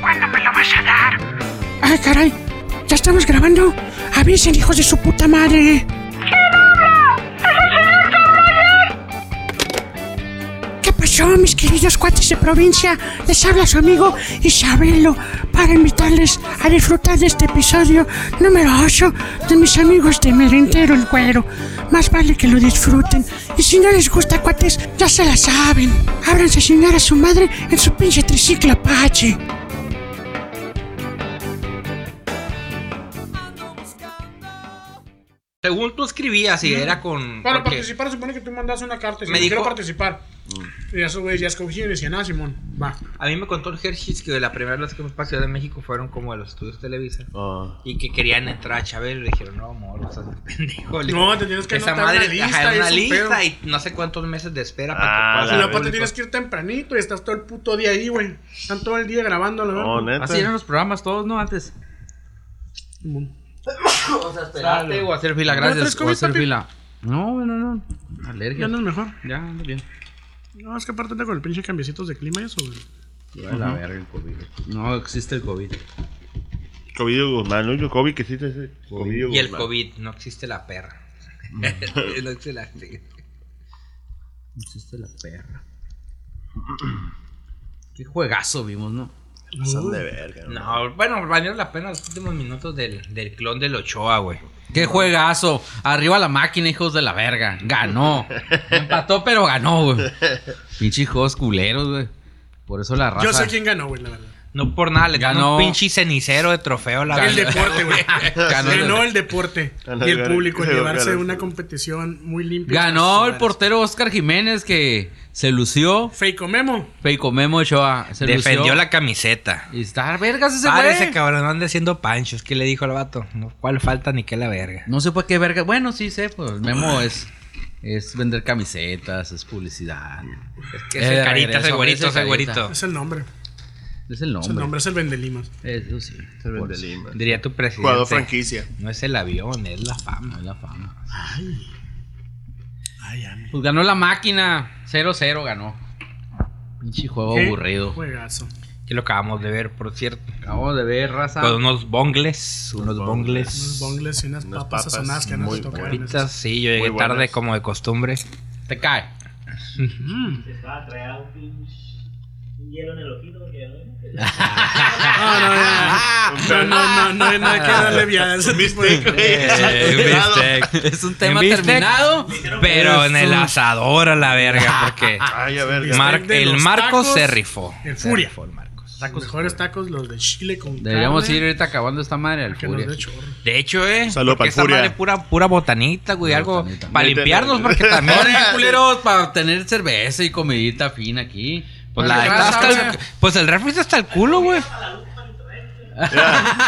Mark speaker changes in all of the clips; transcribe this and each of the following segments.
Speaker 1: vas a dar?
Speaker 2: ¡Ah, caray! ¡Ya estamos grabando! ¡Avisen, hijos de su puta madre! ¿Qué pasó, mis queridos cuates de provincia? Les habla su amigo Isabelo para invitarles a disfrutar de este episodio número 8 de mis amigos de Merentero el Cuero. Más vale que lo disfruten. Y si no les gusta, cuates, ya se la saben. Ábranse a cenar a su madre en su pinche triciclo Apache.
Speaker 3: Según tú escribías y era con...
Speaker 4: Para
Speaker 3: porque-
Speaker 4: participar, supone que tú mandas una carta. y
Speaker 3: Me
Speaker 4: me
Speaker 3: dijo-
Speaker 4: quiero participar.
Speaker 5: Mm.
Speaker 4: Y eso, güey, ya escogí y decía, ah, Simón, va.
Speaker 3: A mí me contó el Hershey's que la primera vez que me pasé a Ciudad de México fueron como a los estudios Televisa.
Speaker 6: Ah.
Speaker 3: Y que querían entrar a Chabelo y le dijeron, no, amor, vas a ser pendejo. Le-
Speaker 4: No, te tienes que
Speaker 3: Esa
Speaker 4: anotar
Speaker 3: madre
Speaker 4: una
Speaker 3: ajá, era
Speaker 4: lista,
Speaker 3: una
Speaker 4: es un
Speaker 3: lista
Speaker 4: pedo.
Speaker 3: y no sé cuántos meses de espera
Speaker 6: Ah,
Speaker 3: para que
Speaker 6: la
Speaker 4: y
Speaker 3: pase.
Speaker 4: aparte tienes que ir tempranito y estás todo el puto día ahí, güey. Están todo el día grabando, la
Speaker 6: No,
Speaker 4: verdad.
Speaker 6: Oh, neta.
Speaker 5: Así eran los programas todos, ¿no? Antes.
Speaker 4: Simón.
Speaker 3: O sea, esperarte o hacer fila, gracias.
Speaker 4: tres
Speaker 5: Voy a hacer
Speaker 4: papi?
Speaker 5: fila. No, no, no.
Speaker 4: Ya
Speaker 5: Alergia.
Speaker 4: andas mejor.
Speaker 5: Ya, ando bien.
Speaker 4: No, es que aparte anda con el pinche cambiecitos de clima y eso, güey.
Speaker 5: la verga el COVID. No existe el COVID.
Speaker 6: Covidio Guzmán, ¿no? Yo, COVID, que sí te sé. Covidio
Speaker 3: Y el
Speaker 6: Guzmán.
Speaker 3: COVID, no existe la perra.
Speaker 5: Mm.
Speaker 3: no existe la
Speaker 5: Existe la perra. Qué juegazo vimos, ¿no?
Speaker 6: Son de verga, ¿no?
Speaker 3: No, bueno, valieron la pena los últimos minutos del, del clon del Ochoa, güey.
Speaker 5: Qué juegazo. Arriba la máquina, hijos de la verga. Ganó. Empató, pero ganó, güey. Pinche juegos culeros, güey. Por eso la raza.
Speaker 4: Yo sé quién ganó, güey, la verdad.
Speaker 3: No por nada, le ganó
Speaker 5: Ganó-
Speaker 3: un pinche cenicero de trofeo a la
Speaker 4: El
Speaker 3: verga.
Speaker 4: deporte, güey.
Speaker 5: Ganó el-
Speaker 4: Ganó el deporte
Speaker 6: Ganó
Speaker 4: y
Speaker 6: el
Speaker 4: el
Speaker 6: gar-
Speaker 4: público
Speaker 6: ganó el
Speaker 4: llevarse
Speaker 6: gar-
Speaker 4: una competición muy limpia.
Speaker 5: Ganó el portero Oscar Jiménez que se lució.
Speaker 4: Feico Memo.
Speaker 5: Feico Memo Ochoa. Se
Speaker 3: Defendió
Speaker 5: lució.
Speaker 3: la camiseta.
Speaker 5: Y está vergas ese
Speaker 3: Ah,
Speaker 5: güey.
Speaker 3: ese cabrón anda haciendo panchos. ¿Qué le dijo al vato? No, ¿Cuál falta ni qué la verga?
Speaker 5: No sé por qué verga. Bueno, sí sé, pues Memo es, es vender camisetas, es publicidad.
Speaker 3: Es que
Speaker 5: Eh,
Speaker 3: ese
Speaker 5: de
Speaker 3: carita,
Speaker 5: regreso,
Speaker 3: ese güerito,
Speaker 5: ese
Speaker 3: ese güerito.
Speaker 4: Es el nombre.
Speaker 5: Es el
Speaker 4: Es
Speaker 5: nombre.
Speaker 4: el nombre, es el Vendelimas.
Speaker 5: Eso sí.
Speaker 6: Se vende
Speaker 5: por eso.
Speaker 6: Lima.
Speaker 3: Diría tu presidente.
Speaker 6: Jugador franquicia.
Speaker 3: No es el avión, es la fama.
Speaker 5: No es la fama.
Speaker 4: Ay, ame.
Speaker 5: Pues ganó la máquina. 0-0 ganó. Pinche juego
Speaker 4: Qué
Speaker 5: aburrido.
Speaker 4: Juegazo.
Speaker 3: Que lo acabamos de ver, por cierto.
Speaker 5: Acabo de ver, raza.
Speaker 3: Con unos bongles. Unos
Speaker 4: Unos
Speaker 3: bongles.
Speaker 4: bongles y unas
Speaker 6: Unas
Speaker 4: papas
Speaker 6: papas
Speaker 4: sazonadas que no
Speaker 6: muy
Speaker 4: se tocaron.
Speaker 3: Ahorita sí, yo llegué
Speaker 6: Muy buenas.
Speaker 3: tarde como de costumbre.
Speaker 5: Te cae.
Speaker 7: Ah, traía un pinche un hielo en el ojito porque ¿no?
Speaker 4: No, no, no, no, no, no, no hay nada que darle vida a ese tipo de-
Speaker 3: Eh, bistec.
Speaker 5: Es un tema
Speaker 3: ¿En bistec?
Speaker 5: terminado.
Speaker 3: Pero en el asador a la verga, porque
Speaker 6: Ay, a ver.
Speaker 3: Mar- el
Speaker 4: los
Speaker 3: Marcos
Speaker 4: tacos,
Speaker 3: se rifó.
Speaker 4: el
Speaker 3: Se
Speaker 4: Furia.
Speaker 3: rifó el Marcos.
Speaker 4: Los mejores tacos, los de Chile con
Speaker 5: Deberíamos
Speaker 4: carne,
Speaker 5: ir ahorita acabando esta madre al
Speaker 4: que nos
Speaker 5: Furia.
Speaker 4: dé chorro.
Speaker 3: De hecho, eh.
Speaker 6: Salud
Speaker 3: porque
Speaker 6: pa'l
Speaker 3: esta
Speaker 6: Furia.
Speaker 3: madre pura, pura botanita, güey. Algo
Speaker 5: botanita.
Speaker 3: para limpiarnos, porque también.
Speaker 5: Ponen culeros para tener cerveza y comidita fina aquí.
Speaker 3: Pues, la-
Speaker 5: Para
Speaker 3: está
Speaker 5: raza,
Speaker 3: hasta el- pues el refri está hasta el culo, güey.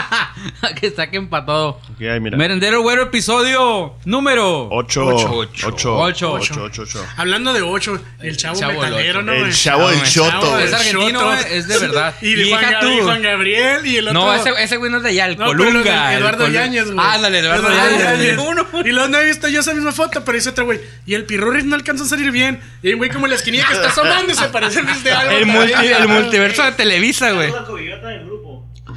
Speaker 5: que saquen para todo.
Speaker 6: Ok, ahí, mira.
Speaker 5: Merendero Güero, episodio número
Speaker 6: 8.
Speaker 3: Ocho,
Speaker 6: 8.
Speaker 3: ocho.
Speaker 6: 8.
Speaker 5: Ocho.
Speaker 6: 8. 8.
Speaker 4: Hablando de ocho, el chavo,
Speaker 5: chavo del
Speaker 4: metalero,
Speaker 5: ocho.
Speaker 4: ¿no?
Speaker 6: El
Speaker 4: güey?
Speaker 6: chavo del
Speaker 3: el
Speaker 6: choto.
Speaker 4: Chavo
Speaker 6: güey.
Speaker 5: es
Speaker 4: del
Speaker 5: argentino,
Speaker 4: Choto.
Speaker 5: eh, es de verdad.
Speaker 4: Y de
Speaker 3: Y
Speaker 4: Juan,
Speaker 3: deja
Speaker 4: Gab- y
Speaker 3: tú.
Speaker 4: Juan Gabriel y el otro.
Speaker 3: No, ese, ese güey no es de allá, el
Speaker 4: No, pero el de
Speaker 3: Colunga. el
Speaker 4: Eduardo
Speaker 3: Colunga.
Speaker 4: Yañez, güey.
Speaker 3: Ándale, Eduardo, Yañez. Uno, uno.
Speaker 4: Y los no he visto yo esa misma foto, pero dice otro güey. Y el pirurris no alcanza a salir bien. Y hay un güey como en la esquinilla que está asomando y se parece Luis de algo.
Speaker 3: El, multi- el multiverso de Televisa, güey.
Speaker 7: la cobiota del grupo.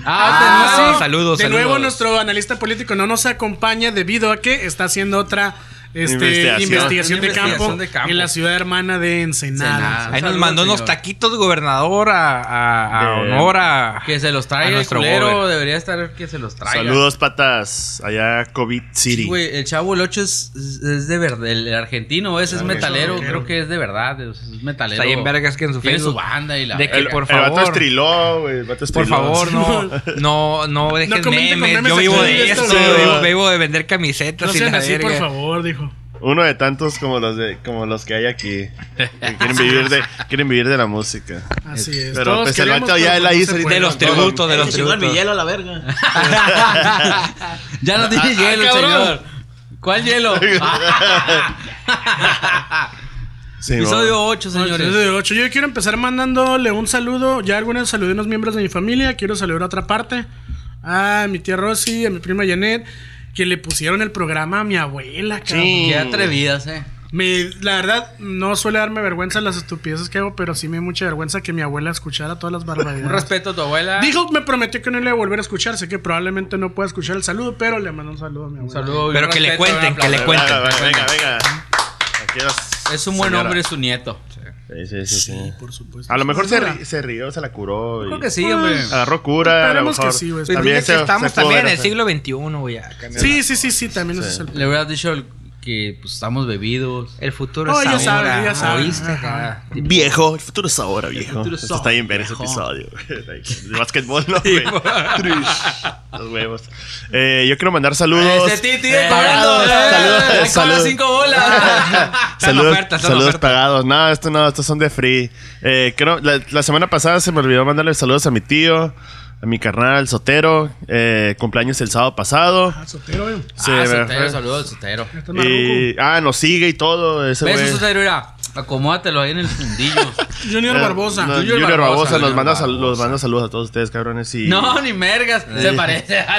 Speaker 5: Ah,
Speaker 3: Ah, sí, saludos,
Speaker 4: De
Speaker 3: saludos.
Speaker 4: nuevo, nuestro analista político no nos acompaña debido a que está haciendo otra este,
Speaker 6: Investigación.
Speaker 4: investigación, de,
Speaker 3: Investigación
Speaker 4: campo
Speaker 3: de campo.
Speaker 4: en la ciudad hermana de
Speaker 5: Ensenada.
Speaker 4: Ensenada.
Speaker 3: Ahí nos
Speaker 5: Saludos,
Speaker 3: mandó unos
Speaker 5: señor.
Speaker 3: taquitos, gobernador, a, a, a
Speaker 6: De-
Speaker 3: honor a.
Speaker 5: que se los traiga
Speaker 3: A
Speaker 5: el
Speaker 3: nuestro
Speaker 5: culero.
Speaker 3: Gober.
Speaker 5: Debería estar que se los traiga.
Speaker 6: Saludos, patas. Allá, COVID
Speaker 5: Sí,
Speaker 6: City.
Speaker 5: güey, el chavo el 8 es, es- es de verdad. El argentino ese es metalero. Creo que es de verdad. Es es metalero.
Speaker 3: Está bien vergas que en su
Speaker 5: Tiene su
Speaker 3: Facebook.
Speaker 5: banda y la.
Speaker 3: De que
Speaker 6: el,
Speaker 5: verga.
Speaker 3: Eh, por
Speaker 6: el vato
Speaker 3: favor.
Speaker 6: estriló, güey. El vato
Speaker 3: Por
Speaker 6: estriló.
Speaker 3: favor, no, no, no dejes
Speaker 4: comenten con
Speaker 3: memes.
Speaker 4: memes
Speaker 3: Yo vivo
Speaker 4: aquí,
Speaker 3: de
Speaker 4: esto
Speaker 3: esto,
Speaker 6: no.
Speaker 3: vivo, vivo de vender camisetas
Speaker 4: No
Speaker 3: y
Speaker 4: sean
Speaker 3: la
Speaker 4: así, por
Speaker 3: verga.
Speaker 4: favor, dijo.
Speaker 6: Uno de tantos como los, de, como los que hay aquí. Que quieren, vivir de, quieren vivir de la música.
Speaker 4: Así es.
Speaker 6: Pero
Speaker 4: Todos
Speaker 6: pues el
Speaker 4: queremos,
Speaker 6: vato ya
Speaker 4: pero
Speaker 6: él
Speaker 4: no
Speaker 6: ahí
Speaker 4: se
Speaker 6: se
Speaker 4: puede.
Speaker 3: De los
Speaker 6: Todo.
Speaker 3: tributos, de
Speaker 7: Se
Speaker 3: los
Speaker 7: chingó el mi
Speaker 3: tributos.
Speaker 7: hielo a la verga.
Speaker 5: ya no tiene hielo, señor. ¿Cuál hielo?
Speaker 6: Sí, mo.
Speaker 5: Episodio 8,
Speaker 4: Ocho
Speaker 5: señores.
Speaker 4: de ocho. Yo quiero empezar mandándole un saludo. Ya algunos saludé a unos miembros de mi familia. Quiero saludar a otra parte. A mi tía Rosy, a mi prima Janet, que le pusieron el programa a mi abuela, cabrón.
Speaker 6: Sí.
Speaker 5: Qué atrevidas, eh.
Speaker 4: Me, la verdad, no suele darme vergüenza las estupideces que hago, pero sí me da mucha vergüenza que mi abuela escuchara todas las
Speaker 5: Un
Speaker 4: barbaridades.
Speaker 5: respeto a tu abuela.
Speaker 4: Dijo, me prometió que no le iba a volver a escuchar. Sé que probablemente no pueda escuchar el saludo, pero le mando un saludo a mi abuela.
Speaker 5: Un saludo. y
Speaker 3: Pero
Speaker 5: un
Speaker 3: que le
Speaker 5: respeto,
Speaker 3: cuenten,
Speaker 5: un
Speaker 3: que le
Speaker 5: aplauso.
Speaker 3: cuenten.
Speaker 6: Venga, venga, venga. venga. Aquí las-
Speaker 5: Es un buen
Speaker 6: señora.
Speaker 5: hombre, es su nieto.
Speaker 6: Sí, sí, sí, sí.
Speaker 4: Por supuesto.
Speaker 6: A lo mejor se,
Speaker 4: Saluda.
Speaker 6: ri- se rió, se la curó. y-
Speaker 5: Creo que sí, hombre.
Speaker 6: Agarró cura. A lo
Speaker 4: Esperemos que
Speaker 6: mejor.
Speaker 4: sí,
Speaker 3: Pues
Speaker 4: güey.
Speaker 6: También
Speaker 8: También
Speaker 6: se- se
Speaker 8: pues, estamos
Speaker 6: pudo
Speaker 8: también en
Speaker 6: ver
Speaker 8: el
Speaker 6: así.
Speaker 8: siglo XXI, güey. ya cambió
Speaker 4: Sí,
Speaker 8: la-
Speaker 4: sí, sí, sí, también ese
Speaker 6: Sí.
Speaker 4: es el...
Speaker 5: Le hubieras dicho el- que pues, estamos bebidos.
Speaker 8: El futuro
Speaker 4: Oh,
Speaker 8: es
Speaker 4: ya
Speaker 8: ahora.
Speaker 4: sabe, ya sabe.
Speaker 8: ¿Oíste?
Speaker 4: Ajá.
Speaker 8: Ah.
Speaker 6: Viejo, el futuro es ahora, viejo.
Speaker 5: futuro es
Speaker 6: Esto está bien ver
Speaker 5: ahora,
Speaker 6: ese
Speaker 5: viejo.
Speaker 6: episodio. De básquetbol, no, güey. Trish. Los huevos. Eh, yo quiero mandar saludos.
Speaker 5: Ese Titi
Speaker 6: Eh,
Speaker 5: cobrando.
Speaker 6: Saludos,
Speaker 5: eh,
Speaker 6: saludos.
Speaker 5: cobra cinco bolas.
Speaker 6: Saludos,
Speaker 5: oferta, está en
Speaker 6: saludos
Speaker 5: oferta.
Speaker 6: pagados. No, esto no, estos son de free. Eh, creo, la, la semana pasada se me olvidó mandarle saludos a mi tío, a mi carnal Sotero. eh, cumpleaños el sábado pasado.
Speaker 4: Ah, Sotero, güey.
Speaker 6: Sí,
Speaker 5: ah,
Speaker 6: me-
Speaker 5: Sotero, saludos al Sotero.
Speaker 4: Este es
Speaker 6: y, ah, nos sigue y todo. Ese
Speaker 5: Besos,
Speaker 6: güey.
Speaker 5: Sotero, mira. Acomódatelo ahí en el fundillo.
Speaker 4: Marruco. Junior
Speaker 6: Eh,
Speaker 4: Barbosa.
Speaker 6: no,
Speaker 5: Junior
Speaker 6: Junior Barbosa,
Speaker 5: Barbosa,
Speaker 6: nos
Speaker 5: Junior
Speaker 6: manda, sal-
Speaker 5: Barbosa.
Speaker 6: los manda saludos a todos ustedes, cabrones. Y...
Speaker 5: No, ni mergas. Se parece.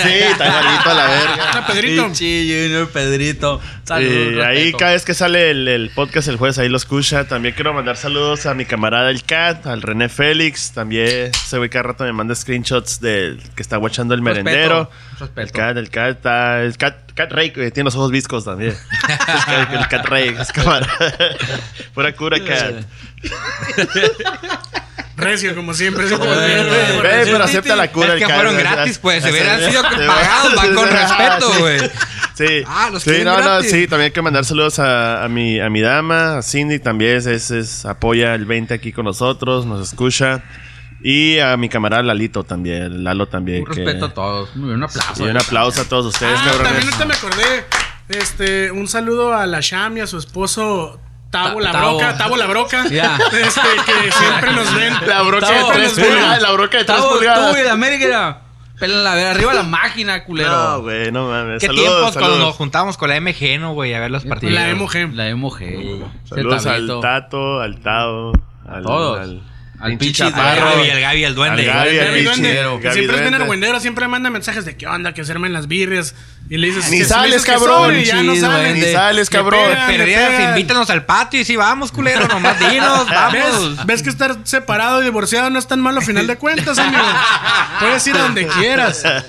Speaker 6: Sí, está igualito a la verga.
Speaker 4: Ah, Pedrito.
Speaker 5: Sí, Junior Pedrito. Saludos.
Speaker 6: Eh, ahí
Speaker 5: respeto.
Speaker 6: cada vez que sale el, el podcast el jueves, ahí lo escucha. También quiero mandar saludos a mi camarada el Cat, al René Félix. También ese güey cada rato me manda screenshots del que está guachando el
Speaker 5: Respeto,
Speaker 6: merendero. El
Speaker 5: Respeto.
Speaker 6: Cat, el Cat, está- el Cat, Cat Rey, que tiene los ojos viscos también. el, Cat- el Cat Rey, es camarada. Pura cura, Cat.
Speaker 4: Recio, como siempre. sí, como
Speaker 5: Joder,
Speaker 4: siempre.
Speaker 5: güey.
Speaker 6: Ve, pero acepta la cura
Speaker 3: Es
Speaker 6: el
Speaker 3: que
Speaker 6: Cat.
Speaker 3: fueron
Speaker 6: o sea,
Speaker 3: gratis, pues. Se
Speaker 6: o sea,
Speaker 3: hubieran sido
Speaker 6: sí,
Speaker 3: pagados, van con
Speaker 6: ah,
Speaker 3: respeto,
Speaker 6: sí.
Speaker 3: güey.
Speaker 6: Sí.
Speaker 3: Ah, los
Speaker 6: sí,
Speaker 3: quieren
Speaker 6: no,
Speaker 3: gratis.
Speaker 6: no, sí, también hay que mandar saludos a, a mi, a mi dama, a Cindy, también es, es- es- apoya el 20 aquí con nosotros, nos escucha. Y a mi camarada Lalito también, Lalo también.
Speaker 5: Un
Speaker 6: que-
Speaker 5: respeto a todos. Muy bien, un
Speaker 6: Y
Speaker 5: aplauso.
Speaker 6: un aplauso a todos ustedes,
Speaker 4: Ah,
Speaker 6: cabrones.
Speaker 4: también ahorita me acordé. Este, un saludo a la Shami, a su esposo Tavo
Speaker 5: Ta-
Speaker 4: La
Speaker 5: Tavo.
Speaker 4: Broca, Tavo La Broca.
Speaker 5: Ya.
Speaker 4: Este, que siempre nos ven.
Speaker 6: La broca
Speaker 5: Tavo,
Speaker 6: de tres
Speaker 5: Tavo,
Speaker 6: pulgadas, la broca de tres
Speaker 5: Tavo,
Speaker 6: pulgadas.
Speaker 5: tú y la América. era, Pelan la verga. Arriba la máquina, culero.
Speaker 6: No, güey, no mames.
Speaker 8: ¿Qué
Speaker 6: saludos,
Speaker 8: tiempos cuando nos
Speaker 6: saludos.
Speaker 8: juntábamos con la MG, no, güey? A ver los partidos.
Speaker 4: La emo G.
Speaker 5: La emo G.
Speaker 6: Saludos
Speaker 5: Ese
Speaker 6: al
Speaker 5: tablito.
Speaker 6: Tato, al Tao, al,
Speaker 5: todos.
Speaker 6: al,
Speaker 5: Al
Speaker 6: pinche
Speaker 5: pinche
Speaker 3: Al
Speaker 6: Chaparro.
Speaker 3: Gaby, al Gaby, al
Speaker 6: al
Speaker 3: duende.
Speaker 6: Ah, Gaby, al
Speaker 4: Gaby
Speaker 6: pinche-
Speaker 4: Duende,
Speaker 5: Duende.
Speaker 6: Gaby
Speaker 4: que siempre es bien
Speaker 6: Duende.
Speaker 4: argüendero, siempre manda mensajes de qué onda, que se armen las birrias. Y le dices,
Speaker 6: Ni
Speaker 4: que- le
Speaker 6: sales,
Speaker 4: dices que
Speaker 6: cabrón.
Speaker 4: sobre y ya no
Speaker 5: Sí,
Speaker 4: salen.
Speaker 6: Ni
Speaker 5: duende.
Speaker 6: sales,
Speaker 4: Le
Speaker 6: cabrón.
Speaker 4: pegan, le
Speaker 3: Perdidas,
Speaker 4: pegan. Ah,
Speaker 3: invítanos al patio y sí, vamos, culero, nomás dinos, vamos.
Speaker 4: ¿Ves? ¿Ves que estar separado y divorciado no es tan malo a final de cuentas, amigo? Puedes ir a donde quieras.
Speaker 6: Ah,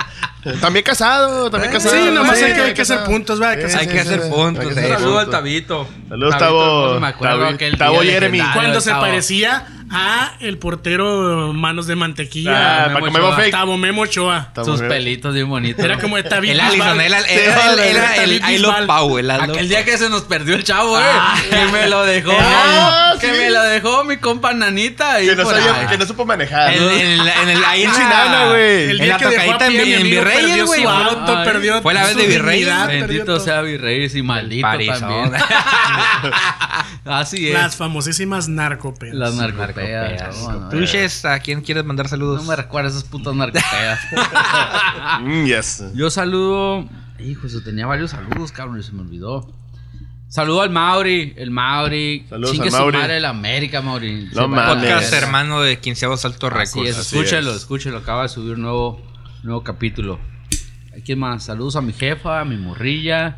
Speaker 6: También casado, también
Speaker 4: Eh,
Speaker 6: casado.
Speaker 4: sí, nomás hay que-
Speaker 6: casado.
Speaker 4: hay que hacer puntos, va, hay que hacer-
Speaker 3: Hay que hacer puntos,
Speaker 6: Hay que
Speaker 3: eh.
Speaker 6: hacer
Speaker 5: Saludos al
Speaker 6: puntos.
Speaker 5: Tabito.
Speaker 6: Saludos,
Speaker 5: Tabito,
Speaker 6: Tavo.
Speaker 5: no me acuerdo
Speaker 6: Tabi-
Speaker 5: aquel
Speaker 6: Tavo
Speaker 5: día
Speaker 6: Jeremy.
Speaker 5: legendario
Speaker 4: Cuando
Speaker 5: del
Speaker 4: se
Speaker 5: Tavo.
Speaker 4: parecía a el portero Manos de Mantequilla.
Speaker 6: Ah,
Speaker 5: Memo
Speaker 6: para comer
Speaker 5: Ochoa.
Speaker 6: fake.
Speaker 4: Tabo Memo Ochoa.
Speaker 6: Tavo
Speaker 5: Sus
Speaker 6: Jeremy.
Speaker 5: pelitos bien bonitos.
Speaker 4: Era como de Tabito.
Speaker 3: El Allison, el, el, el, el, el, el I Love Pau, el I Love
Speaker 5: Aquel día que se nos perdió el chavo, eh.
Speaker 4: Ah.
Speaker 5: que me lo dejó.
Speaker 6: Ah,
Speaker 5: que
Speaker 6: sí.
Speaker 5: me lo dejó mi compa Nanita. pues, ahí
Speaker 6: Que no,
Speaker 5: por
Speaker 6: sabía,
Speaker 5: ahí.
Speaker 6: que no supo manejar.
Speaker 3: En, en, en, el- ahí en
Speaker 6: Pinche
Speaker 3: la,
Speaker 6: nana, güey.
Speaker 4: El
Speaker 3: en
Speaker 4: día
Speaker 3: la
Speaker 4: que dejó a
Speaker 3: tocadita en,
Speaker 4: pie, mi
Speaker 3: en
Speaker 4: amigo
Speaker 3: Virreyes,
Speaker 4: perdió
Speaker 3: güey.
Speaker 4: su auto, perdió
Speaker 3: Fue la vez
Speaker 4: su
Speaker 3: de Virreyes.
Speaker 4: dignidad, perdió
Speaker 5: Bendito
Speaker 4: todo.
Speaker 5: sea Virreyes y maldito
Speaker 3: Parizón.
Speaker 5: también. Así es.
Speaker 4: Las
Speaker 5: Las,
Speaker 4: famosísimas narcopedas.
Speaker 5: narcopedas.
Speaker 3: Narcopedas.
Speaker 5: no, no,
Speaker 3: Tú, Ches, ¿a quién quieres mandar saludos?
Speaker 5: no me recuerdas esas putas narcopedas.
Speaker 4: Ah.
Speaker 6: Mm, yes.
Speaker 5: Yo saludo. Hijo, eso tenía varios saludos, cabrón, y se me olvidó. Saludo al Mauri, el Mauri.
Speaker 6: Saludos
Speaker 5: Chingue
Speaker 6: al
Speaker 5: su
Speaker 6: Mauri.
Speaker 5: madre el América, Mauri.
Speaker 6: No
Speaker 5: Se va a la
Speaker 6: mames.
Speaker 3: Podcast
Speaker 5: verga.
Speaker 3: hermano de Quinceavo Salto
Speaker 5: Así es,
Speaker 3: Records.
Speaker 6: así
Speaker 5: escúchelo,
Speaker 6: es.
Speaker 5: escúchelo. Acaba de subir nuevo, nuevo capítulo. ¿Quién más? Saludos a mi jefa, a mi morrilla.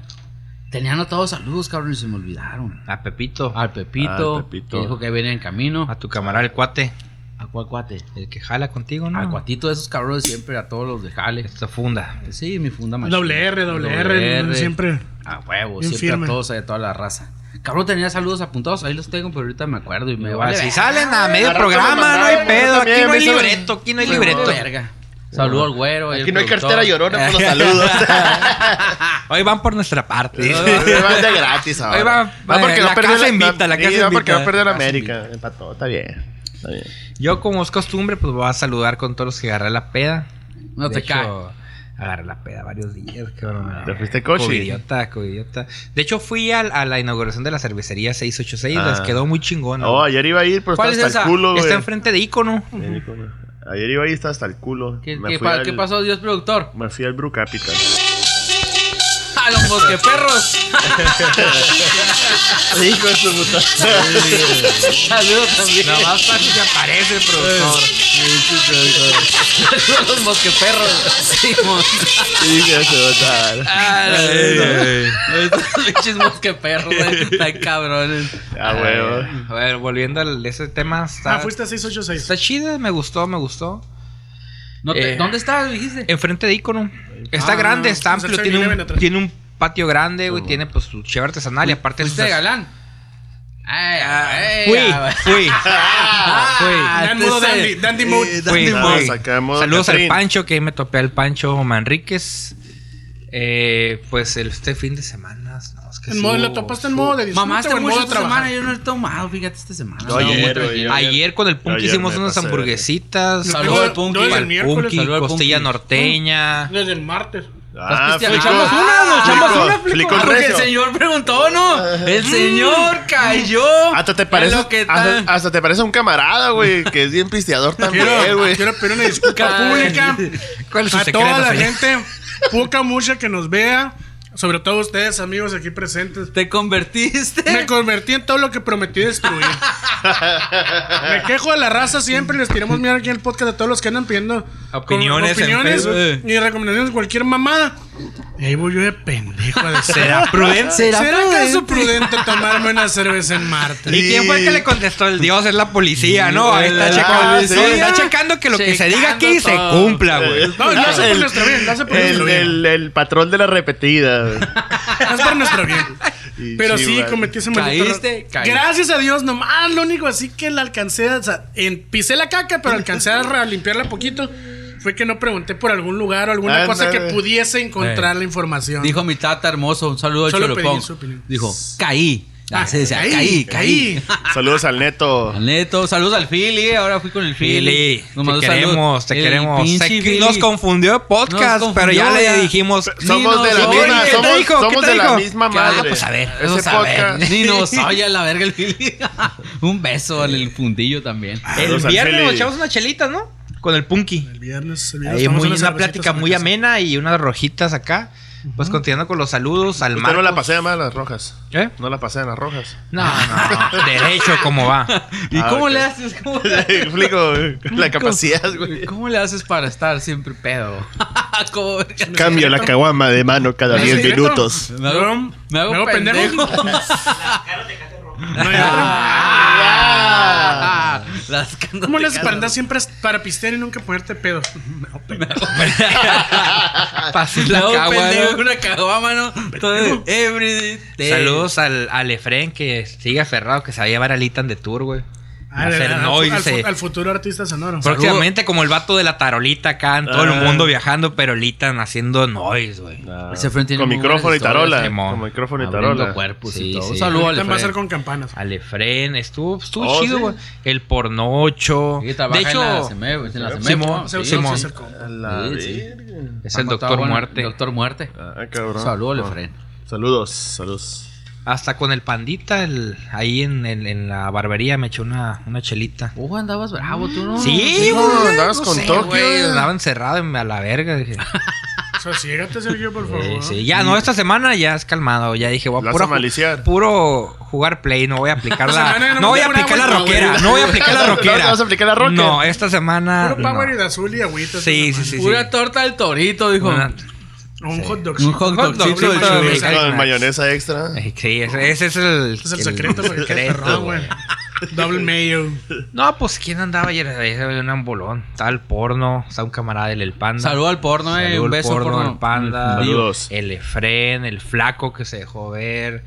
Speaker 5: Tenía anotados saludos, cabrón, y se me olvidaron.
Speaker 3: A Pepito,
Speaker 5: Al Pepito,
Speaker 6: Al Pepito.
Speaker 5: que dijo que venía en camino.
Speaker 3: a tu camarada el cuate,
Speaker 5: ¿A cuál cuate?
Speaker 3: el que jala contigo,
Speaker 5: Al
Speaker 3: ¿no?
Speaker 5: cuatito de esos cabrones siempre, a todos los de Jale.
Speaker 3: Ah. Esta funda.
Speaker 5: Sí, mi funda machina.
Speaker 4: Doble R, doble R, siempre.
Speaker 5: A huevo,
Speaker 4: Bien
Speaker 5: siempre
Speaker 4: firme.
Speaker 5: a todos, a toda la raza. Cabrón, tenía saludos apuntados, ahí los tengo, pero ahorita me acuerdo y me vale.
Speaker 3: Si
Speaker 5: verga.
Speaker 3: salen a medio
Speaker 6: Ah, rato me
Speaker 3: programa, no
Speaker 6: mandaron,
Speaker 3: hay pedo.
Speaker 6: yo también,
Speaker 3: Aquí no hay
Speaker 6: me salen-
Speaker 3: libreto, aquí no hay
Speaker 5: Me
Speaker 3: libreto.
Speaker 5: vale verga. Saludo al güero. y
Speaker 6: Aquí
Speaker 5: al
Speaker 6: no hay
Speaker 5: productor.
Speaker 6: cartera llorona por los saludos.
Speaker 3: Ah, Hoy van por nuestra parte.
Speaker 6: Me van de gratis ahora.
Speaker 3: Ahí va,
Speaker 6: Va porque
Speaker 3: la
Speaker 6: no perdió
Speaker 3: casa invita, la
Speaker 6: sí,
Speaker 3: casa
Speaker 6: va porque
Speaker 3: invita.
Speaker 6: no perdió la
Speaker 5: La casa
Speaker 6: América. Empató, está bien. Está bien.
Speaker 3: Yo, como es costumbre, pues voy a saludar con todos los que agarré la peda.
Speaker 5: No
Speaker 3: De
Speaker 5: te
Speaker 3: hecho,
Speaker 5: caes.
Speaker 3: Agarré la peda varios días, cabrón.
Speaker 6: ¿Te fuiste cochi?
Speaker 3: Covidiota, covidiota. De hecho, fui al- a, la inauguración de la cervecería 686.
Speaker 6: Ah.
Speaker 3: Les quedó muy chingona.
Speaker 6: Oh,
Speaker 3: güey.
Speaker 6: ayer iba a ir, pero estaba
Speaker 5: ¿Cuál es
Speaker 6: hasta
Speaker 5: esa?
Speaker 6: el culo, güey.
Speaker 3: Está enfrente de Icono.
Speaker 6: En el culo. Ayer iba a ir, estaba hasta el culo.
Speaker 5: ¿Qué,
Speaker 6: Me
Speaker 5: qué
Speaker 6: fui
Speaker 5: pa-
Speaker 6: al-
Speaker 5: qué pasó, Dios productor?
Speaker 6: Me fui al Brew Capital.
Speaker 5: a los bosqueperros.
Speaker 6: Hijo de su puta.
Speaker 5: Saludos también.
Speaker 3: Nada más para que se aparece, productor.
Speaker 5: Saludos a los mosqueperros. Simón.
Speaker 6: Hijo de su puta.
Speaker 5: Ah, la verga. Estos pinches mosqueperros, güey. Están cabrones.
Speaker 6: Ah, huevo.
Speaker 3: A ver, volviendo al ese tema. Está,
Speaker 4: Ah, fuiste a 686.
Speaker 3: está chida, me gustó, me gustó.
Speaker 5: No te-
Speaker 3: Eh.
Speaker 5: ¿Dónde estabas, dijiste?
Speaker 3: Enfrente de Icono. Está
Speaker 4: Ah,
Speaker 3: grande, está
Speaker 4: pues,
Speaker 3: amplio,
Speaker 4: el
Speaker 3: tiene
Speaker 4: 7-Eleven
Speaker 3: un,
Speaker 4: atrás.
Speaker 3: tiene un patio grande,
Speaker 6: Ah,
Speaker 3: güey. Tiene pues su cheve artesanal y aparte...
Speaker 5: ¿Fuiste de
Speaker 3: sus-
Speaker 5: galán? Ay, ay,
Speaker 3: pues, Fui,
Speaker 5: ay, ay.
Speaker 3: fui.
Speaker 5: Ah,
Speaker 4: Dan modo
Speaker 5: entonces-
Speaker 4: dandy, dandy mode.
Speaker 5: Eh,
Speaker 3: Fui,
Speaker 6: Fui,
Speaker 3: fui.
Speaker 6: fui. Sacamos
Speaker 3: Saludos
Speaker 6: Catrín.
Speaker 3: al Pancho, que ahí me topé al Pancho Manríquez. Eh, pues el, este fin de semana. No, es que
Speaker 4: En modo-
Speaker 3: estuvo-
Speaker 4: ¿Lo topaste en modo de disfrute
Speaker 5: Mamaste
Speaker 4: o en
Speaker 5: mucho
Speaker 4: modo de
Speaker 5: este esta semana.
Speaker 4: trabajar?
Speaker 5: Yo no he tomado, fíjate, esta semana.
Speaker 6: Yo ayer,
Speaker 5: muy
Speaker 6: güey,
Speaker 5: tranquilo.
Speaker 6: yo
Speaker 3: Ayer con el Punky
Speaker 6: Ayer
Speaker 3: hicimos
Speaker 6: me
Speaker 3: unas
Speaker 6: pasé de-
Speaker 3: hamburguesitas.
Speaker 4: Yo
Speaker 5: Saludos
Speaker 4: desde-
Speaker 5: al Punky.
Speaker 4: yo desde
Speaker 3: Al
Speaker 4: el miércoles.
Speaker 3: Punky,
Speaker 5: Saludos al
Speaker 3: costilla
Speaker 5: Punky.
Speaker 3: norteña.
Speaker 4: Desde el martes.
Speaker 6: Ah,
Speaker 5: Estás
Speaker 6: flico.
Speaker 5: pisteando. Echamos una, nos echamos
Speaker 6: Flico,
Speaker 5: una,
Speaker 6: flico
Speaker 5: Ah, porque el
Speaker 6: recio.
Speaker 5: señor preguntó, ¿no?
Speaker 3: Mm.
Speaker 5: El señor cayó.
Speaker 3: Ah,
Speaker 6: Hasta te
Speaker 5: Es
Speaker 6: parece.
Speaker 5: lo que
Speaker 6: hasta,
Speaker 5: tal.
Speaker 6: hasta te parece un camarada, güey. Que es bien pisteador también,
Speaker 4: Quiero,
Speaker 6: güey.
Speaker 4: quiero pedir una disculpa
Speaker 5: Caray.
Speaker 4: pública
Speaker 3: ¿Cuál es su
Speaker 4: a
Speaker 3: secreto,
Speaker 4: toda la
Speaker 3: señor?
Speaker 4: gente, poca mucha que nos vea, sobre todo ustedes, amigos aquí presentes.
Speaker 5: Te convertiste.
Speaker 4: Me convertí en todo lo que prometí destruir. Me quejo de la raza siempre. Les tiramos mierda aquí en el podcast a todos los que andan pidiendo
Speaker 3: Opiniones
Speaker 4: con-
Speaker 3: en
Speaker 4: opiniones
Speaker 3: Facebook.
Speaker 4: y recomendaciones de cualquier mamada. Y ahí voy yo de pendejo a decir.
Speaker 3: ¿Será prudente?
Speaker 4: ¿Será, acaso prudente tomarme una cerveza en Marte?
Speaker 3: ¿Y quién fue el que le contestó? El Dios es la policía, ¿no? Ahí está,
Speaker 6: La
Speaker 3: checando,
Speaker 6: policía.
Speaker 3: está checando que lo que se diga aquí se
Speaker 5: Checando todo.
Speaker 3: cumpla, güey.
Speaker 4: No, lo hace por nuestro bien, lo hace por
Speaker 6: Eh, El,
Speaker 4: nuestro bien.
Speaker 6: el, el patrón de la repetida. güey.
Speaker 4: No es por nuestro bien.
Speaker 6: Y
Speaker 4: Pero sí,
Speaker 6: chiva.
Speaker 4: cometí ese maldito error.
Speaker 5: Caíste, caíste.
Speaker 4: Gracias a Dios, nomás lo único así que la alcancé, a- o sea, en- pisé la caca, pero alcancé a re- limpiarla poquito. Fue que no pregunté por algún lugar o alguna
Speaker 6: Ándale.
Speaker 4: cosa que pudiese encontrar la información.
Speaker 5: Dijo mi tata hermoso, un saludo al
Speaker 4: Solo pedí
Speaker 5: Cholopón.
Speaker 4: su opinión.
Speaker 5: Dijo, caí.
Speaker 4: Ah,
Speaker 5: Así decía, caí, caí.
Speaker 6: Saludos al neto.
Speaker 5: Al Neto, saludos al Philly, ahora fui con el Philly.
Speaker 3: Fili,
Speaker 5: Nos mandó
Speaker 3: te
Speaker 5: saludos.
Speaker 3: queremos, te
Speaker 5: El
Speaker 3: queremos.
Speaker 5: pinche
Speaker 3: Se-
Speaker 5: Philly.
Speaker 3: nos confundió el podcast,
Speaker 5: Nos
Speaker 3: pero ya
Speaker 5: confundió, ya.
Speaker 3: le dijimos.
Speaker 6: Somos
Speaker 5: Ni
Speaker 6: de la misma,
Speaker 5: nos oye. ¿Qué te
Speaker 6: somos,
Speaker 3: dijo? ¿Qué
Speaker 6: somos
Speaker 3: te
Speaker 6: de la
Speaker 3: dijo?
Speaker 6: misma
Speaker 3: Que- ah,
Speaker 6: madre.
Speaker 3: pues, a ver,
Speaker 6: ese
Speaker 3: vamos a ver.
Speaker 6: podcast.
Speaker 5: Ni nos oye a la verga el Philly. un beso al el puntillo también.
Speaker 3: El
Speaker 6: Saludos al
Speaker 3: viernes
Speaker 6: Fili.
Speaker 3: nos echamos una chelita, ¿no? Con el Punky.
Speaker 4: El viernes, el viernes
Speaker 3: Ahí
Speaker 4: tomamos
Speaker 3: muy,
Speaker 4: unas
Speaker 3: una
Speaker 4: cervecitas
Speaker 3: plática
Speaker 4: en la
Speaker 3: muy
Speaker 4: casa.
Speaker 3: amena y unas rojitas acá. Pues continuando con los saludos al
Speaker 6: Usted
Speaker 3: mar.
Speaker 6: no la pasea más las rojas.
Speaker 3: ¿Eh?
Speaker 6: No la pasea en las rojas.
Speaker 3: No, no, derecho, ¿cómo va?
Speaker 5: ¿Y
Speaker 6: Ah,
Speaker 5: cómo
Speaker 6: ok.
Speaker 5: le haces? ¿Cómo le haces?
Speaker 6: Flico, la capacidad, güey.
Speaker 5: ¿Cómo le haces para estar siempre pedo? ¿Cómo verga?
Speaker 6: Cambio la caguama de mano cada
Speaker 4: ¿Es
Speaker 6: 10
Speaker 4: secreto?
Speaker 6: minutos.
Speaker 5: Me hago, me hago
Speaker 4: ¿Me hago
Speaker 5: pendejo.
Speaker 4: pendejo?
Speaker 1: Claro, te cate rojo.
Speaker 4: No hay otra.
Speaker 5: Ah, las cando-
Speaker 4: ¿Cómo le haces para andar siempre para pistear y nunca ponerte pedo?
Speaker 3: Pases
Speaker 5: Me
Speaker 3: la
Speaker 5: hago
Speaker 3: cagua,
Speaker 5: pendejo
Speaker 3: ¿no?
Speaker 5: con una caguama, ¿no? Todo- every day.
Speaker 3: Saludos al, al Efren que sigue aferrado, que sabía llevar al Itan de Tour, güey.
Speaker 4: Ah, de
Speaker 3: hacer
Speaker 4: verdad, al, fu- al
Speaker 3: noise.
Speaker 4: fu- al futuro artista sonoro.
Speaker 3: Próximamente como el vato de la tarolita acá en todo el
Speaker 6: Ah.
Speaker 3: mundo viajando, pero el Itan haciendo noise, güey.
Speaker 5: Ese friend tiene
Speaker 6: Con
Speaker 5: muy
Speaker 6: micrófono y
Speaker 5: buenas historias,
Speaker 6: tarola.
Speaker 3: Simón.
Speaker 6: Con micrófono y
Speaker 5: Abriendo
Speaker 6: tarola.
Speaker 5: cuerpos
Speaker 3: Sí,
Speaker 5: y todo.
Speaker 3: sí.
Speaker 5: Un saludo al
Speaker 4: Ahorita va a ser
Speaker 5: Efraín.
Speaker 4: con campanas.
Speaker 3: Al Efren, estuvo, estuvo
Speaker 6: Oh,
Speaker 3: chido,
Speaker 6: sí.
Speaker 3: güey. El pornocho.
Speaker 5: Sí,
Speaker 3: De
Speaker 5: trabaja en la
Speaker 3: hecho,
Speaker 5: CEMEF, es en la CEMEF,
Speaker 3: Simón,
Speaker 5: ¿no?
Speaker 3: Simón,
Speaker 5: Sí,
Speaker 3: Simón.
Speaker 5: sí, sí.
Speaker 6: A la
Speaker 5: Sí, sí.
Speaker 6: verga.
Speaker 3: es el
Speaker 5: Ah, está
Speaker 3: Doctor
Speaker 5: bueno,
Speaker 3: Muerte.
Speaker 5: Doctor Muerte.
Speaker 6: Ah, cabrón.
Speaker 5: Saludo al
Speaker 6: Ah.
Speaker 5: Efraín.
Speaker 6: Saludos, saludos.
Speaker 3: Hasta con el pandita el- ahí en, en- en la barbería me echó una, una chelita.
Speaker 5: Uh, andabas bravo, tú no.
Speaker 3: Sí,
Speaker 6: no,
Speaker 3: güey.
Speaker 6: andabas
Speaker 3: no
Speaker 6: con
Speaker 3: sé,
Speaker 6: Tokio,
Speaker 3: güey,
Speaker 6: eh.
Speaker 3: Andaba encerrado y me a la verga. Dije,
Speaker 4: Sosiégate, Sergio, por
Speaker 3: eh,
Speaker 4: favor.
Speaker 3: sí, ya, no, esta semana ya es calmado. Ya dije, voy
Speaker 6: Lo
Speaker 3: a
Speaker 6: vas
Speaker 3: puro,
Speaker 6: a maliciar.
Speaker 3: puro jugar play. No voy a aplicar
Speaker 4: Esta semana
Speaker 3: la.
Speaker 4: no
Speaker 3: No voy a
Speaker 4: me
Speaker 3: aplicar la
Speaker 4: acuerdo,
Speaker 3: roquera.
Speaker 6: güey.
Speaker 3: No voy a aplicar la
Speaker 6: No, no
Speaker 3: roquera.
Speaker 6: vas a aplicar la rocker.
Speaker 3: No, esta
Speaker 5: Ah,
Speaker 3: semana.
Speaker 4: Puro power y
Speaker 3: no.
Speaker 4: de azul y agüita.
Speaker 3: Sí,
Speaker 4: esta
Speaker 3: sí, sí, sí.
Speaker 5: Pura torta del torito, dijo.
Speaker 3: Una-
Speaker 4: semana. O un hot dog.
Speaker 5: Un
Speaker 3: Hot
Speaker 5: hot dogcito
Speaker 3: dogcito
Speaker 5: del
Speaker 3: de
Speaker 5: chorizo.
Speaker 3: mexicano.
Speaker 6: Con mayonesa extra.
Speaker 3: Eh, Sí, ese, ese es el.
Speaker 4: Ese es el secreto, güey. Qué
Speaker 3: secreto,
Speaker 4: perrón,
Speaker 3: güey.
Speaker 4: güey. Double mayo.
Speaker 3: No, pues quién andaba ayer. Ahí se ve un ambolón. Estaba el porno. Estaba un camarada del El Panda.
Speaker 5: Saludo al porno, eh.
Speaker 3: Saludo
Speaker 5: Un
Speaker 3: al
Speaker 5: beso
Speaker 3: porno,
Speaker 5: porno.
Speaker 3: al panda.
Speaker 6: Saludos.
Speaker 3: El Efren, el flaco que se dejó ver.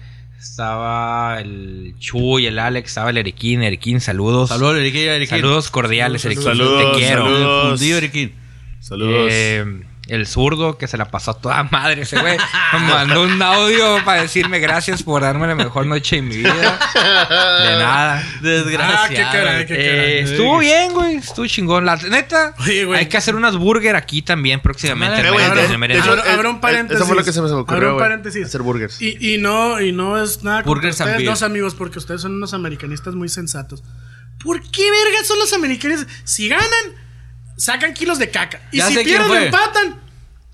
Speaker 3: Estaba el Chuy, el Alex, estaba el Eriquín. Eriquín, saludos.
Speaker 5: Saludo al Eriquín. Eriquín.
Speaker 3: Saludos cordiales, Eriquín.
Speaker 6: Saludos,
Speaker 3: Te quiero.
Speaker 6: saludos.
Speaker 5: Al fundido, Eriquín.
Speaker 6: Saludos.
Speaker 3: Eh, el zurdo que se la pasó a toda madre ese güey. Me mandó un audio para decirme gracias por darme la mejor noche de mi vida. De nada.
Speaker 4: Ah, qué
Speaker 5: Desgraciado.
Speaker 4: caray, qué
Speaker 3: Eh,
Speaker 4: caray.
Speaker 3: estuvo bien, güey. Estuvo chingón. La neta,
Speaker 4: Oye, güey.
Speaker 3: hay que hacer unas burger aquí también próximamente.
Speaker 5: Madre,
Speaker 3: el
Speaker 6: Eh, güey,
Speaker 3: Mérida,
Speaker 6: de-
Speaker 3: el
Speaker 6: de
Speaker 3: Mérida.
Speaker 6: hecho,
Speaker 4: Abro-
Speaker 6: es-
Speaker 4: abro un
Speaker 6: es-
Speaker 4: paréntesis.
Speaker 6: Eso fue lo que se me ocurrió.
Speaker 4: Abro un
Speaker 6: güey.
Speaker 4: paréntesis.
Speaker 6: Hacer burgers.
Speaker 4: Y, y no, y no es nada contra
Speaker 5: Burgers and
Speaker 4: ustedes
Speaker 5: beer.
Speaker 4: dos amigos, porque ustedes son unos americanistas muy sensatos. ¿Por qué verga son los americanistas? Si ganan, sacan kilos de caca. Y
Speaker 5: Ya sé
Speaker 4: si
Speaker 5: quién
Speaker 4: pierden,
Speaker 5: fue.
Speaker 4: empatan.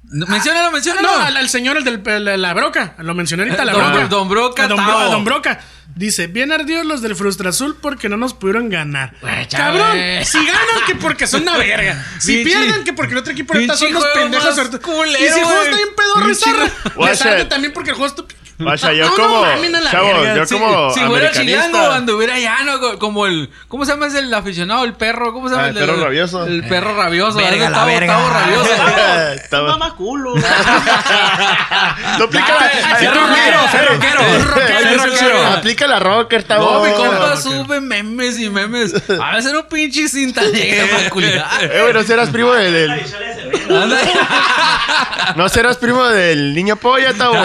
Speaker 5: No, menciónalo, menciónalo.
Speaker 4: No, al, al señor, el del- el de la broca. Lo mencioné ahorita, la
Speaker 5: Don-
Speaker 4: broca.
Speaker 5: Don Broca,
Speaker 4: A Don, Bro-
Speaker 5: Tao.
Speaker 4: a Don Broca. Dice, bien ardidos los del Frustrazul porque no nos pudieron ganar.
Speaker 5: Güey, chale.
Speaker 4: Cabrón, si ganan que porque son una verga. Si
Speaker 5: Pinche-
Speaker 4: pierden que porque el otro equipo ahorita son
Speaker 5: pinche
Speaker 4: unos
Speaker 5: juego
Speaker 4: pendejos.
Speaker 5: más
Speaker 4: ahorita.
Speaker 5: culero,
Speaker 4: y si el juego
Speaker 5: güey.
Speaker 4: está bien pedo, rezar.
Speaker 6: Watch
Speaker 4: Les arde
Speaker 6: it.
Speaker 4: también porque el juego está...
Speaker 6: Vaya,
Speaker 4: No,
Speaker 6: yo
Speaker 4: no
Speaker 6: como.
Speaker 4: mamen a la
Speaker 6: chavo,
Speaker 4: verga,
Speaker 6: yo
Speaker 4: sí.
Speaker 6: como.
Speaker 5: Si fuera chilango, anduviera llano, co- como el. ¿Cómo se llama ese el aficionado? El perro, ¿cómo se
Speaker 6: Ah,
Speaker 5: llama?
Speaker 6: el perro
Speaker 5: del-
Speaker 6: rabioso.
Speaker 5: El
Speaker 4: Eh,
Speaker 5: perro rabioso.
Speaker 3: Verga,
Speaker 5: ¿verdad?
Speaker 3: la
Speaker 5: Tavo-
Speaker 3: verga.
Speaker 5: Tavo rabioso.
Speaker 6: Estaba-
Speaker 1: Mamá culo.
Speaker 6: Tú aplica la-
Speaker 5: Ah,
Speaker 6: Ay,
Speaker 5: es
Speaker 6: tú aplica-
Speaker 5: rockero,
Speaker 3: es rockero,
Speaker 6: Ay,
Speaker 3: es rockero,
Speaker 6: tú
Speaker 3: es rockero.
Speaker 6: Aplica la rocker, está
Speaker 5: No,
Speaker 6: bueno.
Speaker 5: mi compa sube memes y memes. A veces no pinche cinta negra, maculada.
Speaker 6: Eh, güey, no serás primo del.
Speaker 1: Ay,
Speaker 6: del-
Speaker 1: chale de cerveza.
Speaker 5: Anda.
Speaker 6: No serás primo del niño polla, Tavo. ¿o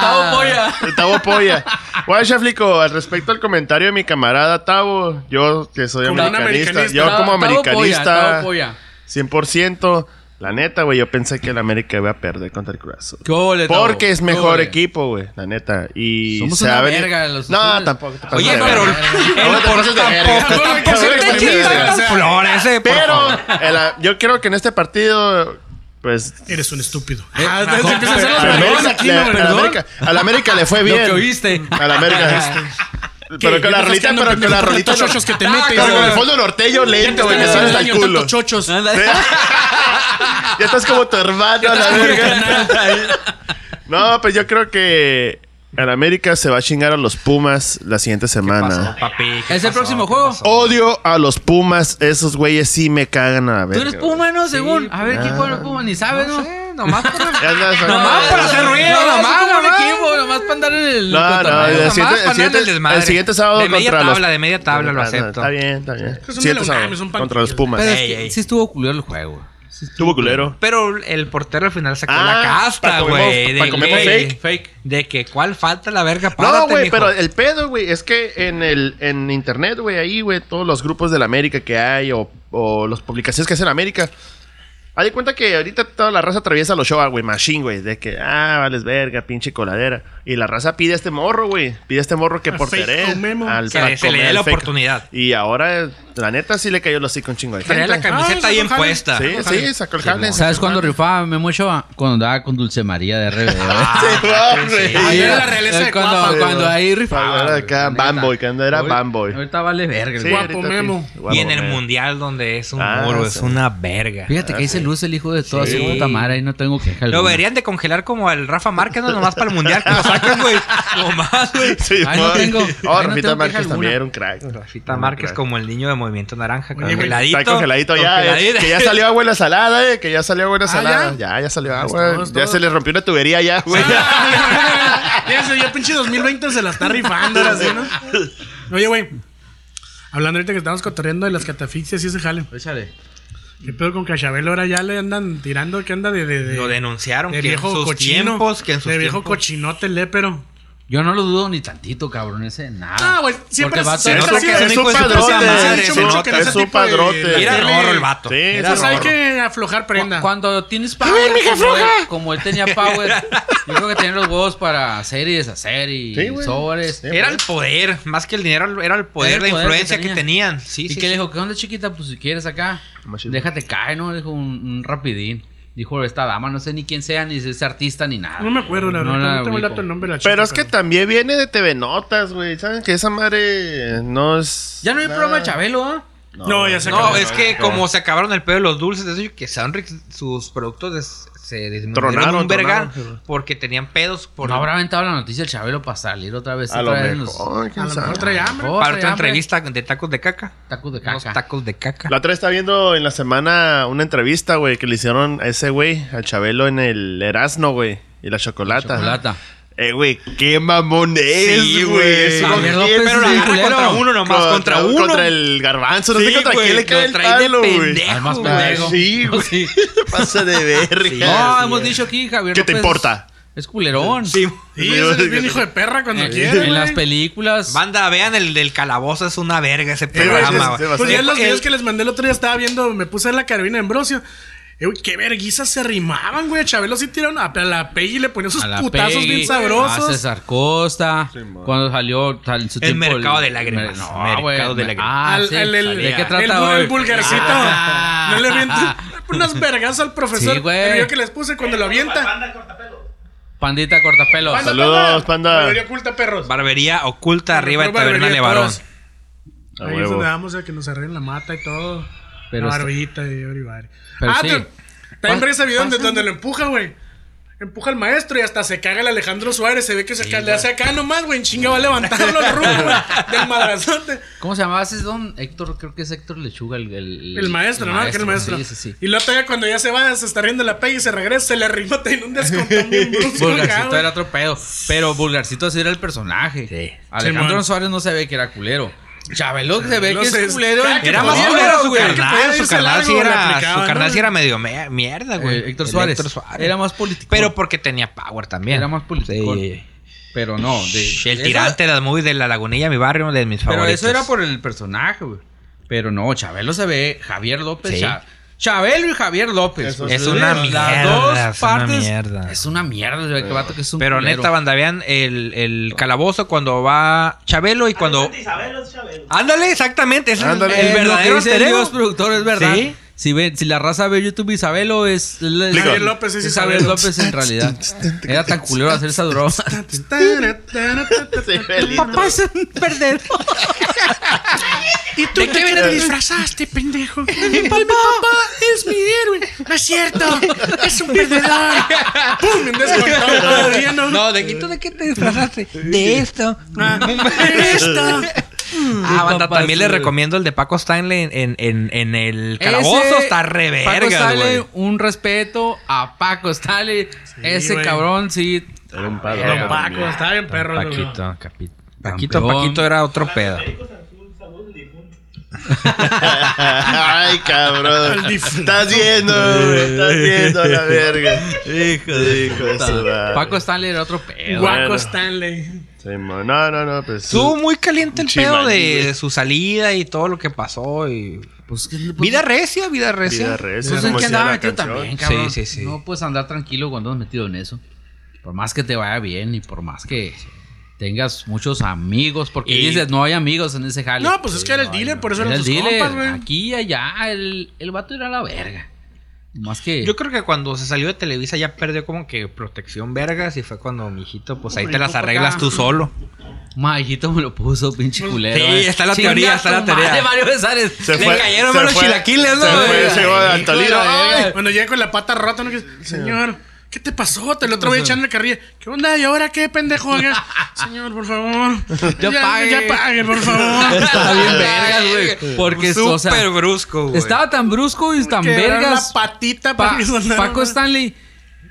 Speaker 5: Tavo polla.
Speaker 6: qué? El Tavo polla. Guacha, Flico, al respecto al comentario de mi camarada Tavo, yo que soy
Speaker 4: Como un
Speaker 6: americanista,
Speaker 4: americanista.
Speaker 6: yo
Speaker 5: Tavo-
Speaker 6: como
Speaker 5: Tavo polla,
Speaker 6: americanista,
Speaker 5: Tavo polla.
Speaker 6: 100%, la neta, güey, yo pensé que el América iba a perder contra el Cruz Azul.
Speaker 5: ¿Qué ole, Tavo?
Speaker 6: Porque es
Speaker 5: ¿Qué
Speaker 6: mejor
Speaker 5: ole?
Speaker 6: equipo, güey, la neta. Y
Speaker 5: Somos
Speaker 6: se
Speaker 5: una
Speaker 6: ha venido-
Speaker 5: verga, los
Speaker 6: No,
Speaker 5: azules.
Speaker 6: tampoco. te pases
Speaker 3: Oye,
Speaker 6: de
Speaker 3: pero el,
Speaker 6: verga.
Speaker 3: el
Speaker 6: No te
Speaker 3: por
Speaker 6: pases de verga.
Speaker 3: tampoco,
Speaker 4: Tampoco
Speaker 3: tampoco
Speaker 4: se
Speaker 3: te
Speaker 4: pases de
Speaker 3: eches
Speaker 4: verga.
Speaker 3: tantas
Speaker 4: O sea,
Speaker 3: flores, eh, por
Speaker 6: Pero
Speaker 3: favor.
Speaker 6: el a- yo creo que en este partido, pues.
Speaker 4: Eres un estúpido.
Speaker 5: Ah,
Speaker 4: Entonces
Speaker 5: no,
Speaker 4: empiezan a hacer
Speaker 5: pero-
Speaker 4: las
Speaker 6: la
Speaker 4: barreras
Speaker 6: América-
Speaker 4: aquí,
Speaker 6: la-
Speaker 4: ¿no?
Speaker 6: a la
Speaker 4: ¿Perdón?
Speaker 6: América- a la América le fue bien.
Speaker 5: Lo que oíste.
Speaker 6: A la América. Pero
Speaker 4: ¿Qué?
Speaker 6: con la
Speaker 4: ¿Estás
Speaker 6: rolita,
Speaker 4: quedando
Speaker 6: pero con
Speaker 4: pendejo
Speaker 6: la
Speaker 4: por
Speaker 6: rolita.
Speaker 4: tantos chochos que te
Speaker 6: Ah,
Speaker 4: metes,
Speaker 6: pero con
Speaker 4: güey.
Speaker 6: el fondo norteño lento, güey,
Speaker 4: Te
Speaker 6: que
Speaker 4: están
Speaker 6: sale hasta el
Speaker 4: dañando
Speaker 6: culo.
Speaker 4: tantos chochos.
Speaker 5: Anda.
Speaker 6: Sí. Ya estás como tu hermano, a la verga. No, pues yo creo que. En América se va a chingar a los Pumas la siguiente semana.
Speaker 3: Papi, ¿qué
Speaker 5: ¿Es el
Speaker 3: pasó?
Speaker 5: próximo
Speaker 3: ¿Qué
Speaker 5: juego?
Speaker 3: pasó?
Speaker 6: Odio a los Pumas. Esos güeyes sí me cagan a la
Speaker 5: Tú
Speaker 6: verga.
Speaker 5: eres Puma, ¿no? Según. A ver, ¿quién fue el Puma? Ni sabes,
Speaker 3: No
Speaker 5: pues, ¿no?
Speaker 3: sé, nomás por
Speaker 6: güey. Ya andas-
Speaker 3: Nomás para hacer ruido,
Speaker 5: No,
Speaker 3: nomás,
Speaker 5: es como un
Speaker 3: nomás.
Speaker 5: equipo, nomás para andar en el.
Speaker 6: No, no,
Speaker 5: cotorreo.
Speaker 6: el
Speaker 3: Nomás
Speaker 6: siguiente,
Speaker 3: para
Speaker 6: el siguiente-
Speaker 3: andar en desmadre.
Speaker 6: el siguiente sábado
Speaker 3: De media
Speaker 6: contra los. Ah,
Speaker 3: tabla, de media tabla lo acepto.
Speaker 6: Está bien, está bien.
Speaker 4: que son
Speaker 6: Siguiente
Speaker 4: de la
Speaker 6: sábado
Speaker 4: UNAM, son
Speaker 6: contra los
Speaker 4: partidos.
Speaker 6: Pumas.
Speaker 5: Pero es
Speaker 3: Ey,
Speaker 5: que
Speaker 3: ey.
Speaker 5: sí estuvo culero el juego.
Speaker 6: Tuvo culero.
Speaker 3: Pero el portero al final sacó
Speaker 6: Ah,
Speaker 3: la casta,
Speaker 6: para comemos-
Speaker 3: güey. de
Speaker 6: para comemos
Speaker 3: que-
Speaker 6: fake.
Speaker 3: De que cuál falta la verga. Párate,
Speaker 6: No, güey,
Speaker 3: mijo.
Speaker 6: pero el pedo, güey, es que en el en internet, güey, ahí, güey, todos los grupos de la América que hay o, o las publicaciones que hacen en América. Haz de cuenta que ahorita toda la raza atraviesa los shows, güey, machine, güey, de que, ah, vales verga, pinche coladera. Y la raza pide a este morro, güey, pide a este morro que
Speaker 4: Al
Speaker 6: por
Speaker 4: Fake Comemo.
Speaker 6: al
Speaker 3: Que
Speaker 6: al
Speaker 3: se le
Speaker 6: Comemo,
Speaker 3: dé
Speaker 6: al
Speaker 3: la
Speaker 6: Fake.
Speaker 3: oportunidad.
Speaker 6: Y ahora, eh, la neta, sí le cayó el hocico un chingo de
Speaker 3: Traía la
Speaker 6: gente.
Speaker 3: camiseta
Speaker 4: Ah,
Speaker 3: ahí
Speaker 4: sacó jale.
Speaker 3: impuesta.
Speaker 6: Sí, sí, sacó el jale.
Speaker 5: ¿Sabes
Speaker 6: sacó el
Speaker 5: cuándo
Speaker 6: jale.
Speaker 5: rifaba Memo Ochoa? Cuando andaba con Dulce María de ¿eh? RBD. güey.
Speaker 6: Ah, Sí, güey.
Speaker 4: Ahí era la
Speaker 5: Eh,
Speaker 4: realeza de
Speaker 5: cuando,
Speaker 4: Cuapa,
Speaker 6: güey.
Speaker 5: cuando ahí rifaba.
Speaker 6: Cuando era acá,
Speaker 3: Ah,
Speaker 5: la neta.
Speaker 6: Bamboy, cuando era
Speaker 5: Ahorita-
Speaker 6: Bamboy.
Speaker 5: Ahorita vale verga.
Speaker 6: Sí,
Speaker 5: güey.
Speaker 4: Guapo
Speaker 6: ahorita
Speaker 4: Memo.
Speaker 6: pinche- guapo
Speaker 3: Y en el
Speaker 6: Memo.
Speaker 3: mundial donde es un
Speaker 6: Ah,
Speaker 3: muro, es
Speaker 6: sí.
Speaker 3: una verga.
Speaker 5: Fíjate que ahí se luce el hijo de toda su puta madre. Ahí no tengo queja.
Speaker 3: Lo
Speaker 5: alguna.
Speaker 3: deberían de congelar como al Rafa Márquez, no nomás para el mundial que lo sacan, güey. Nomás, güey.
Speaker 6: Sí,
Speaker 5: Ahí no
Speaker 6: madre.
Speaker 5: tengo- ahí
Speaker 6: Oh,
Speaker 5: no
Speaker 6: Rafita
Speaker 5: tengo
Speaker 6: Márquez
Speaker 5: queja
Speaker 6: también
Speaker 5: alguna.
Speaker 6: era un crack. Rafita
Speaker 3: Fita Márquez como el niño de Movimiento Naranja,
Speaker 4: Oye, güey,
Speaker 3: congeladito.
Speaker 6: Está congeladito ya. eh,
Speaker 3: Congeladito.
Speaker 6: que ya salió agua en la salada, eh. Que ya salió agua en la
Speaker 4: Ah,
Speaker 6: salada. Ya, ya, salió agua.
Speaker 4: todos,
Speaker 6: ya
Speaker 4: todos. Ah.
Speaker 6: se le rompió una tubería ya, güey.
Speaker 4: Fíjense, yo pinche 2020 se la está rifando. ahora sí, ¿no? Oye, güey. Hablando ahorita que estamos cotorreando de las catafixias y ese jale.
Speaker 5: Échale.
Speaker 4: ¿Qué pedo con Cachabelo? Ahora ya le andan tirando que anda de, de, de,
Speaker 3: Lo denunciaron
Speaker 4: de
Speaker 3: que en
Speaker 4: viejo
Speaker 3: sus
Speaker 4: cochino.
Speaker 3: tiempos, que en sus
Speaker 4: de viejo
Speaker 3: tiempos-
Speaker 4: cochinote lépero.
Speaker 5: Yo no lo dudo ni tantito, cabrón. Ese nada.
Speaker 4: Ah, güey, siempre
Speaker 5: Porque va a
Speaker 4: siempre
Speaker 5: tener-
Speaker 4: ha sido-
Speaker 3: Es un
Speaker 4: siempre ha sido-
Speaker 3: padrote,
Speaker 4: siempre ha
Speaker 3: es
Speaker 4: dicho
Speaker 3: un-
Speaker 4: mucho que en
Speaker 6: es
Speaker 4: ese
Speaker 6: un
Speaker 4: tipo de-
Speaker 6: padrote.
Speaker 4: de
Speaker 3: Era
Speaker 4: tele-
Speaker 3: rorro el vato.
Speaker 6: Sí,
Speaker 3: Era
Speaker 4: Pues
Speaker 6: sí,
Speaker 3: rorro.
Speaker 4: hay que aflojar
Speaker 5: Cu-
Speaker 4: prenda.
Speaker 5: Cuando tienes power, como, él, como él tenía power, yo creo que tenía los huevos para hacer y deshacer y
Speaker 6: Sí, güey.
Speaker 5: sobres.
Speaker 6: Sí.
Speaker 3: Era el poder, más que el dinero, era el poder,
Speaker 5: Era el
Speaker 3: la
Speaker 5: poder
Speaker 3: influencia
Speaker 5: que
Speaker 3: que,
Speaker 5: tenía.
Speaker 3: tenían. Sí,
Speaker 5: y
Speaker 3: sí,
Speaker 5: que le
Speaker 3: sí.
Speaker 5: dijo, ¿qué onda chiquita? Pues si quieres acá,
Speaker 6: Machito.
Speaker 5: déjate caer, ¿no? Dijo un, un rapidín. Dijo esta dama, no sé ni quién sea, ni si es artista, ni nada.
Speaker 4: No me acuerdo, la
Speaker 5: No
Speaker 4: verdad. No tengo el
Speaker 5: ubico.
Speaker 4: dato el nombre de la chica.
Speaker 6: Pero es que también viene de TV Notas, güey. ¿Saben que esa madre no es.
Speaker 5: Ya no hay
Speaker 6: nada?
Speaker 5: programa de Chabelo, ¿ah?
Speaker 4: No, ya se
Speaker 3: No,
Speaker 4: acabó.
Speaker 3: es que como se acabaron el pedo de los dulces, de eso, que Sanrix, sus productos des- se disminuyeron
Speaker 6: Tronaron,
Speaker 3: un verga
Speaker 6: tronaron.
Speaker 3: porque tenían pedos por
Speaker 5: No habrá aventado la noticia el Chabelo para salir otra vez.
Speaker 6: A lo
Speaker 5: otra vez en
Speaker 6: mejor.
Speaker 4: A
Speaker 6: quién
Speaker 4: lo
Speaker 6: sabe.
Speaker 4: mejor trae hambre.
Speaker 5: Oh,
Speaker 3: para
Speaker 5: trae
Speaker 3: otra
Speaker 5: hambre.
Speaker 3: entrevista de tacos de caca.
Speaker 5: Tacos de
Speaker 3: Unos
Speaker 5: caca.
Speaker 3: tacos de caca.
Speaker 6: La otra está viendo en la semana una entrevista, güey, que le hicieron a ese güey, al Chabelo en el Erasmo, güey. Y la chocolata.
Speaker 5: Chocolata.
Speaker 6: Eh, güey, qué mamón es,
Speaker 3: Sí,
Speaker 6: güey.
Speaker 3: güey.
Speaker 6: Es
Speaker 3: Javier
Speaker 6: un
Speaker 5: López
Speaker 6: genio.
Speaker 3: Pero la
Speaker 5: Sí,
Speaker 3: agarra
Speaker 5: culero.
Speaker 3: contra uno nomás, contra,
Speaker 6: Contra-
Speaker 3: uno.
Speaker 6: Contra el garbanzo. No
Speaker 3: Sí,
Speaker 6: sé contra
Speaker 3: güey,
Speaker 6: quién le cae
Speaker 3: lo
Speaker 6: el
Speaker 3: trae de
Speaker 6: palo, güey.
Speaker 3: pendejo,
Speaker 5: Al más
Speaker 3: güey.
Speaker 6: Ah,
Speaker 5: pendejo.
Speaker 6: Sí, güey.
Speaker 5: Sí.
Speaker 6: Pasa de verga.
Speaker 5: No, Ah, hemos dicho aquí, Javier.
Speaker 6: ¿Qué te
Speaker 5: López
Speaker 6: importa?
Speaker 5: Es culerón. eh,
Speaker 4: Sí, ese es bien hijo de perra cuando
Speaker 3: Eh,
Speaker 5: En,
Speaker 4: quiere.
Speaker 5: en
Speaker 4: güey.
Speaker 5: las películas.
Speaker 3: Banda, vean el del calabozo, es una verga ese
Speaker 6: güey,
Speaker 3: programa,
Speaker 6: es-
Speaker 3: güey.
Speaker 6: es-
Speaker 4: Pues ya en los
Speaker 3: El-
Speaker 4: videos que les mandé el otro día estaba viendo, me puse en la Carolina de Ambrosio. Eh, güey, qué verguizas se rimaban, güey. Chabelo sí tiraron a a la Peggy le ponía sus
Speaker 5: a la
Speaker 4: putazos
Speaker 5: Peggy, Ah,
Speaker 4: bien
Speaker 5: A
Speaker 4: sabrosos.
Speaker 5: César Costa. cuando salió tal, en su
Speaker 3: El
Speaker 5: tiempo,
Speaker 3: mercado de lágrimas,
Speaker 5: No,
Speaker 3: mercado
Speaker 5: güey,
Speaker 3: de
Speaker 5: me-
Speaker 3: lágrimas.
Speaker 5: Ah,
Speaker 4: Al-
Speaker 5: sí,
Speaker 4: el- el-
Speaker 5: ¿De qué
Speaker 4: el
Speaker 5: trata
Speaker 4: bu-
Speaker 5: hoy?
Speaker 4: el vulgarcito.
Speaker 5: Ah.
Speaker 4: No le miento. unas vergas al profesor.
Speaker 5: Sí, güey.
Speaker 4: El video que les puse cuando lo avienta.
Speaker 1: Panda cortapelo.
Speaker 5: Pandita cortapelos.
Speaker 4: Panda,
Speaker 6: Saludos, panda.
Speaker 4: Mayoría oculta, perros.
Speaker 3: Barbería oculta arriba de
Speaker 4: Barbería
Speaker 3: Taberna
Speaker 4: de
Speaker 3: Levarón.
Speaker 4: todas.
Speaker 6: A
Speaker 4: Ahí es
Speaker 6: huevo.
Speaker 4: donde vamos a que nos arreglen la mata y todo.
Speaker 5: Pero
Speaker 4: la
Speaker 5: está-
Speaker 4: barbita y everybody.
Speaker 5: Pero
Speaker 4: ah,
Speaker 5: sí.
Speaker 4: pero- también
Speaker 5: Pa-
Speaker 4: ver ese video donde,
Speaker 5: pásame.
Speaker 4: donde lo empuja, güey. Empuja al maestro y hasta se caga el Alejandro Suárez. Se ve que se ca- le hace acá nomás, güey. En chinga va a levantarlo al rumbo, güey. Del madrazote.
Speaker 5: ¿Cómo se llamaba ese don? Héctor, creo que es Héctor Lechuga, el, el,
Speaker 4: El maestro, ¿no? Que el maestro.
Speaker 5: Sí, sí, sí.
Speaker 4: Y luego todavía cuando ya se va, se está riendo la pega y se regresa, se le arrimota en un descontón bien brusco. acá,
Speaker 5: Vulgarcito
Speaker 4: güey.
Speaker 5: era otro pedo. Pero Vulgarcito así era el personaje. Alejandro
Speaker 4: Simón.
Speaker 5: Suárez no se ve que era culero. Chabelo se ve
Speaker 4: Chabelo
Speaker 5: que es
Speaker 4: se-
Speaker 5: culero.
Speaker 4: cada que
Speaker 3: Era
Speaker 4: podía,
Speaker 3: más
Speaker 4: güey,
Speaker 3: culero,
Speaker 4: su
Speaker 3: güey.
Speaker 4: carnal, que podía
Speaker 3: Carnal, Su
Speaker 4: irse
Speaker 3: carnal sí
Speaker 4: largo, la
Speaker 3: era-
Speaker 4: aplicaba,
Speaker 3: su carnal
Speaker 4: ¿no?
Speaker 3: sí era medio me- mierda, güey.
Speaker 5: Eh, Héctor
Speaker 3: El
Speaker 5: Suárez.
Speaker 3: Héctor Suárez.
Speaker 5: Era más político.
Speaker 3: Pero porque tenía power también.
Speaker 5: Era más político.
Speaker 3: Sí.
Speaker 5: Pero no. de-
Speaker 3: El
Speaker 5: eso-
Speaker 3: tirante de las movies de La Lagunilla, mi barrio, de mis
Speaker 5: Pero
Speaker 3: favoritos.
Speaker 5: eso era por el personaje, güey. Pero no, Chabelo se ve. Javier López.
Speaker 3: Sí.
Speaker 5: Cha- Chabelo y Javier López.
Speaker 6: Eso
Speaker 5: güey.
Speaker 3: Es
Speaker 6: Sí,
Speaker 3: una
Speaker 6: las
Speaker 3: mierda.
Speaker 5: Las dos
Speaker 3: es una
Speaker 5: partes.
Speaker 3: mierda.
Speaker 5: Es una mierda, güey, que vato que es un
Speaker 3: Pero
Speaker 5: culero.
Speaker 3: neta, Bandavian, el, el calabozo cuando va Chabelo y cuando.
Speaker 1: Santa Isabel es Chabelo.
Speaker 3: Ándale, exactamente. ese Es el,
Speaker 6: Ándale.
Speaker 3: el
Speaker 5: Eh, lo que
Speaker 3: verdadero
Speaker 5: dice
Speaker 3: alter ego.
Speaker 5: Dios productor es verdad.
Speaker 3: Sí.
Speaker 5: Si, ve- si la raza ve YouTube Isabelo es... es-
Speaker 6: Digo.
Speaker 5: Javier López es Isabel López en realidad. Era tan culero hacer esa droga.
Speaker 6: Sí, Belito.
Speaker 2: Papás, perder. ¿Y tú de qué te disfrazaste, pendejo? Mi papá, es mi héroe. No es cierto, es un perdedor.
Speaker 4: ¡Pum! Un descontón todavía, ¿no?
Speaker 3: No, de tú de qué te disfrazaste? De esto.
Speaker 4: Esto.
Speaker 3: Ah, banda,
Speaker 5: Papá,
Speaker 3: también
Speaker 5: sí.
Speaker 3: les recomiendo el de Paco Stanley en, en, en, en el calabozo.
Speaker 5: Ese-
Speaker 3: está re
Speaker 5: Paco
Speaker 3: vergas,
Speaker 5: Stanley,
Speaker 3: güey.
Speaker 5: un respeto a Paco Stanley. Ese
Speaker 4: güey.
Speaker 5: cabrón, sí.
Speaker 6: Era un padre.
Speaker 4: Don Paco, está bien perro. güey.
Speaker 3: Paquito, Capito. Paquito,
Speaker 5: Campeón.
Speaker 3: Paquito era otro pedo.
Speaker 1: Médicos Azul, salud, el difunto.
Speaker 6: Ay, cabrón.
Speaker 4: Al dif-
Speaker 6: Estás viendo, güey. Estás viendo la verga. Hijo de hijo de su madre.
Speaker 5: Paco Stanley era otro pedo.
Speaker 6: Guau.
Speaker 4: Guaco
Speaker 6: Bueno.
Speaker 4: Stanley.
Speaker 6: Sí, mo- no, no, no, pues.
Speaker 3: Estuvo muy caliente el
Speaker 6: Chimaní,
Speaker 3: pedo de,
Speaker 6: güey.
Speaker 3: de su salida y todo lo que pasó. Y...
Speaker 5: Pues, ¿qué- pues,
Speaker 3: Vida recia, vida recia.
Speaker 6: Vida recia,
Speaker 5: Pues es
Speaker 6: como
Speaker 5: que
Speaker 6: decía
Speaker 5: andaba
Speaker 6: la
Speaker 5: metido
Speaker 6: canción.
Speaker 5: también, cabrón.
Speaker 3: Sí, sí, sí.
Speaker 5: No puedes andar tranquilo cuando andas metido en eso. Por más que te vaya bien y por más que tengas muchos amigos, porque
Speaker 3: Y-
Speaker 5: dices, no hay amigos en ese jale.
Speaker 4: No, pues es que era el
Speaker 5: hay,
Speaker 4: dealer, por eso
Speaker 5: Era
Speaker 4: eran
Speaker 5: el
Speaker 4: sus
Speaker 5: dealer.
Speaker 4: compas, güey.
Speaker 5: Aquí y allá, el, el vato era la verga. Más que...
Speaker 3: Yo creo que cuando se salió de Televisa ya perdió como que protección vergas y fue cuando, mijito, pues ahí te las arreglas tú solo.
Speaker 5: Majito me lo puso, pinche culero.
Speaker 3: Sí,
Speaker 5: eh.
Speaker 3: está la
Speaker 5: Chinga
Speaker 3: teoría, está la
Speaker 5: tu
Speaker 3: teoría.
Speaker 5: madre, Mario Besares.
Speaker 6: Se
Speaker 3: Le
Speaker 6: fue-
Speaker 3: cayeron
Speaker 6: se
Speaker 3: malos
Speaker 6: fue-
Speaker 3: chilaquiles, ¿no,
Speaker 6: Se
Speaker 3: güey?
Speaker 6: fue, se fue al
Speaker 5: Hijo de
Speaker 6: Tolino.
Speaker 5: la verga.
Speaker 6: Ay,
Speaker 4: Cuando llega con la pata rota, ¿no? Que, señor, ¿qué te pasó? Te lo otro voy echando el carril. ¿Qué onda? ¿Y ahora qué, pendejo? Acá? Señor, por favor.
Speaker 5: Ya pague.
Speaker 4: Ya pague, por favor.
Speaker 5: Está bien vergas, güey. Porque,
Speaker 3: Súper
Speaker 5: o sea,
Speaker 3: brusco, güey.
Speaker 5: estaba tan brusco y tan
Speaker 4: Quebrar
Speaker 5: vergas.
Speaker 4: La patita
Speaker 5: Pa-
Speaker 4: para que sonara.
Speaker 5: Paco Stanley,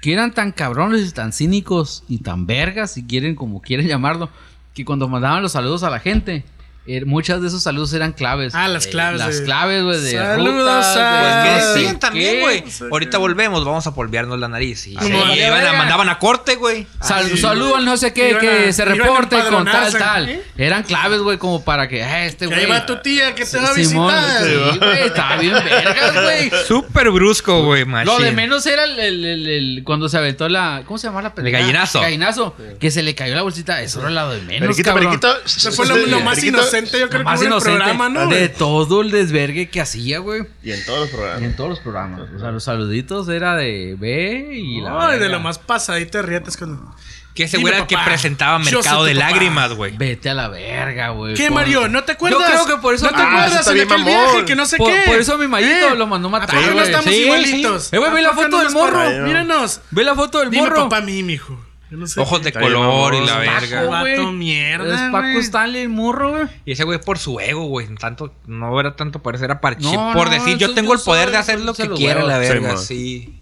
Speaker 5: que eran tan cabrones y tan cínicos y tan vergas, si quieren, como quieren llamarlo, que cuando mandaban los saludos a la gente, eh, muchas de esos saludos eran claves.
Speaker 4: Ah, las
Speaker 5: Eh,
Speaker 4: claves
Speaker 5: Las
Speaker 4: de-
Speaker 5: claves, güey, de
Speaker 4: Saludos
Speaker 5: rutas, de
Speaker 4: a-
Speaker 5: no
Speaker 3: Pues Que
Speaker 5: sé
Speaker 3: decían
Speaker 5: qué.
Speaker 3: también, güey.
Speaker 4: O sea,
Speaker 3: Ahorita volvemos, vamos a polvearnos la nariz. Y,
Speaker 5: Como
Speaker 3: y
Speaker 5: vale
Speaker 3: iban a-
Speaker 5: verga.
Speaker 3: mandaban a corte, güey.
Speaker 5: Sal- saludo al no sé qué,
Speaker 4: Iban
Speaker 5: que
Speaker 4: a-
Speaker 5: se
Speaker 4: iban a
Speaker 5: reporte con tal,
Speaker 4: empadronarse,
Speaker 5: tal.
Speaker 4: ¿eh?
Speaker 5: Eran claves, güey, como para que, ah, este
Speaker 4: Que
Speaker 5: güey.
Speaker 4: Ahí va tu tía que te va a
Speaker 5: Simón,
Speaker 4: visitar.
Speaker 5: sí, güey, estaba bien vergas, güey.
Speaker 3: Súper brusco, güey,
Speaker 5: Lo de
Speaker 3: machín.
Speaker 5: menos era el, el- el- el- cuando se aventó la. ¿Cómo se llama la pelea?
Speaker 3: gallinazo.
Speaker 5: gallinazo. Que se le cayó la bolsita. Eso era lo de menos.
Speaker 6: Periquito,
Speaker 5: cabrón.
Speaker 6: periquito.
Speaker 4: Eso fue lo, lo más
Speaker 6: Periquito.
Speaker 4: inocente, yo
Speaker 5: Lo
Speaker 4: creo
Speaker 5: más
Speaker 4: que fue el
Speaker 5: inocente
Speaker 4: programa, ¿no?
Speaker 5: De todo el desvergue que hacía, güey.
Speaker 6: Y en todos los
Speaker 5: Y
Speaker 6: programas.
Speaker 5: En todos los programas. O sea, los saluditos era de B y la.
Speaker 4: Ay, de
Speaker 5: verga.
Speaker 4: lo más pasadito de rietas cuando.
Speaker 3: Que ese güey
Speaker 4: Dime,
Speaker 3: era el que
Speaker 4: papá,
Speaker 3: presentaba
Speaker 4: yo
Speaker 3: Mercado
Speaker 4: soy
Speaker 3: de
Speaker 4: tu papá.
Speaker 3: Lágrimas, güey.
Speaker 5: Vete a la verga, güey.
Speaker 4: ¿Qué,
Speaker 5: Por-
Speaker 4: Mario? ¿No te acuerdas?
Speaker 5: Yo creo que por eso.
Speaker 4: ¿No te
Speaker 5: Ah,
Speaker 6: eso
Speaker 4: acuerdas
Speaker 6: está
Speaker 4: en
Speaker 6: bien
Speaker 4: aquel
Speaker 6: mamón.
Speaker 4: viaje que no sé
Speaker 5: por,
Speaker 4: qué?
Speaker 5: por eso mi mallito
Speaker 4: ¿Eh?
Speaker 5: lo mandó
Speaker 4: ¿A
Speaker 5: matar.
Speaker 4: poco no
Speaker 5: güey?
Speaker 4: estamos
Speaker 5: Sí,
Speaker 4: igualitos?
Speaker 5: sí. Eh, güey, ve
Speaker 4: ¿A
Speaker 5: la
Speaker 4: poco
Speaker 5: foto
Speaker 4: no
Speaker 5: del
Speaker 4: nos
Speaker 5: morro.
Speaker 4: paramos? Míranos.
Speaker 5: Ve la foto del
Speaker 4: Dime
Speaker 5: morro.
Speaker 4: papá a mí, mijo. Yo no sé
Speaker 3: Ojos de
Speaker 6: Está bien,
Speaker 3: color y la
Speaker 6: mamón.
Speaker 3: verga.
Speaker 5: Paco, güey.
Speaker 4: Vato mierda,
Speaker 5: Es Paco
Speaker 4: güey.
Speaker 5: Stanley, el morro, güey.
Speaker 3: Y ese güey por su ego, güey. Tanto, no era tanto por eso, era para
Speaker 5: No,
Speaker 3: sí,
Speaker 5: no,
Speaker 3: por decir, yo
Speaker 5: eso
Speaker 3: tengo
Speaker 5: yo
Speaker 3: el poder
Speaker 5: soy-
Speaker 3: de hacer
Speaker 5: soy-
Speaker 3: lo
Speaker 5: soy
Speaker 3: que
Speaker 5: lo
Speaker 3: quiera,
Speaker 5: huevo.
Speaker 3: la
Speaker 6: Sí,
Speaker 3: verga.
Speaker 6: man.
Speaker 3: Sí.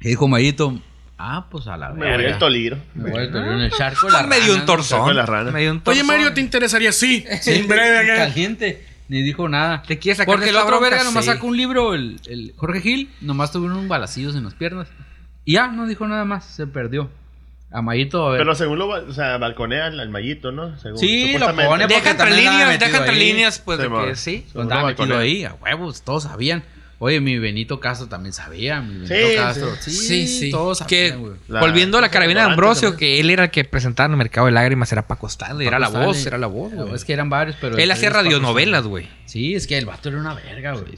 Speaker 5: Y dijo Mayito, ah, pues a la
Speaker 6: Me voy al
Speaker 5: verga.
Speaker 6: Toliro.
Speaker 5: Me voy a torero en el charco.
Speaker 3: Ah, Me dio un
Speaker 6: Con
Speaker 3: torzón.
Speaker 6: la rana.
Speaker 3: Me dio un
Speaker 4: Oye,
Speaker 3: torzón.
Speaker 4: Mario, ¿te interesaría? Sí. en breve. acá.
Speaker 5: Caliente. Ni dijo nada.
Speaker 3: Te quiere sacar
Speaker 5: Porque
Speaker 3: de
Speaker 5: el
Speaker 3: esta
Speaker 5: otro
Speaker 3: bronca,
Speaker 5: verga nomás
Speaker 3: sí.
Speaker 5: sacó un libro, el, el Jorge Gil, nomás tuvieron un balacillos en las piernas. Y ya, no dijo nada más, se perdió. A Mayito, a ver.
Speaker 6: Pero según lo, o sea, balconea al, al mallito, ¿no? Según,
Speaker 5: Sí, lo
Speaker 6: supuestamente.
Speaker 5: pone
Speaker 3: Deja
Speaker 5: porque
Speaker 3: entre
Speaker 5: también andaba
Speaker 3: líneas,
Speaker 5: metido
Speaker 3: deja entre
Speaker 5: ahí.
Speaker 3: líneas, pues,
Speaker 6: Sí,
Speaker 3: de
Speaker 6: man.
Speaker 3: que sí.
Speaker 5: Lo andaba
Speaker 6: Según lo
Speaker 5: metido
Speaker 6: balconea.
Speaker 5: ahí, a huevos, todos sabían. Oye, mi Benito Castro también sabía. Mi Benito
Speaker 6: Sí,
Speaker 5: Castro. Sí,
Speaker 3: Sí, sí.
Speaker 5: Todos
Speaker 3: que,
Speaker 5: sabían, güey.
Speaker 6: La-
Speaker 3: volviendo a la carabina de
Speaker 6: antes
Speaker 3: Ambrosio,
Speaker 6: también.
Speaker 3: que él era el que presentaba en el mercado de lágrimas, era Paco Stanley, era la
Speaker 5: Paco
Speaker 3: voz,
Speaker 5: Stanley.
Speaker 3: era la voz, güey.
Speaker 5: Es que eran varios, pero.
Speaker 3: Él hacía
Speaker 5: es Paco
Speaker 3: radionovelas, güey.
Speaker 5: Stanley. Sí, es que el vato era una verga, güey.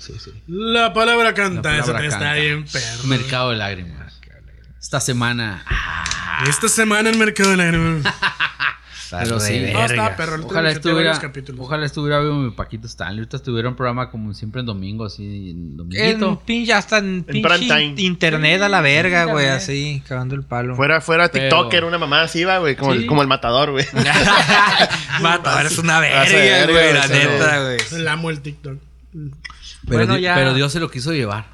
Speaker 4: La palabra canta,
Speaker 3: La
Speaker 4: esa
Speaker 3: palabra
Speaker 4: te está
Speaker 3: canta.
Speaker 4: bien, perro.
Speaker 5: Mercado de lágrimas. Esta semana.
Speaker 4: Esta semana en Mercado de la Grima.
Speaker 3: Ah,
Speaker 5: Pero sí.
Speaker 4: No, está, perro. el
Speaker 5: Ojalá
Speaker 4: tengo que tener
Speaker 5: estuviera,
Speaker 4: varios capítulos.
Speaker 5: ojalá estuviera vivo mi Paquito Stanley. Ahorita estuviera un programa como siempre en domingo, así, en
Speaker 3: En
Speaker 5: dominguito.
Speaker 3: pin, ya está en pinche
Speaker 6: prime time.
Speaker 3: internet a la verga,
Speaker 5: Sí,
Speaker 3: güey,
Speaker 5: internet.
Speaker 3: así, cagando el palo.
Speaker 6: Fuera, fuera
Speaker 5: Pero-
Speaker 6: TikTok, era una mamá así, va, güey. Como, el-
Speaker 5: Sí. Ah,
Speaker 6: como el matador, güey.
Speaker 3: Mata, eres una
Speaker 6: Vas a
Speaker 3: verga,
Speaker 6: verga,
Speaker 3: güey,
Speaker 6: o
Speaker 3: la
Speaker 6: sea,
Speaker 3: neta, güey.
Speaker 4: El amo el TikTok.
Speaker 5: Pero,
Speaker 3: Bueno,
Speaker 5: di-
Speaker 3: ya.
Speaker 5: pero Dios se lo quiso llevar.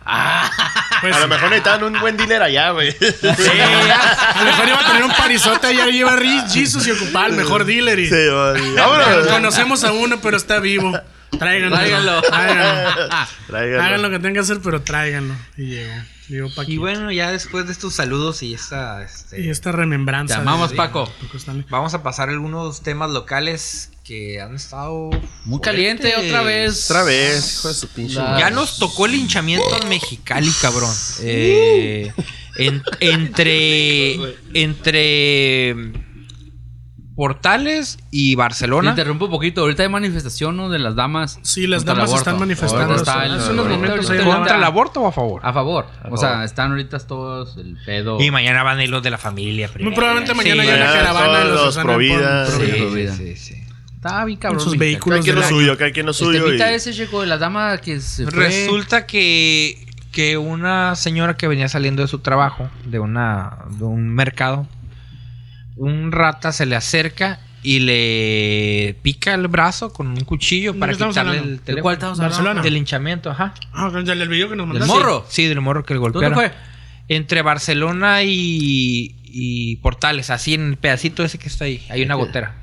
Speaker 4: Pues, eh,
Speaker 6: A lo mejor necesitaban un buen dinero allá, güey.
Speaker 3: Sí, ya.
Speaker 4: a lo mejor iba a tener un parizote allá y lleva Riz Jesus y ocupaba el mejor dealer. Y,
Speaker 6: Sí, güey. Vámonos.
Speaker 4: Conocemos a uno, pero está vivo. Tráiganlo.
Speaker 5: Tráiganlo.
Speaker 4: Tráiganlo.
Speaker 6: Tráiganlo.
Speaker 4: Hagan lo que tengan que hacer, pero tráiganlo. Y llegó. Llegó Paquito.
Speaker 3: Y bueno, ya después de estos saludos y esta, este,
Speaker 4: Y esta remembranza.
Speaker 5: Te amamos,
Speaker 4: de-
Speaker 5: Paco.
Speaker 4: de Paco Stanley.
Speaker 3: vamos a pasar algunos temas locales que han estado
Speaker 5: Muy caliente
Speaker 3: fuertes.
Speaker 5: otra vez.
Speaker 6: Otra vez, hijo de su pinche.
Speaker 4: Ah,
Speaker 5: La-
Speaker 3: Ya nos tocó el linchamiento en Mexicali, cabrón.
Speaker 4: Uh.
Speaker 3: Eh, en- entre. Entre. Portales y
Speaker 5: Te
Speaker 3: Barcelona.
Speaker 5: interrumpo un poquito. Ahorita hay manifestación ¿no? de las damas.
Speaker 4: Sí, las
Speaker 5: contra el
Speaker 4: damas
Speaker 5: aborto.
Speaker 4: están manifestando.
Speaker 5: Ahorita está
Speaker 4: Hace
Speaker 5: el-
Speaker 4: unos
Speaker 5: ahorita-
Speaker 4: momentos
Speaker 5: ahorita-
Speaker 4: ahí
Speaker 5: ahorita-
Speaker 3: ¿Contra el aborto o a favor?
Speaker 5: A favor. o sea,
Speaker 3: favor.
Speaker 5: están ahorita todos el pedo.
Speaker 3: Y mañana van a ir los de la familia.
Speaker 4: Muy
Speaker 3: primero.
Speaker 4: probablemente
Speaker 3: Sí,
Speaker 4: mañana haya una
Speaker 6: mañana
Speaker 4: caravana de
Speaker 6: todos
Speaker 4: los,
Speaker 6: los
Speaker 4: Susana
Speaker 6: Provida.
Speaker 4: por-
Speaker 3: Sí, sí,
Speaker 4: Provida.
Speaker 5: Provida.
Speaker 3: sí, sí.
Speaker 5: Está bien cabrón.
Speaker 4: Con sus
Speaker 5: Mexicali.
Speaker 4: vehículos
Speaker 6: Cada quien lo
Speaker 4: del año.
Speaker 6: suyo, cada quien lo
Speaker 5: El
Speaker 6: suyo.
Speaker 5: temita
Speaker 6: y-
Speaker 5: ese, Checo, de las damas que se fue.
Speaker 3: Resulta que, que una señora que venía saliendo de su trabajo, de, una, de un mercado, un rata se le acerca y le pica el brazo con un cuchillo
Speaker 4: ¿De
Speaker 3: para
Speaker 4: qué estamos
Speaker 3: quitarle
Speaker 4: hablando?
Speaker 3: el
Speaker 5: ¿De cuál
Speaker 3: teléfono.
Speaker 5: estamos hablando?
Speaker 4: Barcelona.
Speaker 3: Del hinchamiento, ajá.
Speaker 4: Ah, con el del video que nos mandaste.
Speaker 5: morro?
Speaker 3: Sí, del morro que le
Speaker 5: ¿Dónde
Speaker 3: golpearon.
Speaker 5: fue?
Speaker 3: Entre Barcelona y, y Portales, así en el pedacito ese que está ahí. Hay una gotera.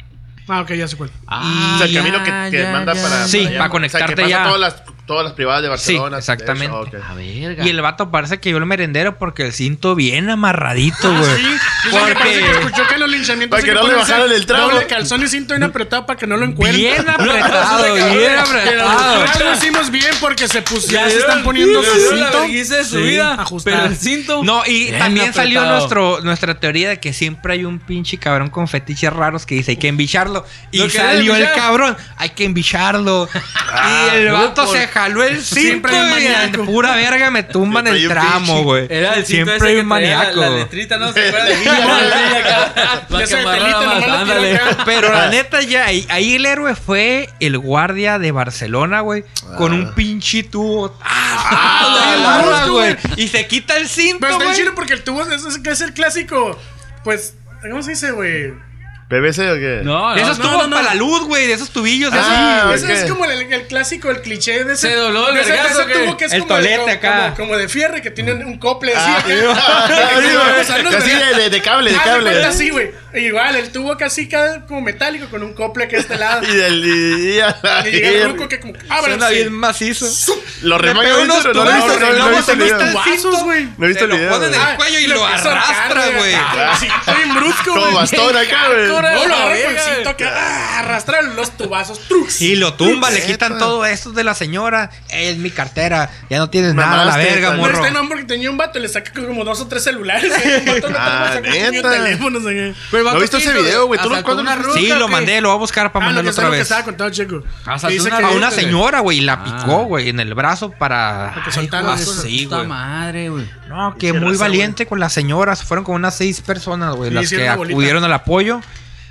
Speaker 4: Ah, ok, ya sé cuál.
Speaker 6: O sea, el camino que te
Speaker 5: Ah, ya,
Speaker 6: manda
Speaker 5: ya.
Speaker 6: para.
Speaker 3: Sí,
Speaker 6: allá.
Speaker 3: para
Speaker 6: o sea,
Speaker 3: conectarte
Speaker 6: que pasa
Speaker 3: ya.
Speaker 6: Todas las, todas las privadas de Barcelona.
Speaker 3: exactamente.
Speaker 6: de eso, ok.
Speaker 5: A verga.
Speaker 3: Y el vato parece que yo el merendero porque el cinto bien
Speaker 5: Ah,
Speaker 3: amarradito, güey.
Speaker 4: Yo sé que parece que
Speaker 3: Porque-
Speaker 4: escuchó que los linchamientos.
Speaker 6: Para
Speaker 4: hay
Speaker 6: que no le
Speaker 4: ponerse
Speaker 6: bajaran el trago.
Speaker 4: Doble calzón y cinto bien apretado para que no lo encuentren.
Speaker 3: Bien apretado,
Speaker 4: Cabrón,
Speaker 3: bien
Speaker 4: que
Speaker 3: apretado.
Speaker 4: Nosotros lo hicimos bien porque se pusieron, se están
Speaker 5: dieron-
Speaker 4: poniendo
Speaker 5: le
Speaker 4: su
Speaker 5: dieron la vergüenza
Speaker 4: cinto.
Speaker 5: de su vida,
Speaker 4: ajustada.
Speaker 5: pero el cinto-
Speaker 3: No, y
Speaker 5: Bien
Speaker 3: también salió
Speaker 5: apretado.
Speaker 3: nuestro, nuestra teoría de que siempre hay un pinche cabrón con fetiches raros que dice hay que embicharlo. Y
Speaker 5: ¿Lo querés
Speaker 3: salió el
Speaker 5: embichar?
Speaker 3: cabrón, hay que embicharlo. y el
Speaker 5: no,
Speaker 3: vato
Speaker 5: por-
Speaker 3: se jaló el cinto
Speaker 4: Siempre hay un
Speaker 3: y de
Speaker 4: maníaco.
Speaker 3: pura verga me tumban
Speaker 6: Siempre hay
Speaker 3: el
Speaker 6: un
Speaker 3: tramo,
Speaker 6: pinche-
Speaker 3: güey.
Speaker 5: Era el cinto
Speaker 3: Siempre
Speaker 5: ese
Speaker 3: hay
Speaker 5: que
Speaker 3: un
Speaker 5: traía
Speaker 3: maníaco.
Speaker 5: La, la letrita, no se acuerda de Villa,
Speaker 4: Ya se telita, nomás la tira
Speaker 5: Ándale.
Speaker 4: acá.
Speaker 3: Pero
Speaker 6: Ah.
Speaker 3: la neta, ya, ahí, ahí el héroe fue el guardia de Barcelona, güey. Con
Speaker 6: Ah.
Speaker 3: un pinche tubo. ¡Ah!
Speaker 4: la Pues
Speaker 3: la
Speaker 4: busco,
Speaker 3: güey! Y se quita el cinto,
Speaker 4: Pero está en
Speaker 3: güey.
Speaker 4: chile porque el tubo es, es, es el clásico. Pues, ¿cómo se dice, güey?
Speaker 6: ¿BBC o qué?
Speaker 5: No,
Speaker 3: De
Speaker 5: no,
Speaker 3: esos
Speaker 5: no.
Speaker 4: no,
Speaker 3: tubos
Speaker 4: no.
Speaker 3: para la luz, güey. De esos tubillos. de esos-
Speaker 6: Ah,
Speaker 4: Ese
Speaker 6: ok.
Speaker 4: es como el, el clásico, el cliché de ese.
Speaker 5: Se dobló el
Speaker 4: de ese- de
Speaker 5: vergazo,
Speaker 4: ese
Speaker 5: ¿qué?
Speaker 4: tubo que es
Speaker 3: El
Speaker 4: como,
Speaker 3: tolete
Speaker 4: de, como-
Speaker 3: acá.
Speaker 4: como, como de fierre que tiene un cople así.
Speaker 6: Ah,
Speaker 4: acá.
Speaker 6: sí, güey.
Speaker 4: Usan los
Speaker 6: Así de, de- de cable, de
Speaker 4: Ah,
Speaker 6: cable.
Speaker 4: cuenta así, güey. Igual, el tubo casi cada- como metálico con un cople que este lado.
Speaker 6: Y del y- y-
Speaker 4: Y llega el ruco que como,
Speaker 3: Suena
Speaker 4: ábranse.
Speaker 3: bien macizo.
Speaker 6: Lo
Speaker 3: Le
Speaker 6: remangan,
Speaker 3: pegó
Speaker 6: ¿no?
Speaker 3: unos
Speaker 6: No, no,
Speaker 3: tubazos
Speaker 6: no,
Speaker 3: y
Speaker 6: no, no he
Speaker 3: luego
Speaker 6: visto
Speaker 3: se
Speaker 6: el
Speaker 3: no
Speaker 6: video.
Speaker 3: está el
Speaker 4: Guazos,
Speaker 3: cinto.
Speaker 4: güey.
Speaker 6: No he visto
Speaker 3: Te
Speaker 6: el
Speaker 3: lo
Speaker 6: video.
Speaker 3: ponen en
Speaker 6: güey.
Speaker 4: Ah,
Speaker 3: el cuello y lo
Speaker 4: empieza a
Speaker 3: arrastra,
Speaker 4: ahorcar,
Speaker 3: güey. Ah.
Speaker 4: Así, bien brusco,
Speaker 6: Como
Speaker 4: güey.
Speaker 6: bastón acá, güey.
Speaker 4: No, lo agarra
Speaker 5: Verga,
Speaker 4: con el cinto que ah, arrastra los tubazos. Trux.
Speaker 3: Y lo tumba, le quitan
Speaker 6: Neta.
Speaker 3: todo esto de la señora. Es mi cartera. Ya no tienes nada, la
Speaker 6: Mamaste,
Speaker 3: verga,
Speaker 6: tal-
Speaker 4: Pero
Speaker 3: morro.
Speaker 4: este nombre que tenía un vato le saca como dos o tres celulares. ¿eh? El vato no
Speaker 6: Ah,
Speaker 4: tenía saca un
Speaker 6: neta.
Speaker 4: teléfono. ¿sí?
Speaker 5: Pero el
Speaker 6: ¿No
Speaker 5: vato
Speaker 6: viste ese
Speaker 5: hizo-
Speaker 6: video, güey? ¿Tú lo-
Speaker 5: asaltó
Speaker 6: cuándo
Speaker 5: una
Speaker 6: lo-
Speaker 5: ruca
Speaker 3: Sí,
Speaker 5: o
Speaker 3: lo
Speaker 5: qué?
Speaker 3: mandé, lo voy a buscar para
Speaker 4: Ah, lo que,
Speaker 3: mandarlo
Speaker 4: está,
Speaker 3: otra
Speaker 4: lo que
Speaker 3: vez.
Speaker 4: estaba contando Checo.
Speaker 5: Ah,
Speaker 4: Que dice
Speaker 5: una
Speaker 4: que-
Speaker 3: A una
Speaker 5: Cállate, güey.
Speaker 3: señora, güey, y la
Speaker 5: Ah.
Speaker 3: picó, güey, en el brazo para.
Speaker 4: Para que
Speaker 3: Ay,
Speaker 4: soltara
Speaker 3: güey,
Speaker 4: las cosas.
Speaker 3: sí,
Speaker 5: Puta
Speaker 3: güey.
Speaker 5: madre, güey.
Speaker 3: No, que muy
Speaker 4: raza,
Speaker 3: valiente con las señoras. Fueron como unas seis personas, güey,
Speaker 4: Sí,
Speaker 3: las
Speaker 4: hicieron
Speaker 3: que
Speaker 4: una bolita.
Speaker 3: acudieron al apoyo.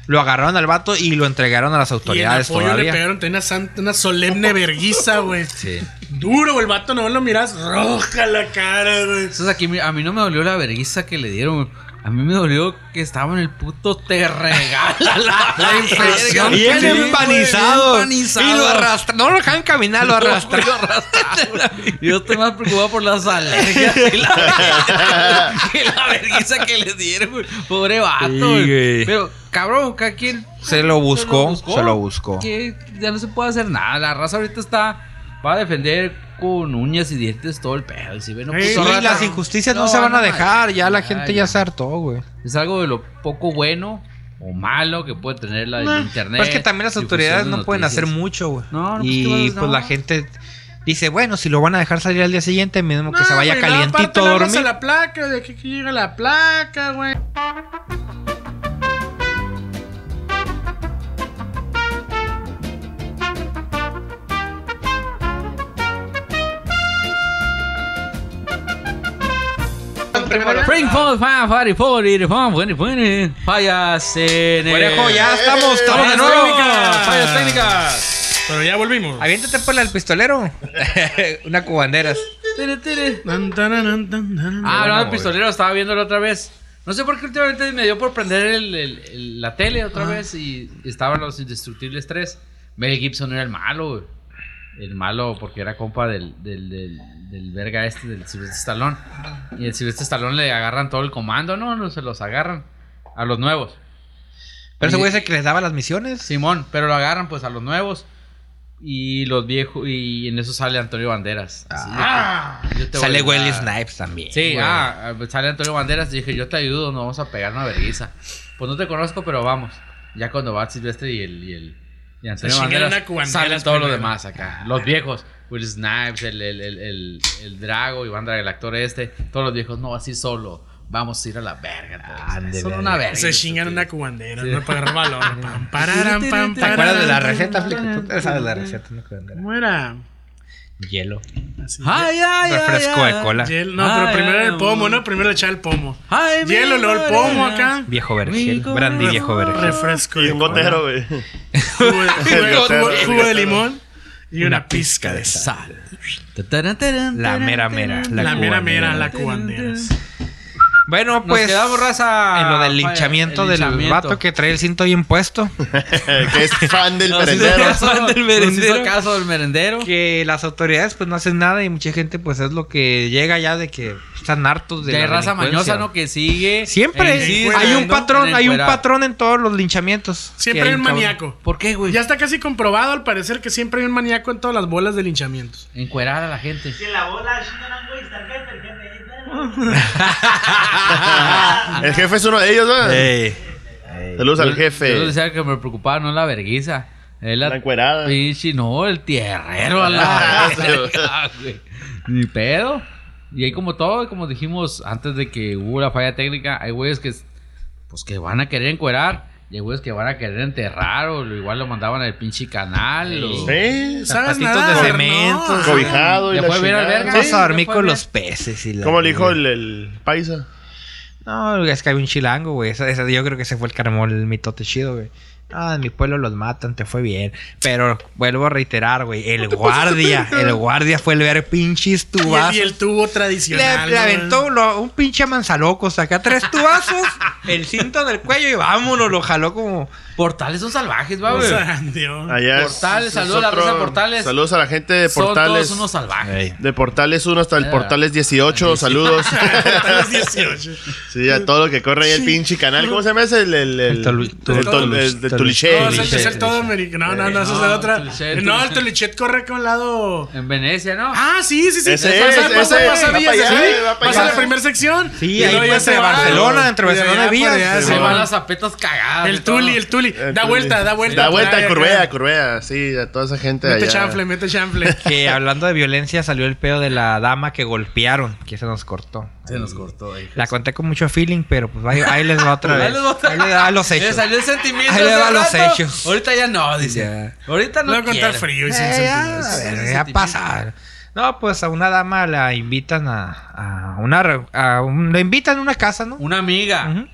Speaker 3: Lo agarraron al vato y lo entregaron a las
Speaker 4: Y en
Speaker 3: autoridades
Speaker 4: apoyo le
Speaker 3: todavía.
Speaker 4: pegaron tenía una, santa- una solemne verguiza, güey.
Speaker 3: Sí.
Speaker 4: Duro, güey, el vato no lo miras roja la cara, güey.
Speaker 5: Entonces aquí mi- a mí no me dolió la vergüenza que le dieron. A mí me dolió que estaba en el puto te regala la, la infección.
Speaker 3: Bien
Speaker 5: que le dio,
Speaker 3: empanizado.
Speaker 5: güey, bien empanizado.
Speaker 3: Y lo arrastra. No lo dejan caminar, lo arrastra.
Speaker 5: Lo arrastraba. Yo estoy más preocupado por las alergias y la, que la vergüenza que le dieron, güey. Pobre vato,
Speaker 3: Sí,
Speaker 5: güey.
Speaker 3: güey.
Speaker 5: Pero, cabrón, cada quien
Speaker 3: Se lo buscó, se lo buscó.
Speaker 5: Que ya no se puede hacer nada. La raza ahorita está. Va a defender con uñas y dientes todo el pedo. Y si ven, no,
Speaker 3: Sí,
Speaker 5: puto rata,
Speaker 3: y las injusticias no, se van a dejar. Ya la gente ya se hartó, güey.
Speaker 5: Es algo de lo poco bueno o malo que puede tener la del internet.
Speaker 3: Pero pues es que también las
Speaker 5: difusión
Speaker 3: autoridades
Speaker 5: de
Speaker 3: no pueden
Speaker 5: noticias.
Speaker 3: hacer mucho, güey.
Speaker 5: No, no, pues, ¿qué vas a
Speaker 3: y
Speaker 5: hacer?
Speaker 3: pues la
Speaker 5: No.
Speaker 3: gente Dice, bueno, si lo van a dejar salir al día siguiente, mismo que se vaya
Speaker 4: Ah, güey, no, aparte
Speaker 3: calientito
Speaker 4: le
Speaker 3: a
Speaker 4: hablas
Speaker 3: dormir.
Speaker 4: la placa, de que, que llega la placa, güey.
Speaker 5: Spring Fall, Fan, Fire, Fire, Fan, Fire, Fire, Fallas en el-
Speaker 3: Orejo, ya estamos, estamos de
Speaker 5: Eh, Fallas
Speaker 3: nuevo.
Speaker 5: técnicas, Fallas técnicas.
Speaker 4: Pero ya volvimos.
Speaker 3: Aviéntate por el pistolero. Una cubanderas.
Speaker 5: Tere, tere.
Speaker 4: Tan, taran, tan, taran.
Speaker 3: buena
Speaker 5: Ah, hablando del
Speaker 3: movida.
Speaker 5: pistolero, estaba viéndolo otra vez. No sé por qué últimamente me dio por prender el- el- el- la tele otra
Speaker 3: Ah.
Speaker 5: vez y estaban los Indestructibles 3. Mel Gibson era el malo, güey. El malo porque era compa del, del, del, del verga este, del Silvestre Stallone. Y el Silvestre Stallone le agarran todo el comando, ¿no? No se los agarran a los nuevos.
Speaker 3: Pero ese
Speaker 5: Oye.
Speaker 3: güey es el que les daba las misiones.
Speaker 5: Simón, pero lo agarran pues a los nuevos. Y los viejos, y en eso sale Antonio Banderas. Así de que,
Speaker 4: Ah.
Speaker 5: yo te voy a
Speaker 3: Sale Wesley
Speaker 5: ayudar.
Speaker 3: Snipes también.
Speaker 5: Sí,
Speaker 3: güey.
Speaker 5: ah, sale Antonio Banderas y dije, yo te ayudo, nos vamos a pegar una vergüenza. Pues no te conozco, pero vamos. Ya cuando va Silvestre y el, y el y Antonio
Speaker 4: Se chingaron a
Speaker 5: Banderas,
Speaker 4: Cubanderas
Speaker 5: salen todos los
Speaker 4: primero.
Speaker 5: demás acá. Los viejos, Will Snipes, el, el, el, el, el Drago, Iván Drago, el actor este. Todos los viejos, no, así solo. Vamos a ir a la verga. todos.
Speaker 3: Ande,
Speaker 5: Son
Speaker 3: verga.
Speaker 5: una verga.
Speaker 4: Se chingan una cubandera, no para agarrar valor. Pam, pararam, pam,
Speaker 3: ¿Te acuerdas de la
Speaker 4: pararam,
Speaker 3: receta,
Speaker 4: pam,
Speaker 3: Flick? Tú te
Speaker 4: pararam,
Speaker 3: sabes la receta, una cubanderas.
Speaker 4: ¿Cómo era?
Speaker 3: Hielo.
Speaker 4: Así.
Speaker 5: Ay, ay, ay,
Speaker 3: Refresco
Speaker 5: ay,
Speaker 3: de cola.
Speaker 4: Hiel- no, pero
Speaker 5: Ay,
Speaker 4: primero
Speaker 5: ay,
Speaker 4: el pomo,
Speaker 5: ay.
Speaker 4: ¿no? Primero le echaba el pomo.
Speaker 5: Ay, mi
Speaker 4: Hielo, luego el
Speaker 5: morena.
Speaker 4: pomo acá.
Speaker 3: Viejo vergel.
Speaker 5: Rico,
Speaker 3: Brandy
Speaker 5: rico.
Speaker 3: viejo vergel.
Speaker 4: Refresco.
Speaker 6: Y
Speaker 4: de
Speaker 6: un
Speaker 4: cola.
Speaker 6: gotero, güey.
Speaker 4: Jugo de- jugo de-
Speaker 6: Gotero.
Speaker 4: Jugo de limón. Y una pizca de sal.
Speaker 5: Sal. Tataran, taran,
Speaker 3: La
Speaker 5: taran,
Speaker 3: mera
Speaker 5: taran,
Speaker 3: mera.
Speaker 5: taran.
Speaker 3: La,
Speaker 4: La mera mera, la
Speaker 3: cubanderas.
Speaker 4: cubanderas.
Speaker 3: Bueno,
Speaker 5: Nos
Speaker 3: pues.
Speaker 5: quedamos raza.
Speaker 3: En lo del
Speaker 5: Falla,
Speaker 3: linchamiento
Speaker 5: el
Speaker 3: del
Speaker 5: linchamiento.
Speaker 3: vato que trae el cinto bien puesto.
Speaker 6: que es fan del
Speaker 5: Nos hizo
Speaker 6: merendero.
Speaker 5: caso-
Speaker 3: Fan del
Speaker 5: nos hizo
Speaker 3: merendero.
Speaker 5: caso del merendero.
Speaker 3: que las autoridades pues no hacen nada y mucha gente pues es lo que llega ya de que están hartos de
Speaker 5: Que hay
Speaker 3: la
Speaker 5: raza
Speaker 3: delincuencia.
Speaker 5: mañosa, ¿no? Que sigue.
Speaker 3: Siempre
Speaker 5: insiste,
Speaker 3: hay un
Speaker 5: ¿no?
Speaker 3: patrón,
Speaker 5: en
Speaker 3: hay un
Speaker 5: encuerar.
Speaker 3: patrón en todos los linchamientos.
Speaker 4: Siempre
Speaker 3: Que
Speaker 4: hay un
Speaker 3: cabrón.
Speaker 4: maníaco.
Speaker 5: ¿Por qué, güey?
Speaker 4: Ya está casi comprobado al parecer que siempre hay un maníaco en todas las bolas de linchamientos.
Speaker 5: Encuerar a la gente.
Speaker 1: Que la bola chingan, güey, está el jefe, el jefe, ahí está.
Speaker 6: El jefe es uno de ellos, ¿verdad?
Speaker 3: Ey.
Speaker 6: Saludos al
Speaker 5: Yo
Speaker 6: jefe.
Speaker 5: decía que me preocupaba, no la verguiza. Es la,
Speaker 6: La encuerada.
Speaker 5: pinche, no, el tierrero a la verga, güey. Ni pedo. Y ahí como todo, como dijimos antes de que hubo la falla técnica, hay güeyes que pues que van a querer encuerar y hay güeyes que van a querer enterrar o lo- igual lo mandaban al pinche canal. o-
Speaker 6: Sí,
Speaker 4: ¿Sabes
Speaker 3: Zapatitos
Speaker 4: nada?
Speaker 3: de cemento.
Speaker 6: cobijado y
Speaker 5: Le
Speaker 6: la
Speaker 5: fue bien al
Speaker 6: chingada.
Speaker 5: verga.
Speaker 3: Vamos
Speaker 6: Sí.
Speaker 3: a dormir
Speaker 5: no fue
Speaker 3: con
Speaker 5: bien.
Speaker 3: los peces y la-
Speaker 6: Como le dijo el, el paisa.
Speaker 3: No, es que había un chilango, güey. Esa- esa- yo creo que ese fue el carmol, el mitote chido, güey. Ah, en mi pueblo los matan, te fue bien. Pero vuelvo a reiterar, güey. El guardia, el guardia fue el ver pinches
Speaker 4: Y el,
Speaker 3: tubazos.
Speaker 4: y el tubo
Speaker 3: Le,
Speaker 4: tradicional.
Speaker 3: le
Speaker 4: ¿no?
Speaker 3: aventó lo- un pinche manzaloco, saca tres tubazos, el cinto del cuello y vámonos, lo jaló como.
Speaker 5: Portales son salvajes, va,
Speaker 4: O
Speaker 5: güey.
Speaker 4: sea, Dios.
Speaker 6: Allá es-
Speaker 5: Portales,
Speaker 6: es
Speaker 5: saludos a la
Speaker 6: otro-
Speaker 5: raza de Portales.
Speaker 6: Saludos a la gente de
Speaker 5: Son
Speaker 6: Portales.
Speaker 5: todos unos salvajes.
Speaker 6: De Portales 1 hasta el
Speaker 5: Eh,
Speaker 6: Portales 18, saludos.
Speaker 4: Hasta los 18.
Speaker 6: sí, a todo lo que corre ahí el pinche canal. ¿Cómo se llama ese? El, el, el,
Speaker 3: El Tolu-
Speaker 6: el Tol-
Speaker 3: Tolu-
Speaker 6: el de
Speaker 3: Tolu-
Speaker 6: Tuliché.
Speaker 4: No,
Speaker 3: Tulichet,
Speaker 4: ese es el
Speaker 3: Tulichet.
Speaker 4: todo americano. No, no,
Speaker 3: Eh,
Speaker 4: no, esa es
Speaker 5: No,
Speaker 4: la otra.
Speaker 5: Tulichet,
Speaker 4: no, el
Speaker 5: Tulichet.
Speaker 4: Tulichet corre con lado.
Speaker 5: En Venecia, ¿no?
Speaker 4: Ah, sí, sí, sí.
Speaker 6: Ese
Speaker 4: pasa,
Speaker 6: es,
Speaker 4: pasa,
Speaker 6: ese
Speaker 4: pasa
Speaker 6: es. Va
Speaker 4: Villas,
Speaker 6: para allá, eh,
Speaker 4: ¿sí?
Speaker 6: va para
Speaker 4: Pasa
Speaker 6: allá.
Speaker 4: la primera sección.
Speaker 3: Sí,
Speaker 4: y
Speaker 3: ahí
Speaker 4: luego ya
Speaker 3: entre
Speaker 4: se va.
Speaker 3: Barcelona, entre
Speaker 4: Y de
Speaker 3: Barcelona y
Speaker 4: allá
Speaker 3: Villas.
Speaker 4: para allá
Speaker 6: Sí,
Speaker 5: Se
Speaker 4: se
Speaker 6: no.
Speaker 5: van
Speaker 4: va.
Speaker 5: las zapetas cagadas. y
Speaker 4: El
Speaker 5: todo.
Speaker 4: Tuli, el Tuli.
Speaker 6: El
Speaker 4: Da
Speaker 6: Tuli.
Speaker 4: vuelta, da vuelta.
Speaker 6: Da
Speaker 4: Ay,
Speaker 6: vuelta,
Speaker 4: acá.
Speaker 6: curvea, curvea. Sí, a toda esa gente de
Speaker 4: Mete
Speaker 6: allá.
Speaker 4: chanfle, mete chanfle.
Speaker 3: Que hablando de violencia, salió el pedo de la dama que golpearon, que se nos cortó.
Speaker 5: Se nos cortó, hija.
Speaker 3: La conté con mucho feeling, pero pues ahí, ahí les va otra vez.
Speaker 5: Ahí les va otra-
Speaker 3: Ahí les va los
Speaker 5: Le
Speaker 3: hechos.
Speaker 5: salió el sentimiento.
Speaker 3: Ahí le
Speaker 5: hace
Speaker 3: va los
Speaker 5: rato.
Speaker 3: hechos.
Speaker 5: Ahorita ya no, dice. Ahorita no.
Speaker 4: Lo voy a contar
Speaker 5: quiere.
Speaker 4: frío y sin
Speaker 3: Eh, ya,
Speaker 4: sentido.
Speaker 3: a
Speaker 5: sí,
Speaker 3: ver,
Speaker 5: sí,
Speaker 3: ya
Speaker 5: sí,
Speaker 3: pasar. No, pues a una dama la invitan a, a una. re- A un- la invitan a una casa, ¿no?
Speaker 5: Una amiga.
Speaker 3: Ujú.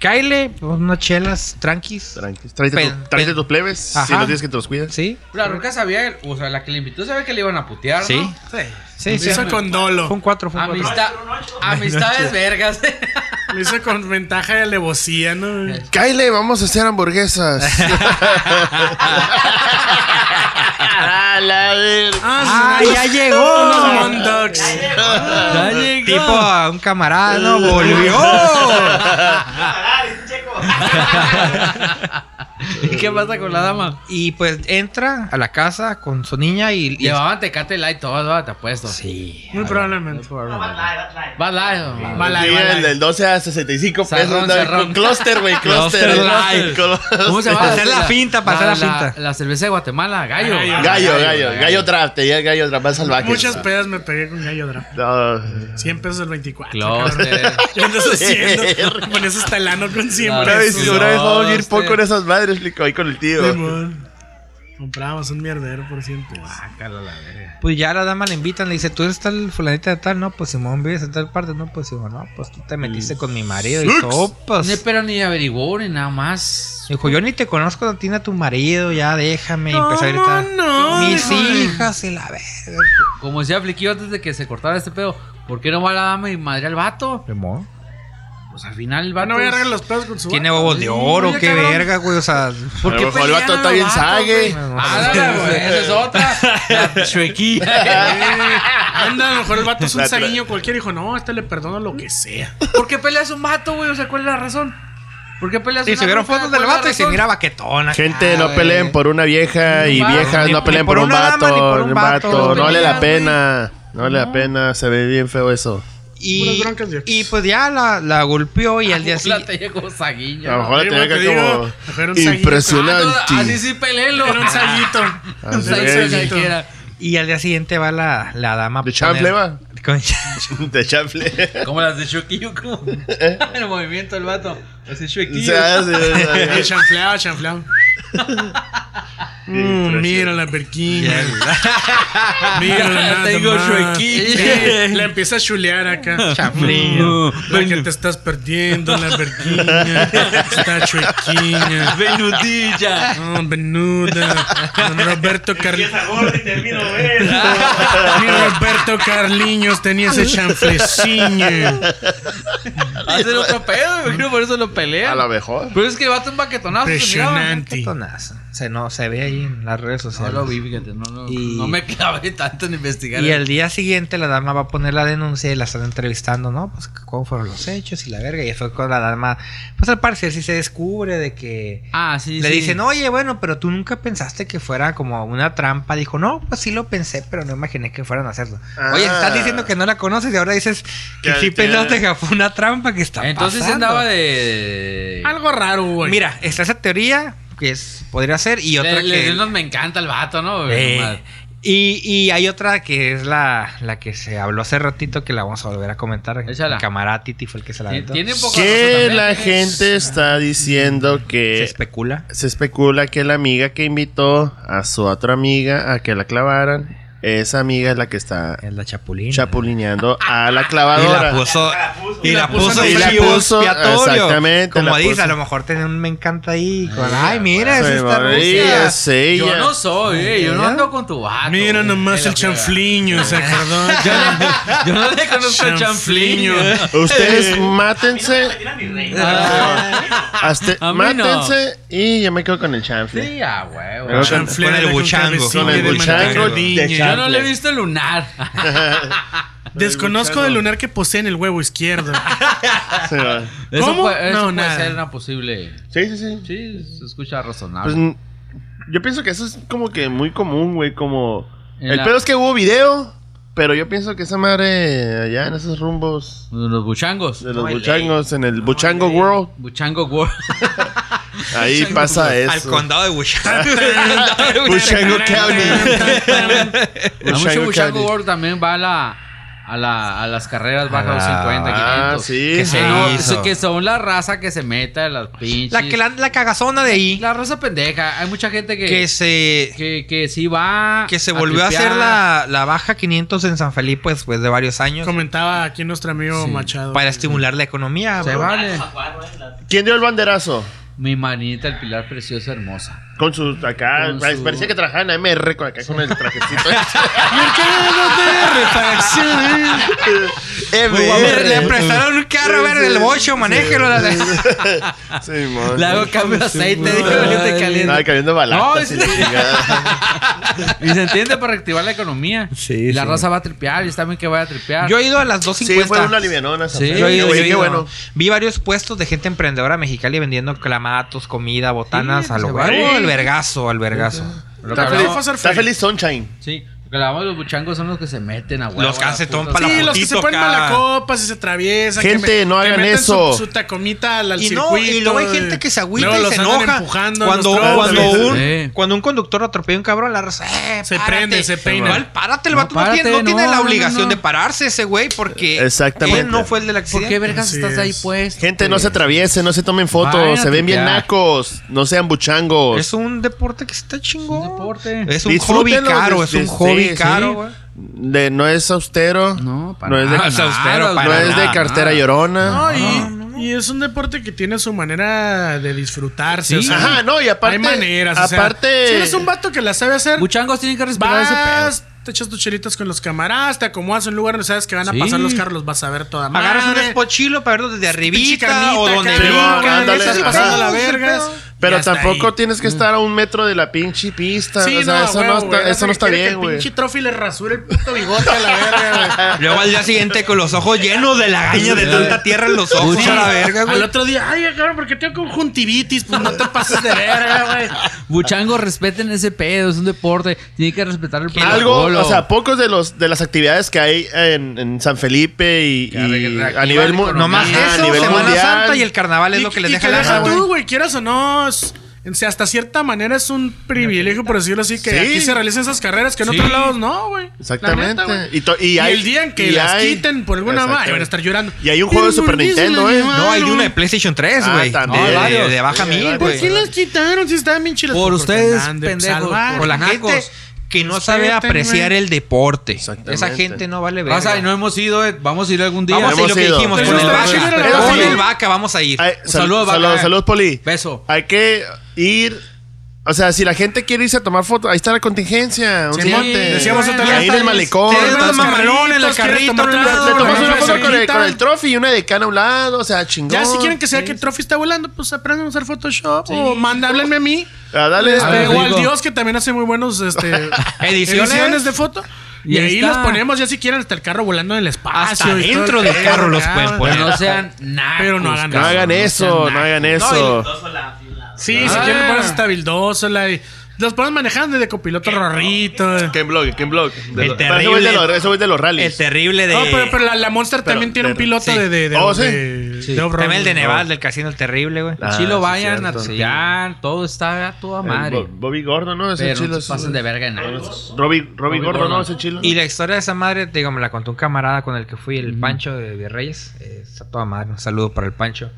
Speaker 3: Cáele, pues, unas chelas tranquis.
Speaker 6: Tranquis. Tráete, tu-
Speaker 3: Pen-
Speaker 6: tráete
Speaker 3: pen-
Speaker 6: tus plebes.
Speaker 3: Ajá.
Speaker 6: Si no tienes que te los cuidas.
Speaker 3: ¿Sí?
Speaker 5: La roca sabía, o sea, la que le invitó sabía que le iban a putear, ¿no?
Speaker 3: Sí. Pues, Sí,
Speaker 4: Lo
Speaker 3: sí.
Speaker 4: hizo con
Speaker 3: Fue
Speaker 4: dolo.
Speaker 3: un cuatro,
Speaker 5: Ah,
Speaker 3: fue un cuatro.
Speaker 5: Amistad, amistades vergas.
Speaker 4: Lo hizo con ventaja de alevosía, ¿no?
Speaker 6: Kyle, vamos a hacer hamburguesas. A la ver-
Speaker 3: ¡Ah, ya
Speaker 4: Unos
Speaker 3: llegó!
Speaker 4: Mondogs.
Speaker 6: Ah.
Speaker 5: ya llegó.
Speaker 3: Tipo a un camarada, ¿no? ¡Volvió!
Speaker 1: Pagar, es un checo.
Speaker 5: ¿Y qué pasa con la dama?
Speaker 3: Y pues entra a la casa con su niña y. y-
Speaker 5: Llevaban Tecate Light todo, ¿verdad? te apuesto.
Speaker 3: Sí.
Speaker 4: Muy probablemente.
Speaker 5: Bad Light.
Speaker 6: Sí,
Speaker 5: man.
Speaker 4: Bad Light, Bad
Speaker 6: el
Speaker 4: Light.
Speaker 6: del 12 a 65
Speaker 5: Sarrón,
Speaker 6: pesos. ¿no?
Speaker 5: sarrón.
Speaker 6: Cluster, güey. Cluster.
Speaker 5: Cluster
Speaker 6: Ay,
Speaker 5: Light.
Speaker 6: col-
Speaker 5: ¿Cómo se llama?
Speaker 3: Para hacer la finta, para hacer la finta.
Speaker 5: La cerveza de Guatemala, gallo.
Speaker 4: Gallo.
Speaker 6: Gallo, gallo. Gallo draft. Te llega el gallo draft más salvaje.
Speaker 4: Muchas pedas me pegué con gallo draft.
Speaker 6: No.
Speaker 4: 100 pesos el 24.
Speaker 5: Closter.
Speaker 4: cabrón. Yo ando haciendo. Con eso hasta el ano con 100
Speaker 5: No,
Speaker 6: Una vez,
Speaker 4: pesos.
Speaker 5: sí,
Speaker 6: una vez vamos a ir
Speaker 5: Cluster.
Speaker 6: poco en esas madres, flico, ahí con el tío.
Speaker 4: Simón. Comprábamos un mierdero por 100 pesos.
Speaker 3: Ah, Pues ya la dama le invitan, le dice, tú eres tal fulanita de tal, no, pues Simón vives en tal parte, no, pues Simón, no, pues tú te metiste con mi marido y sopas.
Speaker 5: Ni- Pero ni averiguó ni nada más.
Speaker 3: Dijo, yo ni te conozco, tiene a tu marido, ya déjame. Y empezó a gritar.
Speaker 4: no?
Speaker 3: Mis
Speaker 4: Dijo,
Speaker 3: hijas y la verga.
Speaker 5: Como decía Fliquillo antes de que se cortara este pedo, ¿por qué no va la dama y madre al vato? Pues al final el
Speaker 4: Ah,
Speaker 5: vato.
Speaker 4: no voy a
Speaker 5: es-
Speaker 4: arreglar los pedos con su.
Speaker 3: Tiene huevos de
Speaker 5: Sí,
Speaker 3: oro,
Speaker 5: oye,
Speaker 3: qué
Speaker 5: cabrón.
Speaker 3: verga, güey. O sea,
Speaker 6: A lo mejor el
Speaker 5: pelean
Speaker 6: vato
Speaker 5: a
Speaker 6: está
Speaker 5: los
Speaker 6: bien
Speaker 5: vatos,
Speaker 6: sague.
Speaker 5: güey? Ah, dale, güey, esa es otra. La chuequilla.
Speaker 4: Anda, a lo mejor el vato es un
Speaker 6: La tra-
Speaker 4: saguiño cualquiera. Dijo, no, a este le perdono lo que sea.
Speaker 5: ¿Por qué peleas un vato, güey? O sea, ¿cuál es la razón? ¿Por qué peleas
Speaker 3: y se vieron fotos del vato y se mira baquetona.
Speaker 6: Gente,
Speaker 5: Ah,
Speaker 6: no
Speaker 5: güey.
Speaker 6: peleen por una vieja y
Speaker 5: No,
Speaker 6: viejas
Speaker 3: ni-
Speaker 6: no
Speaker 3: ni
Speaker 6: peleen
Speaker 3: por
Speaker 6: por un
Speaker 3: una dama, ni por
Speaker 6: vato.
Speaker 3: un
Speaker 6: Un
Speaker 3: vato,
Speaker 6: vato,
Speaker 3: no
Speaker 6: no vale la
Speaker 5: peleas,
Speaker 6: pena. No vale la pena, se ve bien feo eso.
Speaker 3: Y,
Speaker 4: Puras broncas, Dios.
Speaker 3: y pues ya la, la golpeó
Speaker 5: Ah,
Speaker 3: y al día
Speaker 5: así. La
Speaker 3: siguiente.
Speaker 5: te llegó
Speaker 6: A lo
Speaker 5: saguiña.
Speaker 6: mejor
Speaker 4: yo
Speaker 6: la
Speaker 4: lo que
Speaker 6: tenía
Speaker 4: digo,
Speaker 6: acá
Speaker 4: mejor un
Speaker 6: como
Speaker 4: saguito.
Speaker 5: Ah, Así
Speaker 6: impresionante.
Speaker 5: sí pelelo.
Speaker 4: Era un saguito.
Speaker 6: Ah,
Speaker 4: Un
Speaker 6: sí,
Speaker 4: saguito
Speaker 6: sí.
Speaker 4: cualquiera.
Speaker 3: Y al día siguiente va la, la dama. a
Speaker 6: ¿De
Speaker 3: poner-
Speaker 6: chanfle va?
Speaker 3: Con-
Speaker 6: De chanfle.
Speaker 5: Como las de Chuequillo, como. El movimiento del vato. Así
Speaker 6: O
Speaker 5: Chuequillo.
Speaker 6: sea, sí, o sea,
Speaker 4: Y chanfleado, chanfleado. Mm, mira la perquina. Mira la nada
Speaker 5: Tengo
Speaker 4: más.
Speaker 5: chuequilla.
Speaker 4: Sí, La empieza a chulear acá.
Speaker 3: Chanflillo.
Speaker 4: Mm, la que te estás perdiendo, la perquina. Está chuequilla.
Speaker 5: Venudilla.
Speaker 4: No, Benuda. Don Roberto Carliños.
Speaker 1: Empieza gordo y termino, güey.
Speaker 4: Roberto Carliños tenía ese chanfleciño.
Speaker 5: Hacen Ah, otro pedo, me imagino por eso lo
Speaker 6: A
Speaker 5: pelean.
Speaker 6: lo mejor.
Speaker 5: Pero es que el vato es un baquetonazo. se miraba.
Speaker 4: Impresionante.
Speaker 3: Baquetonazo. Se, no, se ve ahí en las redes
Speaker 5: No
Speaker 3: sociales.
Speaker 5: lo vi, fíjate. No, no,
Speaker 3: Y-
Speaker 5: no me clavé tanto en investigar.
Speaker 3: Y al día siguiente la dama va a poner la denuncia y la están entrevistando, ¿no? Pues cómo fueron los hechos y la verga. Y fue con la dama. Pues al parecer sí se descubre de que.
Speaker 5: Ah, sí.
Speaker 3: le
Speaker 5: sí.
Speaker 3: dicen, oye, bueno, pero tú nunca pensaste que fuera como una trampa. Dijo, no, pues sí lo pensé, pero no imaginé que fueran a hacerlo.
Speaker 6: Ah.
Speaker 3: Oye, estás diciendo que no la conoces y ahora dices que
Speaker 6: Que
Speaker 3: sí
Speaker 6: te-
Speaker 3: pensaste que fue una trampa que está
Speaker 5: Entonces
Speaker 3: pasando.
Speaker 5: andaba de.
Speaker 4: Algo raro, güey.
Speaker 3: Mira, está esa teoría que es, podría ser y otra
Speaker 5: Le, le-
Speaker 3: que...
Speaker 5: le- nos me encanta el vato, ¿no?
Speaker 3: Eh, y, y hay otra que es la, la que se habló hace ratito que la vamos a volver a comentar.
Speaker 5: Échala.
Speaker 3: El camarada Titi fue el que se la
Speaker 5: Ti-
Speaker 3: aventó.
Speaker 5: tiene un poco de razón
Speaker 6: Que
Speaker 5: también,
Speaker 6: la
Speaker 5: ¿eh?
Speaker 6: gente está diciendo
Speaker 3: Se
Speaker 6: que
Speaker 3: especula.
Speaker 6: se especula que la amiga que invitó a su otra amiga a que la clavaran, esa amiga es la que está
Speaker 3: Es la chapulina.
Speaker 6: chapulineando a la
Speaker 3: Y la
Speaker 6: clavadora.
Speaker 3: puso, y la puso,
Speaker 6: en
Speaker 3: en
Speaker 6: la
Speaker 3: chivo
Speaker 6: puso-
Speaker 3: expiatorio.
Speaker 6: exactamente,
Speaker 3: Como
Speaker 6: la
Speaker 3: dice,
Speaker 6: puso.
Speaker 3: a lo mejor tiene un me encanta ahí. con, Ay, mira, es
Speaker 6: Se
Speaker 3: esta
Speaker 6: va,
Speaker 3: Rusia.
Speaker 6: es ella.
Speaker 5: Yo no soy, eh, yo no ando con tu vato.
Speaker 4: Mira nomás el
Speaker 5: chanfliño.
Speaker 4: chanfliño, ¿se acordó?
Speaker 5: Yo no le conozco el chanfliño.
Speaker 6: Ustedes mátense,
Speaker 1: Mira mi rey.
Speaker 6: hasta-
Speaker 5: A mí no.
Speaker 6: mátense y yo me quedo con el chanfle.
Speaker 5: Sí, a huevo.
Speaker 6: Pero
Speaker 3: Con- con el buchango.
Speaker 6: Con el
Speaker 4: de
Speaker 6: buchango
Speaker 4: manteca de
Speaker 6: de
Speaker 4: niño.
Speaker 5: Yo no le he visto el lunar.
Speaker 4: Desconozco el lunar que posee en el huevo izquierdo.
Speaker 6: Se va.
Speaker 5: Eso
Speaker 4: ¿Cómo?
Speaker 5: puede, eso
Speaker 4: No,
Speaker 5: puede
Speaker 4: nada.
Speaker 5: ser una posible.
Speaker 6: Sí, sí, sí.
Speaker 5: Sí, se escucha razonable.
Speaker 6: Pues, n- yo pienso que eso es como que muy común, güey. Como.
Speaker 5: En
Speaker 6: el
Speaker 5: la-
Speaker 6: pedo es que hubo video, pero yo pienso que esa madre allá en esos rumbos
Speaker 5: Los buchangos.
Speaker 6: Pues de los buchangos, en el Buchango World,
Speaker 5: Buchango World.
Speaker 6: ahí pasa
Speaker 3: Al
Speaker 6: eso.
Speaker 3: condado de Wuhan.
Speaker 6: Buchango County.
Speaker 5: A mucho
Speaker 6: Buchango
Speaker 5: Buchango
Speaker 6: County.
Speaker 5: World también va a la. A, la, a las carreras baja los 50, 500.
Speaker 6: Ah, sí.
Speaker 3: Que
Speaker 6: sí.
Speaker 3: se-
Speaker 5: Que no,
Speaker 3: hizo.
Speaker 5: que son la raza que se meta en las pinches.
Speaker 3: la, que la, la cagazona de ahí.
Speaker 5: La raza pendeja. Hay mucha gente que,
Speaker 3: Que se...
Speaker 5: que, que sí va.
Speaker 3: Que se volvió a,
Speaker 5: tripear.
Speaker 3: hacer la, la baja 500 en San Felipe después de varios años.
Speaker 4: Comentaba aquí nuestro amigo
Speaker 5: Sí.
Speaker 4: Machado.
Speaker 3: Para estimular la economía.
Speaker 5: Se
Speaker 3: bro.
Speaker 5: vale.
Speaker 1: Zapato, güey, las-
Speaker 6: ¿Quién dio el banderazo?
Speaker 5: Mi manita, el pilar precioso, hermosa.
Speaker 6: Con sus acá,
Speaker 5: Con
Speaker 6: parece-
Speaker 5: su-
Speaker 6: parecía que trabajaban en MR con acá con el trajecito.
Speaker 3: ¿eh?
Speaker 4: Mercado de refacciones.
Speaker 3: Le, le
Speaker 6: MR.
Speaker 3: prestaron un carro, a ver, el bocho, manéjelo. La,
Speaker 6: Simón.
Speaker 5: Le hago cambio de aceite, digo,
Speaker 3: madre.
Speaker 5: que te
Speaker 6: Estaba
Speaker 5: caliente.
Speaker 6: cayendo
Speaker 5: No,
Speaker 6: balatas.
Speaker 5: es-
Speaker 6: y la chingada.
Speaker 5: Y se entiende para reactivar la economía.
Speaker 3: Sí,
Speaker 5: y la
Speaker 3: sí.
Speaker 5: raza va a tripear, y está bien que vaya a tripear.
Speaker 3: Yo he ido a las 2.50.
Speaker 6: Sí, fue una livianona.
Speaker 5: Sí,
Speaker 6: Sí,
Speaker 3: Yo he ido, yo he
Speaker 6: qué
Speaker 3: ido.
Speaker 6: bueno.
Speaker 3: Vi varios puestos de gente emprendedora mexicana vendiendo clamatos, comida, botanas,
Speaker 5: Sí,
Speaker 3: a
Speaker 5: se
Speaker 4: pues,
Speaker 3: lo
Speaker 5: vale.
Speaker 3: huevo, al vergazo, al vergazo.
Speaker 5: Lo que
Speaker 6: Está feliz,
Speaker 5: hablamos-
Speaker 6: está feliz Sunshine.
Speaker 5: Sí, lo que hablamos de los buchangos son los que se meten a huevo.
Speaker 3: Los que
Speaker 5: a la
Speaker 3: hacen
Speaker 5: puta-
Speaker 3: trompa la
Speaker 4: Sí, los que se
Speaker 3: fotito
Speaker 4: ponen
Speaker 3: acá.
Speaker 4: mala copa, si se atraviesan.
Speaker 6: Gente,
Speaker 4: que me-
Speaker 6: no
Speaker 4: que
Speaker 6: hagan
Speaker 4: meten su-
Speaker 6: eso.
Speaker 4: Su, tacomita al, al
Speaker 3: Y no,
Speaker 4: circuito. eh.
Speaker 3: y luego hay gente que se agüita
Speaker 4: Luego
Speaker 3: y se
Speaker 4: los andan
Speaker 3: enoja.
Speaker 4: empujando en
Speaker 3: Cuando,
Speaker 4: los troncos.
Speaker 3: cuando,
Speaker 6: Sí.
Speaker 3: un, cuando un conductor atropella a un cabrón, la raza, eh,
Speaker 4: Se
Speaker 3: párate.
Speaker 4: prende, se peina.
Speaker 3: Igual, párate, el
Speaker 5: No,
Speaker 3: vato no, tiene,
Speaker 5: párate,
Speaker 3: no tiene
Speaker 5: no,
Speaker 3: la
Speaker 5: no,
Speaker 3: obligación
Speaker 5: no.
Speaker 3: de pararse ese güey porque
Speaker 6: Exactamente.
Speaker 3: él no fue el del
Speaker 5: ¿Por qué
Speaker 3: accidente.
Speaker 5: vergas
Speaker 4: Así
Speaker 5: estás ahí
Speaker 4: es.
Speaker 5: pues?
Speaker 6: Gente, no se atraviesen, no se tomen
Speaker 5: Vayan
Speaker 6: fotos,
Speaker 5: a
Speaker 6: se ven bien
Speaker 5: tripear.
Speaker 6: nacos, no sean buchangos.
Speaker 3: Es un deporte que está chingón.
Speaker 5: Es un deporte.
Speaker 3: Es un hobby
Speaker 6: Disfrútenlo,
Speaker 3: caro, es
Speaker 6: des-
Speaker 3: un
Speaker 6: des-
Speaker 3: hobby
Speaker 6: sí,
Speaker 3: caro,
Speaker 6: sí.
Speaker 3: güey.
Speaker 6: De- no es austero,
Speaker 5: No,
Speaker 6: no,
Speaker 5: para
Speaker 6: es de,
Speaker 5: nada.
Speaker 3: O sea, austero,
Speaker 6: no
Speaker 5: no
Speaker 3: para
Speaker 6: es de
Speaker 3: nada.
Speaker 6: cartera llorona.
Speaker 4: No, y,
Speaker 6: Ah,
Speaker 4: y es un deporte que tiene su manera de disfrutarse. o sea,
Speaker 6: Ajá, no, y aparte.
Speaker 4: Hay maneras. o sea,
Speaker 6: Aparte.
Speaker 4: si eres un vato que la sabe hacer,
Speaker 5: Buchangos tienen que respetar ese pedo.
Speaker 4: vas, te echas tus chelitas con los camaradas, te acomodas en un lugar donde sabes que van a
Speaker 5: Sí.
Speaker 4: pasar los carros, los vas a ver toda madre.
Speaker 3: Agarras un espochilo para verlo desde arribita
Speaker 4: carnita
Speaker 3: o
Speaker 4: acá,
Speaker 3: donde
Speaker 4: sí,
Speaker 3: brincan,
Speaker 6: bueno, ándale,
Speaker 3: esas
Speaker 4: estás
Speaker 6: ajá.
Speaker 4: pasando
Speaker 3: cosas.
Speaker 4: la verga.
Speaker 6: pero tampoco tienes que estar a un metro de la pinche pista.
Speaker 4: Sí,
Speaker 6: o sea,
Speaker 4: no,
Speaker 6: eso,
Speaker 4: güey,
Speaker 6: no
Speaker 4: güey,
Speaker 6: está, eso no
Speaker 4: que quiere
Speaker 6: está
Speaker 4: que
Speaker 6: bien,
Speaker 4: El
Speaker 6: güey.
Speaker 4: pinche Trophy le rasura el puto bigote a la verga, güey.
Speaker 3: Luego al día siguiente con los ojos llenos de lagaña de tanta tierra en los ojos.
Speaker 5: Pucha.
Speaker 3: a la verga,
Speaker 4: Al
Speaker 3: güey.
Speaker 4: otro día, ay, cabrón, porque tengo conjuntivitis, pues no te pases de verga, güey.
Speaker 5: Buchangos, respeten ese pedo, es un deporte. Tienen que respetar el
Speaker 6: Algo,
Speaker 5: protocolo.
Speaker 6: o sea, pocos de los de las actividades que hay en, en San Felipe y,
Speaker 5: Que re-
Speaker 6: y
Speaker 5: reactiva
Speaker 6: a nivel
Speaker 5: la
Speaker 6: mu-
Speaker 5: economía.
Speaker 3: Nomás
Speaker 6: ajá, a
Speaker 3: eso,
Speaker 6: nivel
Speaker 3: Semana
Speaker 6: mundial.
Speaker 3: Santa y el carnaval es lo que les
Speaker 4: y
Speaker 3: deja
Speaker 4: que
Speaker 3: la
Speaker 4: deja
Speaker 3: gana,
Speaker 4: tú,
Speaker 3: güey.
Speaker 4: güey, quieras o no. es- en- si hasta cierta manera es un privilegio, por decirlo así, que
Speaker 6: Sí.
Speaker 4: aquí se realicen esas carreras que en otros lados no, güey. La
Speaker 6: Exactamente.
Speaker 4: neta, güey.
Speaker 6: y, to- y
Speaker 4: y,
Speaker 6: hay-
Speaker 4: el día en que
Speaker 6: y
Speaker 4: las
Speaker 6: hay-
Speaker 4: quiten por alguna manera,
Speaker 6: Exactamente.
Speaker 4: van a estar llorando.
Speaker 6: Y hay un juego de
Speaker 4: Pero
Speaker 6: Super
Speaker 4: ¿por qué se
Speaker 6: Nintendo,
Speaker 4: las
Speaker 6: ¿eh?
Speaker 4: llevaron?
Speaker 3: No, hay de una de PlayStation 3,
Speaker 6: Ah,
Speaker 3: güey. No,
Speaker 6: también.
Speaker 3: de, de baja
Speaker 6: Sí,
Speaker 3: mil,
Speaker 6: varios.
Speaker 4: ¿Por qué
Speaker 3: güey.
Speaker 4: las quitaron si estaban bien chidas?
Speaker 5: Por
Speaker 4: Porque
Speaker 5: ustedes,
Speaker 4: andan de
Speaker 5: pendejos,
Speaker 4: salvar.
Speaker 3: Por la gente
Speaker 5: Nacos.
Speaker 3: que no sabe
Speaker 4: Respeten,
Speaker 3: apreciar
Speaker 4: güey.
Speaker 3: el deporte.
Speaker 6: Exactamente.
Speaker 3: Esa gente no vale verga.
Speaker 5: Raza, y no hemos ido, eh, vamos a ir algún día.
Speaker 3: Vamos a ir
Speaker 6: Hemos
Speaker 3: lo que
Speaker 6: ido.
Speaker 3: dijimos,
Speaker 6: Pero
Speaker 3: con
Speaker 6: eso
Speaker 3: el
Speaker 6: está
Speaker 3: vaca.
Speaker 6: chido,
Speaker 3: Pero
Speaker 6: pero
Speaker 3: Con
Speaker 6: sí.
Speaker 3: el vaca vamos a ir.
Speaker 6: Ay, sal-
Speaker 5: saludo,
Speaker 6: saludos,
Speaker 5: vaca.
Speaker 6: saludos, Poli.
Speaker 5: Beso.
Speaker 6: Hay que ir. O sea, si la gente quiere irse a tomar fotos, ahí está la contingencia. Un
Speaker 4: Sí,
Speaker 6: monte.
Speaker 4: decíamos otra
Speaker 6: Y
Speaker 4: vez.
Speaker 6: ahí en el malecón.
Speaker 3: Te ves
Speaker 6: Te
Speaker 3: más mamalón en el
Speaker 4: carritos, quieres
Speaker 3: carrito.
Speaker 4: tomarte
Speaker 3: a un
Speaker 4: una-
Speaker 3: lado,
Speaker 4: te
Speaker 3: la
Speaker 6: tomas una
Speaker 3: verga,
Speaker 6: foto con el,
Speaker 4: Ahorita.
Speaker 6: con el trophy y una de cana a un lado. O sea, chingón.
Speaker 4: Ya, si quieren que sea que el trophy está volando, pues aprendan a usar Photoshop o manda, háblenme a mí.
Speaker 6: Ah, dale.
Speaker 4: Este,
Speaker 5: ver,
Speaker 4: o al
Speaker 5: digo.
Speaker 4: Dios que también hace muy buenos este,
Speaker 3: Ediciones.
Speaker 4: ediciones. de foto. Y,
Speaker 5: Y ahí
Speaker 4: ahí
Speaker 5: está.
Speaker 4: los ponemos ya si quieren hasta el carro volando en el espacio.
Speaker 3: Hasta
Speaker 4: y todo
Speaker 3: dentro
Speaker 4: el
Speaker 3: del
Speaker 4: pedo,
Speaker 3: carro
Speaker 4: acá,
Speaker 3: los pueden
Speaker 4: güey.
Speaker 3: poner.
Speaker 5: Pero no sean nada.
Speaker 4: Pero no hagan
Speaker 6: no hagan eso, no hagan eso.
Speaker 1: Dos solas, un lado.
Speaker 4: Sí, si
Speaker 5: Ah.
Speaker 4: quieren poner hasta bildoso. La, y los pueden manejar desde copiloto rorrito.
Speaker 6: Ken Blog, Ken Blog. De
Speaker 3: El
Speaker 6: lo- Pero Eso voy de los- eso voy de los
Speaker 3: El
Speaker 6: rallies.
Speaker 3: terrible de.
Speaker 4: No, pero, pero la, la Monster
Speaker 6: Pero,
Speaker 4: también tiene un
Speaker 6: pero,
Speaker 4: piloto
Speaker 3: sí.
Speaker 4: de, de, de,
Speaker 6: Oh, sí.
Speaker 4: de-
Speaker 5: Sí.
Speaker 4: de off-road.
Speaker 3: También el de Nevada, el del casino, el terrible, güey.
Speaker 6: Ah,
Speaker 5: Chilo,
Speaker 6: sí,
Speaker 5: vayan a
Speaker 6: cierto.
Speaker 5: tripear, todo está a toda
Speaker 6: El
Speaker 5: madre.
Speaker 6: Bo- Bobby Gordo, ¿no? Ese
Speaker 5: Pero
Speaker 6: chilo.
Speaker 5: no se pasen de verga en nada.
Speaker 6: Robbie, Robbie Gordo,
Speaker 5: Gordo.
Speaker 6: ¿no? Ese chilo.
Speaker 3: Y la historia de esa madre, te digo, me la contó un camarada con el que fui, el Pancho de Virreyes. Eh, está toda madre, un saludo para el Pancho.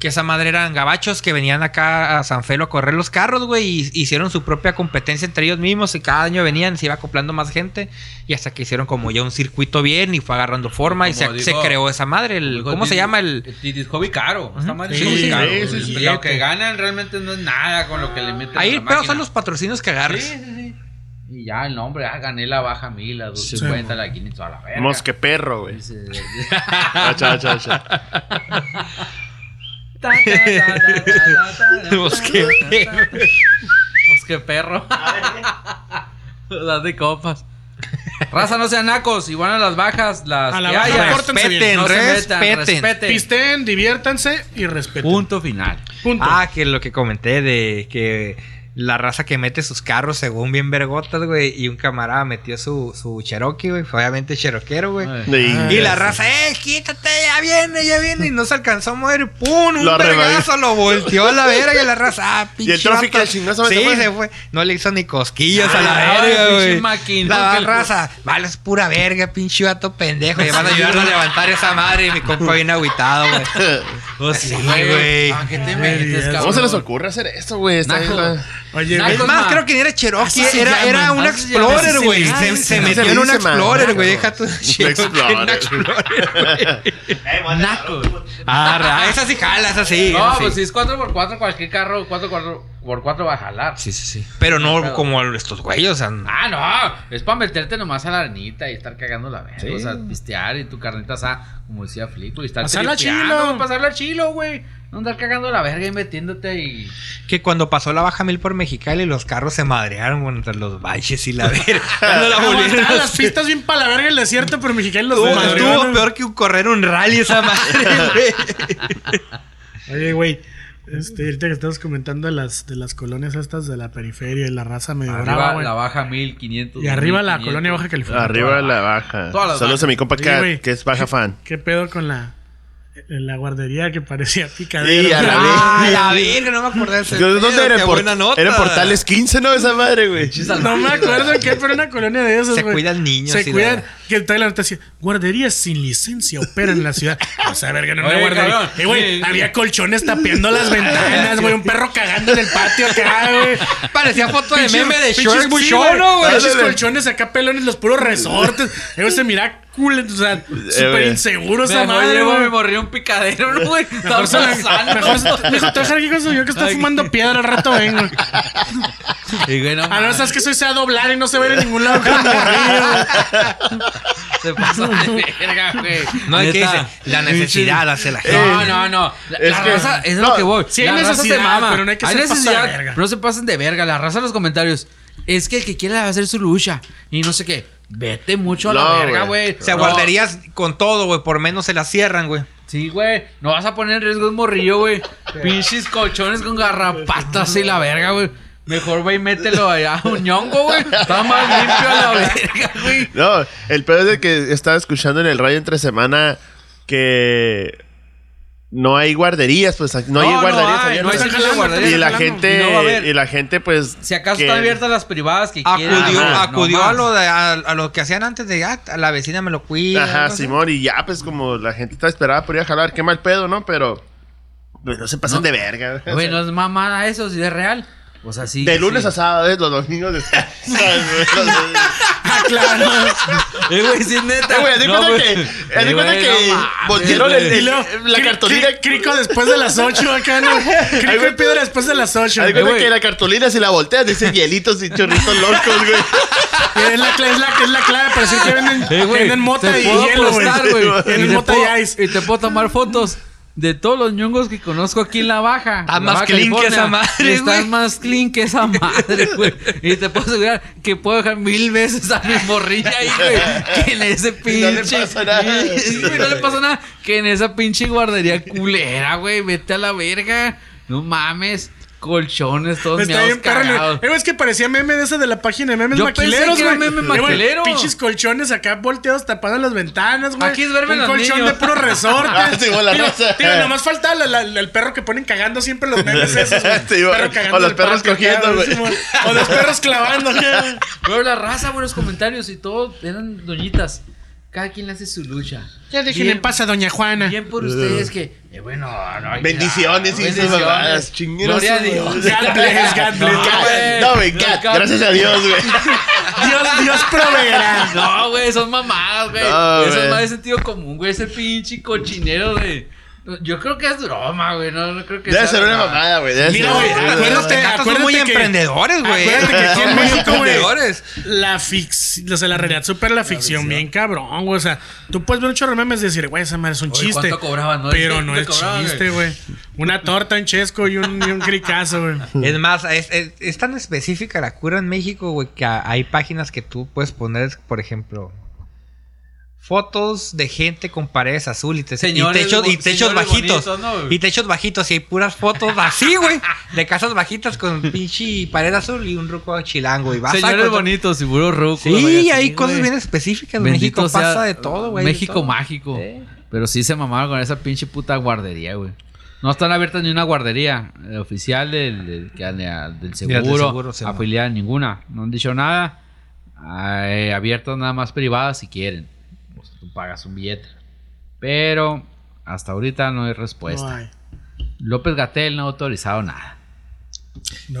Speaker 3: Que esa madre eran gabachos que venían acá a San Felo a correr los carros, güey, y hicieron su propia competencia entre ellos mismos. Y cada año venían, se iba acoplando más gente. Y hasta que hicieron como ya un circuito bien y fue agarrando forma. Y se,
Speaker 5: Como
Speaker 3: se
Speaker 5: digo-
Speaker 3: creó esa madre. el- ¿Cómo se llama el.?
Speaker 5: El hobby caro. Está mal
Speaker 3: Sí,
Speaker 5: hobby
Speaker 3: sí,
Speaker 5: caro.
Speaker 6: sí,
Speaker 5: güey.
Speaker 6: sí,
Speaker 5: Lo
Speaker 3: sí.
Speaker 5: que ganan realmente no es nada con lo que le meten.
Speaker 3: Ahí
Speaker 5: a
Speaker 3: el
Speaker 5: la
Speaker 3: pedo
Speaker 5: máquina.
Speaker 3: son los patrocinios que
Speaker 5: Sí,
Speaker 3: agarres.
Speaker 5: sí, sí. Y ya el nombre, ah, gané la baja mil, la 250, la 500, a la verga.
Speaker 6: Mosque perro, güey. Ah,
Speaker 5: Dice-
Speaker 6: Acha, acha, acha.
Speaker 5: Ta, ta, ta, ta, ta, ta, ta.
Speaker 3: Mosque perro.
Speaker 5: Mosque perro. Las de copas. Raza, no sean nacos. Y van a las bajas, las
Speaker 4: A la
Speaker 5: que
Speaker 4: baja,
Speaker 5: haya.
Speaker 4: pórtense
Speaker 3: Respeten,
Speaker 4: bien.
Speaker 5: No se metan,
Speaker 3: respeten.
Speaker 4: Pisteen, diviértanse y respeten.
Speaker 5: Punto final.
Speaker 4: Punto.
Speaker 3: Ah, que lo que comenté de que la raza que mete sus carros según bien vergotas, güey, y un camarada metió su, su Cherokee, güey, fue obviamente cheroquero, güey. Y la raza, eh, quítate, ya viene, ya viene, y no se alcanzó a mover, ¡pum! Un
Speaker 6: Lo arrebató.
Speaker 3: vergazo lo volteó a la verga y la raza, ah, pinche.
Speaker 6: el tráfico
Speaker 3: vato".
Speaker 6: de chingada, ¿sabes
Speaker 3: Sí,
Speaker 6: qué fue?
Speaker 3: se fue. No le hizo ni cosquillas a
Speaker 5: Ay,
Speaker 3: la verga,
Speaker 5: pinche
Speaker 3: güey.
Speaker 5: maquinón
Speaker 3: La
Speaker 5: que el-
Speaker 3: raza, vale, es pura verga, pinche vato pendejo, y van a ayudarlo a levantar esa madre, y mi compa bien agüitado, güey.
Speaker 5: Pues
Speaker 3: sí, güey.
Speaker 5: ¿A qué te metes, cabrón?
Speaker 6: ¿Cómo se les ocurre hacer esto, güey? Está
Speaker 5: Naco.
Speaker 6: está-
Speaker 3: Es
Speaker 4: Oye, güey.
Speaker 5: Narcos
Speaker 3: más,
Speaker 5: Ma.
Speaker 3: creo que ni era Cherokee,
Speaker 5: pues Así se
Speaker 3: era,
Speaker 5: llaman,
Speaker 3: era un
Speaker 5: así se llaman.
Speaker 3: Explorer,
Speaker 5: Así se
Speaker 3: güey.
Speaker 5: llaman.
Speaker 3: Se, se
Speaker 5: Así
Speaker 3: metió
Speaker 6: se
Speaker 3: en un
Speaker 6: dice, man.
Speaker 3: Explorer, güey. Deja
Speaker 6: Claro.
Speaker 3: tu
Speaker 6: Un
Speaker 3: Cherokee, un
Speaker 6: Explorer.
Speaker 3: Explorer. güey.
Speaker 1: Eh, me voy a
Speaker 5: Naco.
Speaker 1: dejar, güey.
Speaker 3: Ah, esa sí jala, esa sí.
Speaker 5: No,
Speaker 3: esa sí.
Speaker 5: pues si es 4x4, cualquier carro 4x4 va a jalar.
Speaker 3: Sí, sí, sí. Pero no
Speaker 5: Pero-
Speaker 3: como estos güeyes, o sea,
Speaker 5: Ah, no, es para meterte nomás a la arenita y estar cagando la verga. O sea, pistear y tu carnita asada, como decía Flico, y estar
Speaker 4: Pasarla
Speaker 5: tripeando,
Speaker 4: chilo.
Speaker 5: Pasarla chilo, güey. No andar cagando la verga y metiéndote y.
Speaker 3: que cuando pasó la baja mil por Mexicali, los carros se madrearon contra los valles y la verga. Cuando
Speaker 5: Ah,
Speaker 3: la volvieron
Speaker 4: Aguantaba
Speaker 3: a-
Speaker 4: las pistas bien para la verga el desierto, pero Mexicali los
Speaker 3: Estuvo,
Speaker 4: madreó,
Speaker 3: estuvo
Speaker 4: ¿no?
Speaker 3: peor que un- correr un rally esa madre, güey.
Speaker 4: Oye, güey. Este, ahorita que estamos comentando de las, de las colonias estas de la periferia y la raza medio brava,
Speaker 5: Arriba
Speaker 4: Ah, güey.
Speaker 5: la baja 1500.
Speaker 4: Y arriba la
Speaker 5: 1500.
Speaker 4: colonia Baja California.
Speaker 6: Arriba la baja.
Speaker 5: Todas las
Speaker 6: Saludos a mi compa
Speaker 4: Sí,
Speaker 6: Kat,
Speaker 4: güey.
Speaker 6: que es baja fan.
Speaker 4: ¿Qué pedo con la, la guardería que parecía picadera?
Speaker 6: Sí, a la
Speaker 3: Ah, la verga, no me acordé de ese.
Speaker 6: Yo, ¿Dónde
Speaker 3: pedo,
Speaker 6: era?
Speaker 3: qué
Speaker 6: En Port-
Speaker 3: buena nota.
Speaker 6: Era en Portales 15, ¿no? Esa madre, güey.
Speaker 4: No me acuerdo qué, pero era una colonia de esas,
Speaker 3: Se
Speaker 4: güey.
Speaker 3: cuidan niños y
Speaker 4: Se
Speaker 3: la-
Speaker 4: cuidan. Que trae la noticia. Guarderías sin licencia operan en la ciudad. O sea, verga, no era
Speaker 5: Oye,
Speaker 4: una guardería.
Speaker 5: cabrón.
Speaker 4: Eh, güey,
Speaker 5: Sí.
Speaker 4: había colchones tapeando las ventanas, güey. Un perro cagando en el patio acá, güey.
Speaker 3: Parecía foto de
Speaker 4: Pinches-
Speaker 3: meme de
Speaker 4: pinches-
Speaker 3: Short
Speaker 4: sí,
Speaker 3: Bushono, güey.
Speaker 4: Pinches
Speaker 6: Ándale.
Speaker 4: colchones acá pelones, los puros resortes. Eh, se mira cool, o sea, súper
Speaker 6: güey.
Speaker 4: inseguro esa
Speaker 5: Eh, Mejor
Speaker 4: madre,
Speaker 5: llevo-
Speaker 4: güey.
Speaker 5: me morrí un picadero, ¿no, güey. Estaba
Speaker 4: Mejor se la- mejor se-
Speaker 5: pasando.
Speaker 4: me dijo, te voy a dejar aquí con eso, yo que estoy fumando piedra, al rato vengo.
Speaker 5: Y güey, no
Speaker 3: Ah,
Speaker 4: A no
Speaker 5: mames,
Speaker 4: sabes que soy sea doblar y no se ve en ningún lado con morrillo, güey.
Speaker 5: se pasó de verga, güey.
Speaker 3: No, ¿y ¿qué
Speaker 5: Neta.
Speaker 3: dice? La necesidad hace
Speaker 4: Eh,
Speaker 3: la gente.
Speaker 5: No, no, no. La,
Speaker 6: es
Speaker 5: la
Speaker 6: que-
Speaker 5: raza es
Speaker 6: no,
Speaker 5: lo que voy.
Speaker 4: sí hay
Speaker 5: La raza
Speaker 4: necesidad,
Speaker 5: se mama.
Speaker 4: pero no hay que ser pasada de verga.
Speaker 5: pero no se pasen de verga. La raza en los comentarios. Es que el que quiera hacer su lucha y no sé qué. Vete mucho a
Speaker 6: No,
Speaker 5: la verga,
Speaker 6: güey.
Speaker 5: güey.
Speaker 3: O sea,
Speaker 5: No.
Speaker 3: guarderías con todo, güey. Por menos se la cierran, güey.
Speaker 5: Sí, güey. No vas a poner en riesgo un morrillo, güey. Pinches colchones con garrapatas y la verga, güey. Mejor, güey, mételo allá a un ñongo, güey. Está más limpio a la verga, güey.
Speaker 6: No, el pedo es de que estaba escuchando en el radio entre semana que no hay guarderías, pues no, hay
Speaker 5: No, no
Speaker 6: guarderías
Speaker 5: hay, no hay
Speaker 6: abiertas.
Speaker 5: sitio de guarderías.
Speaker 6: y la
Speaker 5: Están jalando.
Speaker 6: gente
Speaker 5: Y no va a haber.
Speaker 6: y la gente pues
Speaker 5: Si acaso
Speaker 6: que-
Speaker 5: están abiertas las privadas que quieran.
Speaker 3: Acudió,
Speaker 5: Ajá,
Speaker 3: acudió
Speaker 5: nomás.
Speaker 3: a, lo de, a, a lo que hacían antes de, ah, la vecina me lo cuida.
Speaker 6: Ajá,
Speaker 3: algo así.
Speaker 6: Simón, y ya pues como la gente está esperada por ir a jalar, qué mal pedo, ¿no? Pero pues, no se pasan de verga.
Speaker 5: Güey, no es mamada eso, si es real. O sea, sí.
Speaker 6: de lunes
Speaker 5: sí.
Speaker 6: a sábado, ¿eh? los domingos descansan, güey. Los-
Speaker 4: Ah,
Speaker 5: Eh, güey, sí, neta.
Speaker 6: Eh, güey, haz de
Speaker 5: No,
Speaker 6: cuenta
Speaker 5: güey.
Speaker 6: que, haz de
Speaker 5: Eh,
Speaker 6: cuenta
Speaker 5: güey,
Speaker 6: que
Speaker 5: no mames,
Speaker 6: voltearon el-
Speaker 5: güey.
Speaker 6: el-
Speaker 4: luego,
Speaker 6: la
Speaker 4: cri-
Speaker 6: cartolina.
Speaker 4: cri- Crico después de las 8 acá, ¿no? Crico y
Speaker 6: güey.
Speaker 4: piedra después de las Eh, 8.
Speaker 6: Haz de cuenta
Speaker 5: güey.
Speaker 6: que la cartolina si la volteas dice hielitos y chorritos locos, güey.
Speaker 4: Es la, cla- es, la, es la clave para decir que venden,
Speaker 5: Eh, güey,
Speaker 4: venden mota
Speaker 5: te
Speaker 4: y
Speaker 5: puedo
Speaker 4: hielo, güey.
Speaker 5: apostar, güey.
Speaker 4: Venden
Speaker 5: te
Speaker 4: mota
Speaker 5: puedo-
Speaker 4: y ice.
Speaker 5: y te puedo tomar fotos de todos los ñongos que conozco aquí en la baja.
Speaker 3: Está
Speaker 4: Ah,
Speaker 5: en la
Speaker 3: más
Speaker 5: Baja
Speaker 3: clean que
Speaker 5: California.
Speaker 3: esa madre,
Speaker 5: Estás
Speaker 3: güey.
Speaker 5: más clean que esa madre, güey. Y te puedo asegurar que puedo dejar mil veces a mi morrilla ahí, güey. Que en ese
Speaker 6: no
Speaker 5: pinche.
Speaker 6: le pasa nada.
Speaker 5: Sí, güey, no le pasa nada. Que en esa pinche guardería culera, güey. Vete a la verga. No mames. Colchones, todos
Speaker 4: Está
Speaker 5: meados
Speaker 4: bien, perro.
Speaker 5: cagados.
Speaker 4: Eh, güey, es que parecía meme de esa de la página de memes
Speaker 5: Yo pensé
Speaker 4: maquileros,
Speaker 5: que era
Speaker 4: güey.
Speaker 5: meme
Speaker 4: Eh, güey,
Speaker 5: maquilero.
Speaker 4: Pinches colchones acá volteados tapando las ventanas, güey.
Speaker 5: Aquí duermen
Speaker 4: Un
Speaker 5: los
Speaker 4: colchón
Speaker 5: niños.
Speaker 4: de puro
Speaker 6: Ah,
Speaker 4: resorte.
Speaker 6: sí, güey, la raza.
Speaker 4: Tío, nomás falta la- la- la- el perro que ponen cagando siempre los memes esos, güey.
Speaker 6: Sí, güey.
Speaker 4: Perro cagando
Speaker 6: O los
Speaker 4: en el
Speaker 6: perros
Speaker 4: patio,
Speaker 6: cogiendo,
Speaker 4: acá,
Speaker 6: güey.
Speaker 4: sí, güey. O los perros clavando, güey.
Speaker 5: Pero la raza, güey, los comentarios y todo eran doñitas. Cada quien le hace su lucha.
Speaker 4: Ya
Speaker 5: déjenle en
Speaker 4: paz a Doña Juana.
Speaker 5: Bien por ustedes que, eh, bueno, no hay que-
Speaker 6: Bendiciones y esas mamadas, chingueras.
Speaker 5: Gloria a Dios.
Speaker 4: God bless, God bless.
Speaker 5: No, güey.
Speaker 6: No, güey, Kat,
Speaker 5: No,
Speaker 6: gracias a Dios, güey.
Speaker 4: Dios, Dios proveerá.
Speaker 5: No, güey, son mamadas, güey.
Speaker 6: No,
Speaker 5: Eso
Speaker 6: güey.
Speaker 5: es más de sentido común, güey. Ese pinche cochinero de. Yo creo que es broma, güey. No, no creo que
Speaker 6: Debe
Speaker 5: sea
Speaker 6: ser una
Speaker 5: verdad.
Speaker 6: mamada, güey. debe
Speaker 4: Mira,
Speaker 6: ser-
Speaker 4: güey,
Speaker 6: debe ser-
Speaker 3: Los
Speaker 4: acuérdate-
Speaker 3: tecatos son muy
Speaker 4: que-
Speaker 3: emprendedores, güey.
Speaker 4: acuérdate que aquí en
Speaker 3: Son muy
Speaker 4: México, güey.
Speaker 3: emprendedores.
Speaker 4: La ficción, o sea, la realidad supera la, ficción, bien cabrón, güey. O sea, tú puedes ver un chorro de memes y decir, güey, esa madre es un
Speaker 5: Oye,
Speaker 4: chiste.
Speaker 5: ¿cuánto cobraban? No,
Speaker 4: pero
Speaker 5: ¿cuánto
Speaker 4: no es
Speaker 5: cobraban,
Speaker 4: chiste, güey. Una torta, un chesco y un, y un cricazo, güey.
Speaker 3: Es más, es, es- es tan específica la cura en México, güey, que a- hay páginas que tú puedes poner, por ejemplo, fotos de gente con paredes azul y, te, y
Speaker 5: Señores
Speaker 3: techos, y
Speaker 5: bo-
Speaker 3: techos
Speaker 5: señores
Speaker 3: bajitos.
Speaker 5: bonitos, ¿no, güey?
Speaker 3: y techos bajitos, y hay puras fotos así, güey, de casas bajitas con pinche pared azul y un ruco chilango. Y vas a
Speaker 5: Señores
Speaker 3: encontrar-
Speaker 5: bonitos y burros rucos.
Speaker 3: Sí,
Speaker 5: güey,
Speaker 3: hay
Speaker 5: así,
Speaker 3: cosas
Speaker 5: güey.
Speaker 3: bien específicas.
Speaker 5: Bendito
Speaker 3: México
Speaker 5: sea
Speaker 3: pasa de todo, güey. de
Speaker 5: México
Speaker 3: todo.
Speaker 5: mágico. Pero sí se mamaron con esa pinche puta guardería, güey. No están abiertas ni una guardería eh, oficial del, del, que- del seguro,
Speaker 3: seguro, sí,
Speaker 5: afiliada ninguna. No han dicho nada. Ay, abiertas nada más privadas si quieren. O sea, tú pagas un billete. Pero hasta ahorita no
Speaker 4: No
Speaker 5: hay respuesta.
Speaker 4: hay.
Speaker 5: López Gatel no ha autorizado nada.
Speaker 4: No,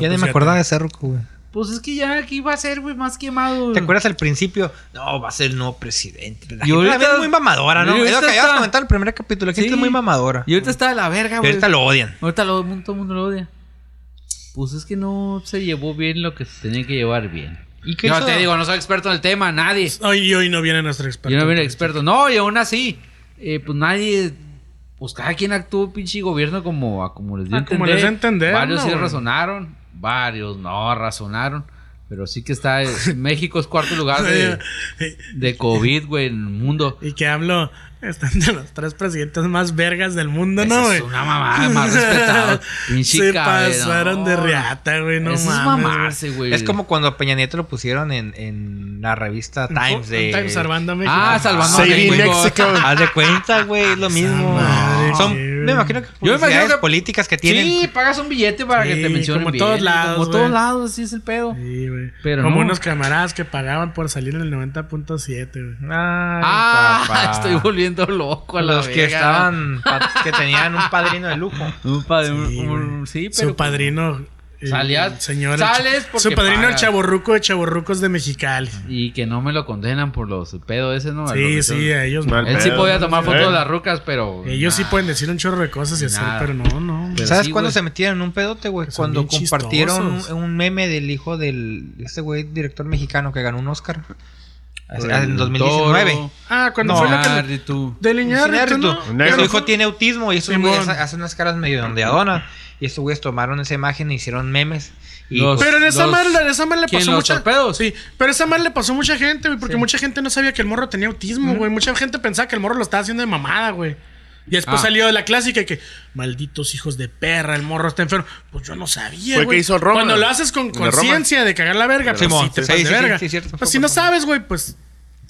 Speaker 3: ya ni
Speaker 4: pues,
Speaker 3: me
Speaker 4: fíjate.
Speaker 3: acordaba de ese ruco, güey.
Speaker 5: Pues es que ya aquí va a ser, güey, más quemado.
Speaker 3: ¿Te acuerdas al principio? No, va a ser el nuevo presidente. La
Speaker 5: Mm. Y
Speaker 3: gente
Speaker 5: ahorita-
Speaker 3: también es muy mamadora, ¿no?
Speaker 5: y
Speaker 3: Es lo
Speaker 5: ahorita
Speaker 3: que acabas de
Speaker 5: está-
Speaker 3: comentar en el primer capítulo. La gente
Speaker 5: Sí.
Speaker 3: es muy mamadora.
Speaker 5: Y ahorita está de la verga,
Speaker 3: Y
Speaker 5: güey.
Speaker 3: ahorita lo odian.
Speaker 5: Ahorita lo, todo el mundo lo odia. Pues es que no se llevó bien lo que se tenía que llevar bien.
Speaker 3: ¿Y qué
Speaker 5: Yo
Speaker 3: hizo?
Speaker 5: te digo, no soy experto en el tema, nadie.
Speaker 4: Ay, y hoy no viene nuestro experto.
Speaker 5: Yo no vine experto. No, y aún así, eh, pues nadie. Pues cada quien actuó, pinche gobierno, como, a como les dio
Speaker 4: Ah,
Speaker 5: a
Speaker 4: como les dio a entender,
Speaker 5: Varios
Speaker 4: ¿no,
Speaker 5: sí
Speaker 4: güey?
Speaker 5: razonaron, varios no razonaron. Pero sí que está. eh, México es cuarto lugar de,
Speaker 4: Oye,
Speaker 5: de COVID, güey, en el mundo.
Speaker 4: Y que hablo, están de los tres presidentes más vergas del mundo,
Speaker 5: Esa
Speaker 4: ¿no, güey?
Speaker 5: es una mamada más respetada. Pinche
Speaker 4: Se
Speaker 5: cabrón.
Speaker 4: pasaron de reata, güey, no
Speaker 5: Eso
Speaker 4: mames.
Speaker 5: es mamarse, güey.
Speaker 3: Es como cuando a Peña Nieto lo pusieron en, en la revista
Speaker 4: güey.
Speaker 3: Times de...
Speaker 4: Times salvando a México.
Speaker 5: Ah, salvando a
Speaker 6: Saving
Speaker 5: México.
Speaker 6: Mexico.
Speaker 3: Haz de cuenta, güey, es lo mismo.
Speaker 4: madre,
Speaker 3: Son,
Speaker 4: sí, güey.
Speaker 3: me imagino que
Speaker 5: Yo me imagino que-
Speaker 3: políticas que tienen.
Speaker 5: Sí, pagas un billete para que
Speaker 4: Sí,
Speaker 5: te mencionen
Speaker 4: como
Speaker 5: bien,
Speaker 4: todos lados,
Speaker 5: Como
Speaker 4: güey.
Speaker 5: todos lados, así es el pedo.
Speaker 4: Sí, güey.
Speaker 5: Pero
Speaker 4: Como
Speaker 5: no.
Speaker 4: unos camaradas que pagaban por salir en el 90.7, güey.
Speaker 3: Ay,
Speaker 5: Ah,
Speaker 3: papá.
Speaker 5: estoy volviendo loco a la
Speaker 3: Los que
Speaker 5: verga.
Speaker 3: estaban, pa- que tenían un padrino de lujo.
Speaker 5: Un padre- un-
Speaker 4: Sí,
Speaker 5: un-
Speaker 4: güey.
Speaker 5: sí, pero.
Speaker 4: Su padrino. el
Speaker 5: Salías-
Speaker 4: Señor. el
Speaker 5: sales
Speaker 4: cha-
Speaker 5: porque
Speaker 4: Su padrino, el
Speaker 5: pagas.
Speaker 4: chaborruco de chaborrucos de Mexicali.
Speaker 5: Y que no me lo condenan por los pedos ese, ¿no?
Speaker 4: Sí,
Speaker 5: Los-
Speaker 4: sí, a ellos
Speaker 6: Mal
Speaker 4: no.
Speaker 5: Él sí
Speaker 6: pedo.
Speaker 5: podía tomar fotos
Speaker 6: Eh.
Speaker 5: de las rucas, pero.
Speaker 4: Ellos sí
Speaker 5: nah.
Speaker 4: pueden decir un chorro de cosas y hacer,
Speaker 5: Nada.
Speaker 4: pero no, no.
Speaker 5: Pero
Speaker 3: ¿Sabes
Speaker 5: sí,
Speaker 3: cuándo
Speaker 5: güey.
Speaker 3: se metieron en un pedote, güey?
Speaker 4: Son
Speaker 3: Cuando
Speaker 4: bien
Speaker 3: compartieron un,
Speaker 4: chistosos.
Speaker 3: un meme del hijo del este güey director mexicano que ganó un Oscar. Hace-
Speaker 5: Por el
Speaker 3: En 2019.
Speaker 5: toro,
Speaker 4: Ah, cuando
Speaker 3: No,
Speaker 4: fue la
Speaker 5: ah,
Speaker 4: que.
Speaker 5: Ritu.
Speaker 4: Del Iñárritu,
Speaker 3: Iñárritu.
Speaker 4: ¿no?
Speaker 6: Negro.
Speaker 3: Su hijo tiene autismo y esos
Speaker 4: Simón.
Speaker 3: güeyes hacen unas caras medio ondeadonas. Y estos güeyes tomaron esa imagen e hicieron memes. Y
Speaker 5: Los-
Speaker 3: pues,
Speaker 4: Pero en esa
Speaker 5: Los-
Speaker 4: madre, en esa madre le
Speaker 5: ¿Quién,
Speaker 4: pasó
Speaker 5: los
Speaker 4: mucha.
Speaker 5: torpedos?
Speaker 4: Sí, pero esa madre le pasó a mucha gente, güey, porque mucha gente no sabía que el morro tenía autismo, güey. Mucha gente pensaba que el morro lo estaba haciendo de mamada, güey. Y después
Speaker 5: Ah.
Speaker 4: salió de la clásica y que, malditos hijos de perra, el morro está enfermo. Pues yo no sabía,
Speaker 6: Fue
Speaker 4: güey.
Speaker 6: que hizo Roma.
Speaker 4: Cuando lo haces con
Speaker 6: El de Roma.
Speaker 4: conciencia de cagar la verga, pues
Speaker 3: Simón,
Speaker 4: sí, te
Speaker 3: sí,
Speaker 4: pasas
Speaker 3: sí,
Speaker 4: de
Speaker 3: sí,
Speaker 4: verga.
Speaker 3: sí, cierto,
Speaker 4: pues
Speaker 3: fue
Speaker 4: si no
Speaker 3: por Roma.
Speaker 4: sabes, güey, pues,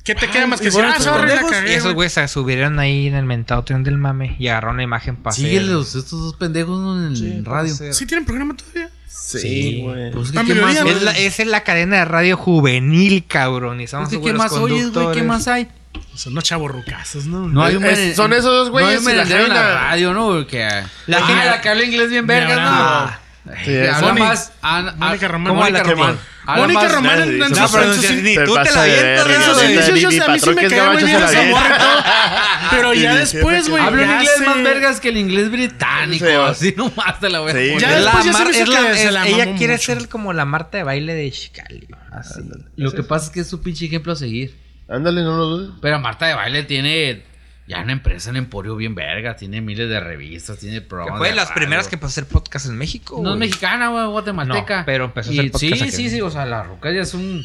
Speaker 4: ¿qué te queda más que
Speaker 3: y
Speaker 4: decir?
Speaker 3: bueno, pues,
Speaker 4: Ah, sorry, la
Speaker 3: pendejos,
Speaker 4: cagué,
Speaker 3: y esos
Speaker 4: güey"?
Speaker 3: güeyes se subieron ahí en el mentado tren del mame y agarraron la imagen para
Speaker 5: Síguelos, estos dos pendejos ¿no? en el radio.
Speaker 4: ¿Sí tienen programa todavía?
Speaker 6: Sí, güey.
Speaker 5: Pues,
Speaker 4: A
Speaker 5: ¿qué, qué
Speaker 4: mediodía,
Speaker 5: más
Speaker 4: güey.
Speaker 3: Es la, esa es la cadena de radio juvenil, cabrón. Y estamos
Speaker 5: Es que, ¿Qué
Speaker 3: seguros
Speaker 5: más oyes, güey? ¿Qué
Speaker 3: conductores.
Speaker 5: más hay?
Speaker 4: pues, Son los chavorrucazos, ¿no?
Speaker 5: No hay un
Speaker 6: Es-
Speaker 5: meren-
Speaker 6: son esos dos güeyes
Speaker 5: No hay un
Speaker 6: y la
Speaker 5: merendero en la
Speaker 6: Jaina.
Speaker 5: radio, ¿no? Que,
Speaker 3: La
Speaker 5: Ah,
Speaker 3: Jaina.
Speaker 5: la que habla inglés bien verga,
Speaker 4: Nah.
Speaker 5: ¿no?
Speaker 6: Sí,
Speaker 5: Que
Speaker 6: es
Speaker 5: habla
Speaker 6: Sony.
Speaker 5: más. an-
Speaker 4: Mónica
Speaker 5: a-
Speaker 4: Román.
Speaker 5: ¿cómo
Speaker 4: Mónica
Speaker 5: habla que-
Speaker 4: Román.
Speaker 5: habla
Speaker 4: Mónica
Speaker 5: más-
Speaker 4: Román en- en
Speaker 3: No,
Speaker 4: sus-
Speaker 3: pero
Speaker 4: en sus-
Speaker 3: ni- ni
Speaker 6: Te
Speaker 3: tú te
Speaker 6: pasa
Speaker 3: la
Speaker 6: de
Speaker 3: avientas,
Speaker 6: verga,
Speaker 3: ¿no?
Speaker 4: Esos
Speaker 6: Ni- ni-
Speaker 4: inicios,
Speaker 6: ni
Speaker 4: a mí sí
Speaker 6: patrón
Speaker 4: me
Speaker 6: que es
Speaker 4: caía muy
Speaker 6: gabacho
Speaker 4: bien
Speaker 6: se la
Speaker 4: esa
Speaker 6: avienta.
Speaker 4: morra y todo. Pero
Speaker 6: Sí,
Speaker 4: ya
Speaker 6: sí,
Speaker 4: después,
Speaker 6: sí,
Speaker 4: güey.
Speaker 5: Habla un
Speaker 4: ya
Speaker 5: inglés
Speaker 4: se-
Speaker 5: más vergas que el inglés británico.
Speaker 6: Sí, va.
Speaker 5: Así nomás te la voy a
Speaker 6: Sí,
Speaker 5: poner.
Speaker 6: ya
Speaker 3: Es la
Speaker 4: después ya se
Speaker 3: Mar-
Speaker 4: me hizo
Speaker 3: es la-
Speaker 4: que se
Speaker 3: es-
Speaker 4: la
Speaker 3: ella
Speaker 4: mamó
Speaker 3: quiere
Speaker 4: mucho.
Speaker 3: ser como la Marta de baile de Chicali. Así.
Speaker 5: Lo que pasa es que es su pinche ejemplo a seguir.
Speaker 6: Ándale, no lo dudes.
Speaker 5: Pero Marta de Baile tiene ya una empresa en Emporio bien verga. Tiene miles de revistas, tiene
Speaker 3: Que
Speaker 5: programas.
Speaker 3: fue de
Speaker 5: de
Speaker 3: las
Speaker 5: radio.
Speaker 3: primeras que pasó a hacer podcast en México.
Speaker 5: No es
Speaker 3: güey.
Speaker 5: mexicana, güey, guatemalteca.
Speaker 3: No, pero empezó a
Speaker 5: Y
Speaker 3: hacer podcast
Speaker 5: Sí,
Speaker 3: aquí.
Speaker 5: sí, sí. O sea, la Roca ya es un.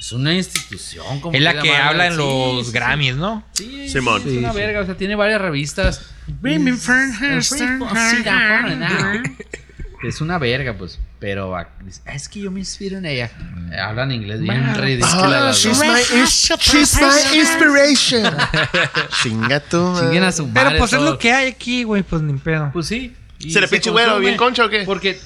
Speaker 5: Es una institución. Como
Speaker 3: Es la
Speaker 5: quiera
Speaker 3: que
Speaker 5: llamarla.
Speaker 3: habla en
Speaker 5: Sí,
Speaker 3: los
Speaker 5: sí, sí.
Speaker 3: Grammys, ¿no?
Speaker 5: Sí,
Speaker 6: Simón.
Speaker 5: sí, es una verga. O sea, tiene varias revistas.
Speaker 4: Ven, ven, Fern, Fern, Fern, Fern.
Speaker 5: Es una verga, pues. Pero ah, dice, "Ah, es que yo me inspiro en ella. Eh, Hablan inglés bien
Speaker 6: Ah,
Speaker 5: ridícula.
Speaker 6: she's my, ins- she's my inspiration. Chingato.
Speaker 5: Chinguen a su madre.
Speaker 3: Pero pues es
Speaker 5: todos.
Speaker 3: lo que hay aquí, güey, pues ni pedo.
Speaker 5: Pues sí. Y
Speaker 6: ¿Se le pinche güero
Speaker 5: consume.
Speaker 6: bien concha o qué?
Speaker 5: Porque,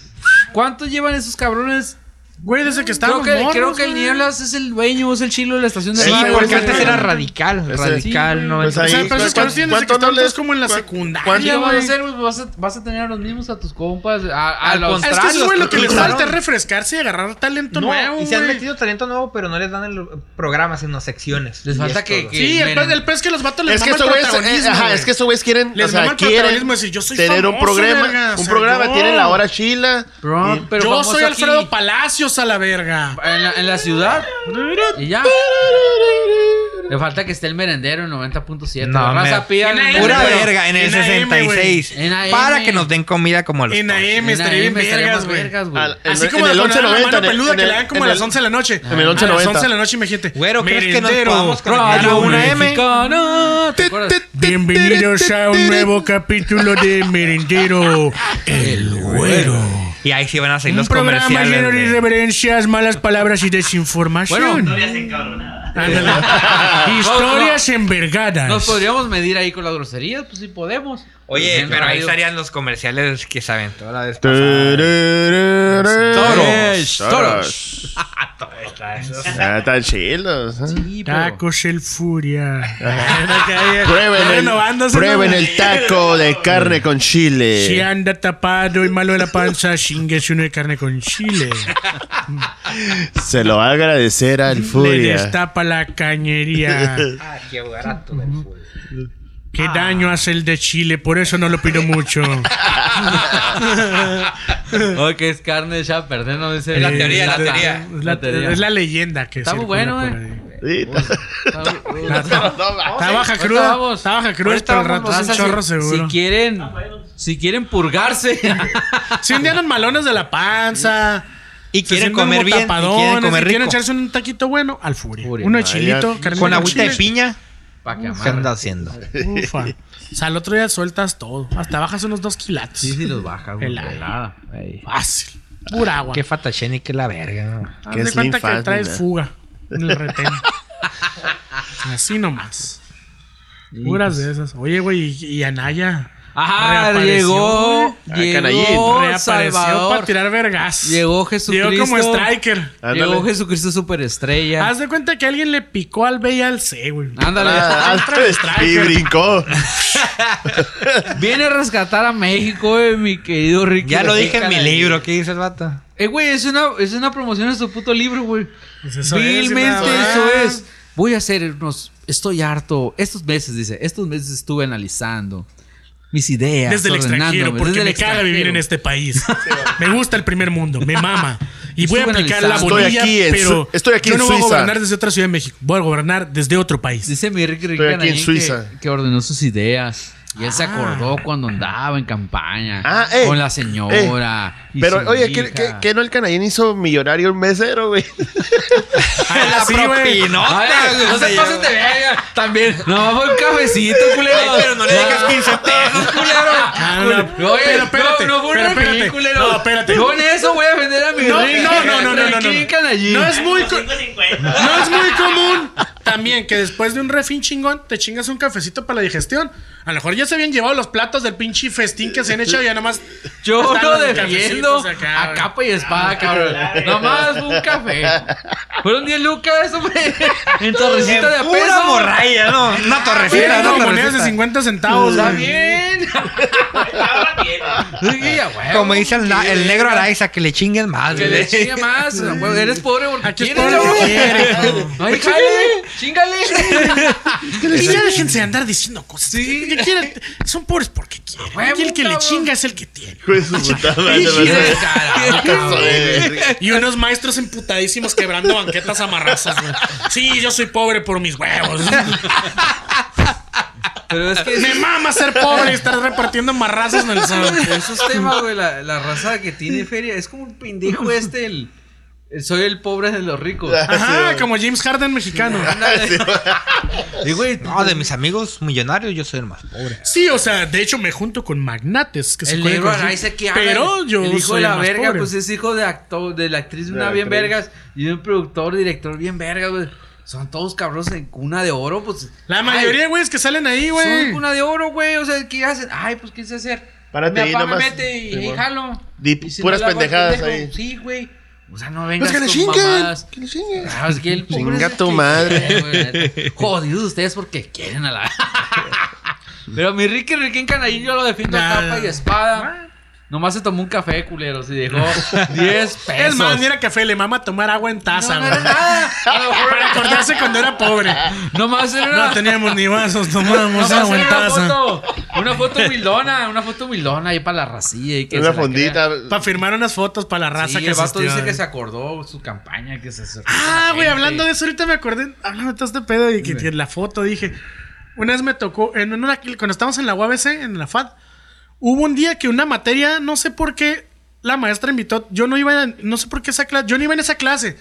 Speaker 5: ¿cuántos llevan esos cabrones?
Speaker 4: Güey, desde que
Speaker 5: Creo
Speaker 4: estábamos
Speaker 5: que,
Speaker 4: morros,
Speaker 5: creo que el
Speaker 4: güey.
Speaker 5: Nieblas es el dueño, es el chilo de la estación de
Speaker 3: Sí,
Speaker 5: radio.
Speaker 3: porque
Speaker 6: güey,
Speaker 3: antes
Speaker 6: güey.
Speaker 3: era radical,
Speaker 6: Ese-
Speaker 3: radical,
Speaker 5: pues, Sí, güey.
Speaker 3: no
Speaker 6: Pues
Speaker 4: O
Speaker 6: ahí-
Speaker 4: sea, pero esos
Speaker 6: ¿cuán-
Speaker 4: cabrones tienen desde que
Speaker 6: cuánto no
Speaker 4: estaban todos
Speaker 6: les-
Speaker 4: como en la
Speaker 6: cuán-
Speaker 5: ¿Qué
Speaker 4: secundaria,
Speaker 5: vas a
Speaker 4: güey.
Speaker 5: hacer? güey? Pues, Vas a, vas a tener a los mismos a tus compas. A, a
Speaker 3: Al
Speaker 5: los,
Speaker 4: Es que eso, güey, lo que les
Speaker 3: Claro.
Speaker 4: falta es refrescarse y agarrar talento
Speaker 3: No,
Speaker 4: nuevo,
Speaker 3: y se han
Speaker 4: güey.
Speaker 3: metido talento nuevo, pero no les dan el programa, sino secciones.
Speaker 5: Les
Speaker 3: Y
Speaker 5: falta
Speaker 3: es
Speaker 5: que-
Speaker 3: todo.
Speaker 5: que-
Speaker 4: Sí, el
Speaker 5: Miren.
Speaker 4: pez, el pez que los vatos les
Speaker 6: Es que
Speaker 4: mama
Speaker 6: estos
Speaker 4: el
Speaker 6: güeyes, eh,
Speaker 4: protagonismo,
Speaker 6: ajá,
Speaker 4: güey.
Speaker 6: es que estos güeyes quieren,
Speaker 4: Les
Speaker 6: o sea,
Speaker 4: mama el
Speaker 6: quieren
Speaker 4: protagonismo, decir, yo soy
Speaker 6: tener un
Speaker 4: famoso,
Speaker 6: programa,
Speaker 4: verga, o
Speaker 6: un
Speaker 4: sea,
Speaker 6: programa
Speaker 4: yo-
Speaker 6: tienen la hora chila.
Speaker 5: Bro, pero
Speaker 4: Yo
Speaker 5: famoso
Speaker 4: soy
Speaker 5: aquí,
Speaker 4: Alfredo Palacios a la verga.
Speaker 5: en, la, en la ciudad. Y ya. Le falta que esté el merendero en 90.7.
Speaker 3: No,
Speaker 5: la raza
Speaker 3: me-
Speaker 5: pida
Speaker 4: En
Speaker 5: el
Speaker 4: AM,
Speaker 3: Pura
Speaker 4: güey.
Speaker 5: merendero.
Speaker 3: verga, en el
Speaker 4: En AM, güey.
Speaker 3: 66.
Speaker 5: En AM.
Speaker 3: para que nos den comida como a los
Speaker 4: En
Speaker 3: toros.
Speaker 4: AM estaría
Speaker 5: En
Speaker 4: bien
Speaker 5: AM estaría
Speaker 4: vergas,
Speaker 5: más
Speaker 4: güey.
Speaker 5: vergas, güey.
Speaker 6: Al-
Speaker 4: Así
Speaker 6: en-
Speaker 4: como
Speaker 6: en
Speaker 4: la
Speaker 6: el
Speaker 4: ponen a la
Speaker 6: 1190,
Speaker 4: mano
Speaker 6: en el-
Speaker 4: peluda
Speaker 6: en
Speaker 4: que
Speaker 6: el-
Speaker 4: le dan como a
Speaker 6: en
Speaker 4: las
Speaker 6: el-
Speaker 4: 11 de la noche.
Speaker 6: en el
Speaker 4: A las
Speaker 6: 1190.
Speaker 4: 11 de la noche, imagínate.
Speaker 3: Güero, ¿crees que nos
Speaker 4: merendero.
Speaker 3: podamos conectar
Speaker 5: Radio
Speaker 3: a una M?
Speaker 5: Mexicana. ¿Te acuerdas?
Speaker 4: Bienvenidos a un nuevo capítulo de Merendero El Güero.
Speaker 3: Y ahí sí van a salir
Speaker 4: Un
Speaker 3: los
Speaker 4: programa
Speaker 3: comerciales.
Speaker 4: lleno de
Speaker 3: güey.
Speaker 4: irreverencias, malas palabras y desinformación.
Speaker 5: Bueno.
Speaker 1: Historias encabronadas.
Speaker 4: Ándale. Historias envergadas.
Speaker 5: Nos podríamos medir ahí con las groserías, pues sí podemos. Pues,
Speaker 3: Oye,
Speaker 5: En
Speaker 3: pero ahí
Speaker 5: radio.
Speaker 3: estarían los comerciales que saben toda la vez pasada.
Speaker 6: Toros.
Speaker 5: Toros.
Speaker 6: Toros.
Speaker 3: Otra vez.
Speaker 6: Ah, están chilos. ¿eh?
Speaker 3: Sí, pero-
Speaker 4: Tacos el Furia.
Speaker 6: Prueben, el,
Speaker 4: Renovándose,
Speaker 6: prueben
Speaker 4: ¿no?
Speaker 6: el taco de carne con chile.
Speaker 4: Si anda tapado y malo de la panza, chingues uno de carne con chile.
Speaker 6: Se lo va a agradecer al
Speaker 4: Le
Speaker 6: Furia.
Speaker 4: destapa la cañería.
Speaker 8: Ah, qué barato del fútbol.
Speaker 3: Ah.
Speaker 4: Qué daño hace el de chile, por eso no lo pido mucho.
Speaker 5: Oye, que es carne ya perder, no dice.
Speaker 3: Es la teoría, la
Speaker 5: Lata.
Speaker 3: teoría.
Speaker 4: Eh, Es la, es la leyenda que
Speaker 5: Está muy
Speaker 4: circula
Speaker 5: bueno,
Speaker 4: por
Speaker 5: eh.
Speaker 4: ahí.
Speaker 6: Sí,
Speaker 5: Está-
Speaker 4: Está baja
Speaker 5: Ahorita
Speaker 4: cruda.
Speaker 5: vamos.
Speaker 4: Está baja cruda,
Speaker 5: Ahorita
Speaker 4: pero al rato
Speaker 5: vamos,
Speaker 4: es un
Speaker 5: raza,
Speaker 4: chorro
Speaker 5: si,
Speaker 4: seguro.
Speaker 5: Si quieren, si quieren purgarse.
Speaker 4: Si un día andan malones de la panza.
Speaker 3: Y
Speaker 4: se
Speaker 3: quieren
Speaker 4: sienten
Speaker 3: comer
Speaker 4: como
Speaker 3: bien, y
Speaker 4: tapadones,
Speaker 3: quieren comer
Speaker 4: y quieren
Speaker 3: rico.
Speaker 4: echarse un taquito bueno al furia.
Speaker 5: Furia,
Speaker 4: Uno de
Speaker 6: no,
Speaker 4: chilito,
Speaker 6: ya-
Speaker 4: carne
Speaker 3: Con
Speaker 4: con
Speaker 3: agüita de
Speaker 4: chile.
Speaker 3: piña,
Speaker 5: Pa' que
Speaker 3: ¿qué anda
Speaker 5: amarre.
Speaker 3: haciendo?
Speaker 4: Ufa. O sea, al otro día sueltas todo. Hasta bajas unos dos kilatos.
Speaker 5: Sí, sí, los baja, güey.
Speaker 4: Pelada.
Speaker 5: pelada.
Speaker 4: Fácil. Pura agua.
Speaker 3: Qué fatacheni que la verga. ¿no?
Speaker 6: Qué
Speaker 4: Haz de cuenta
Speaker 6: slim
Speaker 4: que
Speaker 6: fast,
Speaker 4: traes
Speaker 6: ¿no?
Speaker 4: fuga en el retén. Así nomás. Puras
Speaker 6: pues.
Speaker 4: de esas. Oye, güey, y, y Anaya.
Speaker 5: Ajá,
Speaker 4: Reapareció,
Speaker 5: llegó.
Speaker 6: güey. Ah,
Speaker 5: Llegó.
Speaker 6: canallín.
Speaker 4: Reapareció para
Speaker 5: Oh, Salvador.
Speaker 4: tirar vergas.
Speaker 5: Llegó Jesucristo.
Speaker 4: Llegó como striker.
Speaker 6: Ándale.
Speaker 5: Llegó Jesucristo Superestrella.
Speaker 4: Haz de cuenta que alguien le picó al B y al C, güey.
Speaker 5: Ándale.
Speaker 6: Ah, y brincó.
Speaker 5: Viene a rescatar a México, eh, mi querido Ricky.
Speaker 3: Ya lo
Speaker 5: Ortega
Speaker 3: dije en mi
Speaker 5: Canallín.
Speaker 3: libro, ¿qué dice el vato?
Speaker 5: Eh, güey, es una, es una promoción de su puto libro, güey.
Speaker 4: Pues eso es,
Speaker 5: Vilmente
Speaker 4: nada
Speaker 5: eso
Speaker 4: más.
Speaker 5: es. Voy a hacer unos. Estoy harto. Estos meses, dice. Estos meses estuve analizando mis ideas.
Speaker 4: Desde el extranjero,
Speaker 5: ordenándome,
Speaker 4: porque
Speaker 5: desde
Speaker 4: me
Speaker 5: el
Speaker 4: caga vivir
Speaker 5: extranjero.
Speaker 4: en este país. me gusta el primer mundo, me mama. Y voy a
Speaker 5: Estuve
Speaker 4: aplicar la
Speaker 5: analizando.
Speaker 4: bolilla,
Speaker 6: Estoy aquí en
Speaker 4: pero
Speaker 6: Su- estoy aquí
Speaker 4: yo
Speaker 6: en
Speaker 4: no voy a
Speaker 6: Suiza.
Speaker 4: gobernar desde otra ciudad de México. Voy a gobernar desde otro país.
Speaker 5: Dice mi Ricky Ricky
Speaker 6: Estoy aquí en
Speaker 5: Canallín
Speaker 6: Suiza.
Speaker 5: Que, que ordenó sus ideas. Y él
Speaker 4: Ah.
Speaker 5: se acordó cuando andaba en campaña.
Speaker 6: Ah, eh,
Speaker 5: con la
Speaker 4: Eh.
Speaker 5: señora. y su
Speaker 6: Pero, oye, ¿qué,
Speaker 5: hija.
Speaker 6: qué, qué no el canallín hizo millonario un mesero, güey?
Speaker 4: Ah, sí, güey.
Speaker 5: Ay, no se pasen de verga. También. No, fue un cafecito, culero. pero no le dejas 15 pesos, culero.
Speaker 4: Ah, no, no.
Speaker 5: Oye,
Speaker 4: Pero
Speaker 5: no,
Speaker 4: espérate,
Speaker 5: no, fue un
Speaker 4: pero espérate.
Speaker 5: refil, culero.
Speaker 4: No, espérate.
Speaker 5: Yo en eso voy a defender a mi
Speaker 4: No,
Speaker 5: Ricky.
Speaker 4: no, no, no, no, no, no.
Speaker 5: Ricky Canallín.
Speaker 4: No es muy co-
Speaker 1: 550.
Speaker 4: no es muy común también que después de un refín chingón te chingas un cafecito para la digestión. A lo mejor ya se habían llevado los platos del pinche festín que se han hecho y ya nomás
Speaker 5: Yo
Speaker 4: están
Speaker 5: lo
Speaker 4: los
Speaker 5: defiendo
Speaker 4: cafecitos acá,
Speaker 5: a
Speaker 4: güey. Ah,
Speaker 5: capa y espada, cabrón. Nomás un café. Fueron 10 lucas, hombre. En torrecita de a
Speaker 3: Pura
Speaker 5: peso.
Speaker 3: morralla, Ah, ¿no? Una
Speaker 4: Sí,
Speaker 3: torrecita,
Speaker 4: eran
Speaker 3: una
Speaker 4: como monedas de
Speaker 3: torrecita.
Speaker 4: 50 centavos.
Speaker 5: Está
Speaker 4: güey.
Speaker 5: bien.
Speaker 1: Ahora tiene.
Speaker 5: Sí, a huevo.
Speaker 3: Como dice el, na- el negro Araiza, que le chinguen más,
Speaker 5: Que le
Speaker 3: güey.
Speaker 5: chingue más. a huevo. Eres pobre porque
Speaker 4: Aquí es
Speaker 5: quieres,
Speaker 4: pobre porque
Speaker 5: cabrón.
Speaker 4: quieres, cabrón.
Speaker 5: Ay, jale. Chingale.
Speaker 4: Y ya déjense de andar diciendo cosas.
Speaker 5: Sí.
Speaker 4: Que quieren, son pobres porque quieren.
Speaker 5: Huevo,
Speaker 4: Aquí el que le
Speaker 5: cabrón.
Speaker 4: chinga es el que tiene.
Speaker 6: Hijo de su puta madre,
Speaker 5: Chingale,
Speaker 6: güey.
Speaker 5: carajo.
Speaker 6: Caso de verga.
Speaker 4: Y unos maestros emputadísimos quebrando banquetas amarrazas, güey. Sí, yo soy pobre por mis huevos.
Speaker 5: Pero es que
Speaker 4: Me mama ser pobre y estar repartiendo amarrazas en el sol.
Speaker 5: esos temas, güey, la, la raza que tiene feria. Es como un pendejo este, el, el soy el pobre de los ricos.
Speaker 4: Ajá, como James Harden mexicano.
Speaker 3: Digo, güey, no, de mis amigos millonarios, yo soy el más pobre.
Speaker 4: Sí, o sea, de hecho me junto con magnates que se
Speaker 5: El
Speaker 4: pueden
Speaker 5: negro
Speaker 4: conseguir.
Speaker 5: Araiza que haga
Speaker 4: Pero
Speaker 5: el-
Speaker 4: yo
Speaker 5: el hijo
Speaker 4: soy
Speaker 5: de la
Speaker 4: el más
Speaker 5: verga,
Speaker 4: pobre.
Speaker 5: pues es hijo de actor, de la actriz una
Speaker 6: la
Speaker 5: bien
Speaker 6: actriz.
Speaker 5: vergas y de un productor, director bien vergas, güey. Son todos cabros en cuna de oro, pues.
Speaker 4: La
Speaker 5: ay,
Speaker 4: mayoría, güey, es que salen ahí,
Speaker 5: son
Speaker 4: güey.
Speaker 5: cuna de oro, güey. O sea, ¿qué hacen? Ay, pues qué sé hacer.
Speaker 6: Párate
Speaker 5: Mi
Speaker 6: ahí
Speaker 5: papá me
Speaker 6: nomás.
Speaker 5: mete y,
Speaker 6: Sí,
Speaker 5: y
Speaker 6: bueno.
Speaker 5: jalo.
Speaker 6: Di
Speaker 5: Y si
Speaker 6: puras
Speaker 5: no la hago,
Speaker 6: pendejadas
Speaker 5: pendejo.
Speaker 6: ahí.
Speaker 5: Sí, güey. O sea, no
Speaker 6: Pues
Speaker 5: vengas
Speaker 6: que le
Speaker 5: con
Speaker 6: chinguen.
Speaker 5: mamadas.
Speaker 6: Que le chinguen.
Speaker 5: Ah, es que el pobre
Speaker 6: Chinga
Speaker 5: es el
Speaker 6: tu
Speaker 5: que
Speaker 6: madre.
Speaker 5: quiere, güey, la neta. Jodidos ustedes porque quieren a la. Pero mi Ricky Riquín Canallín yo lo defiendo a
Speaker 4: Nada.
Speaker 5: capa y espada. Nomás se tomó un café, culeros, y dejó 10 pesos.
Speaker 4: Es más, mira café, le mama tomar agua en taza,
Speaker 5: no, no
Speaker 4: güey.
Speaker 5: era nada. A lo mejor
Speaker 4: Para acordarse cuando era pobre.
Speaker 5: Nomás era una.
Speaker 4: No teníamos ni vasos, tomábamos
Speaker 5: nomás era
Speaker 4: agua en
Speaker 5: una
Speaker 4: taza.
Speaker 5: foto. Una foto humildona, una foto humildona ahí para la racilla. Y que se
Speaker 6: Una
Speaker 5: la crea.
Speaker 6: fondita.
Speaker 4: Para firmar unas fotos para la raza
Speaker 5: sí,
Speaker 4: que
Speaker 5: el vato
Speaker 4: asistió.
Speaker 5: dice que se acordó su campaña, que se acercó con la
Speaker 4: Ah, güey,
Speaker 5: gente.
Speaker 4: hablando de eso, ahorita me acordé, hablando de todo este pedo y que, que la foto dije. Una vez me tocó, en una, cuando estábamos en la UABC, en la FAD, hubo un día que una materia, no sé por qué, la maestra invitó, yo no iba, en- no sé por qué esa clase, yo no iba en esa clase.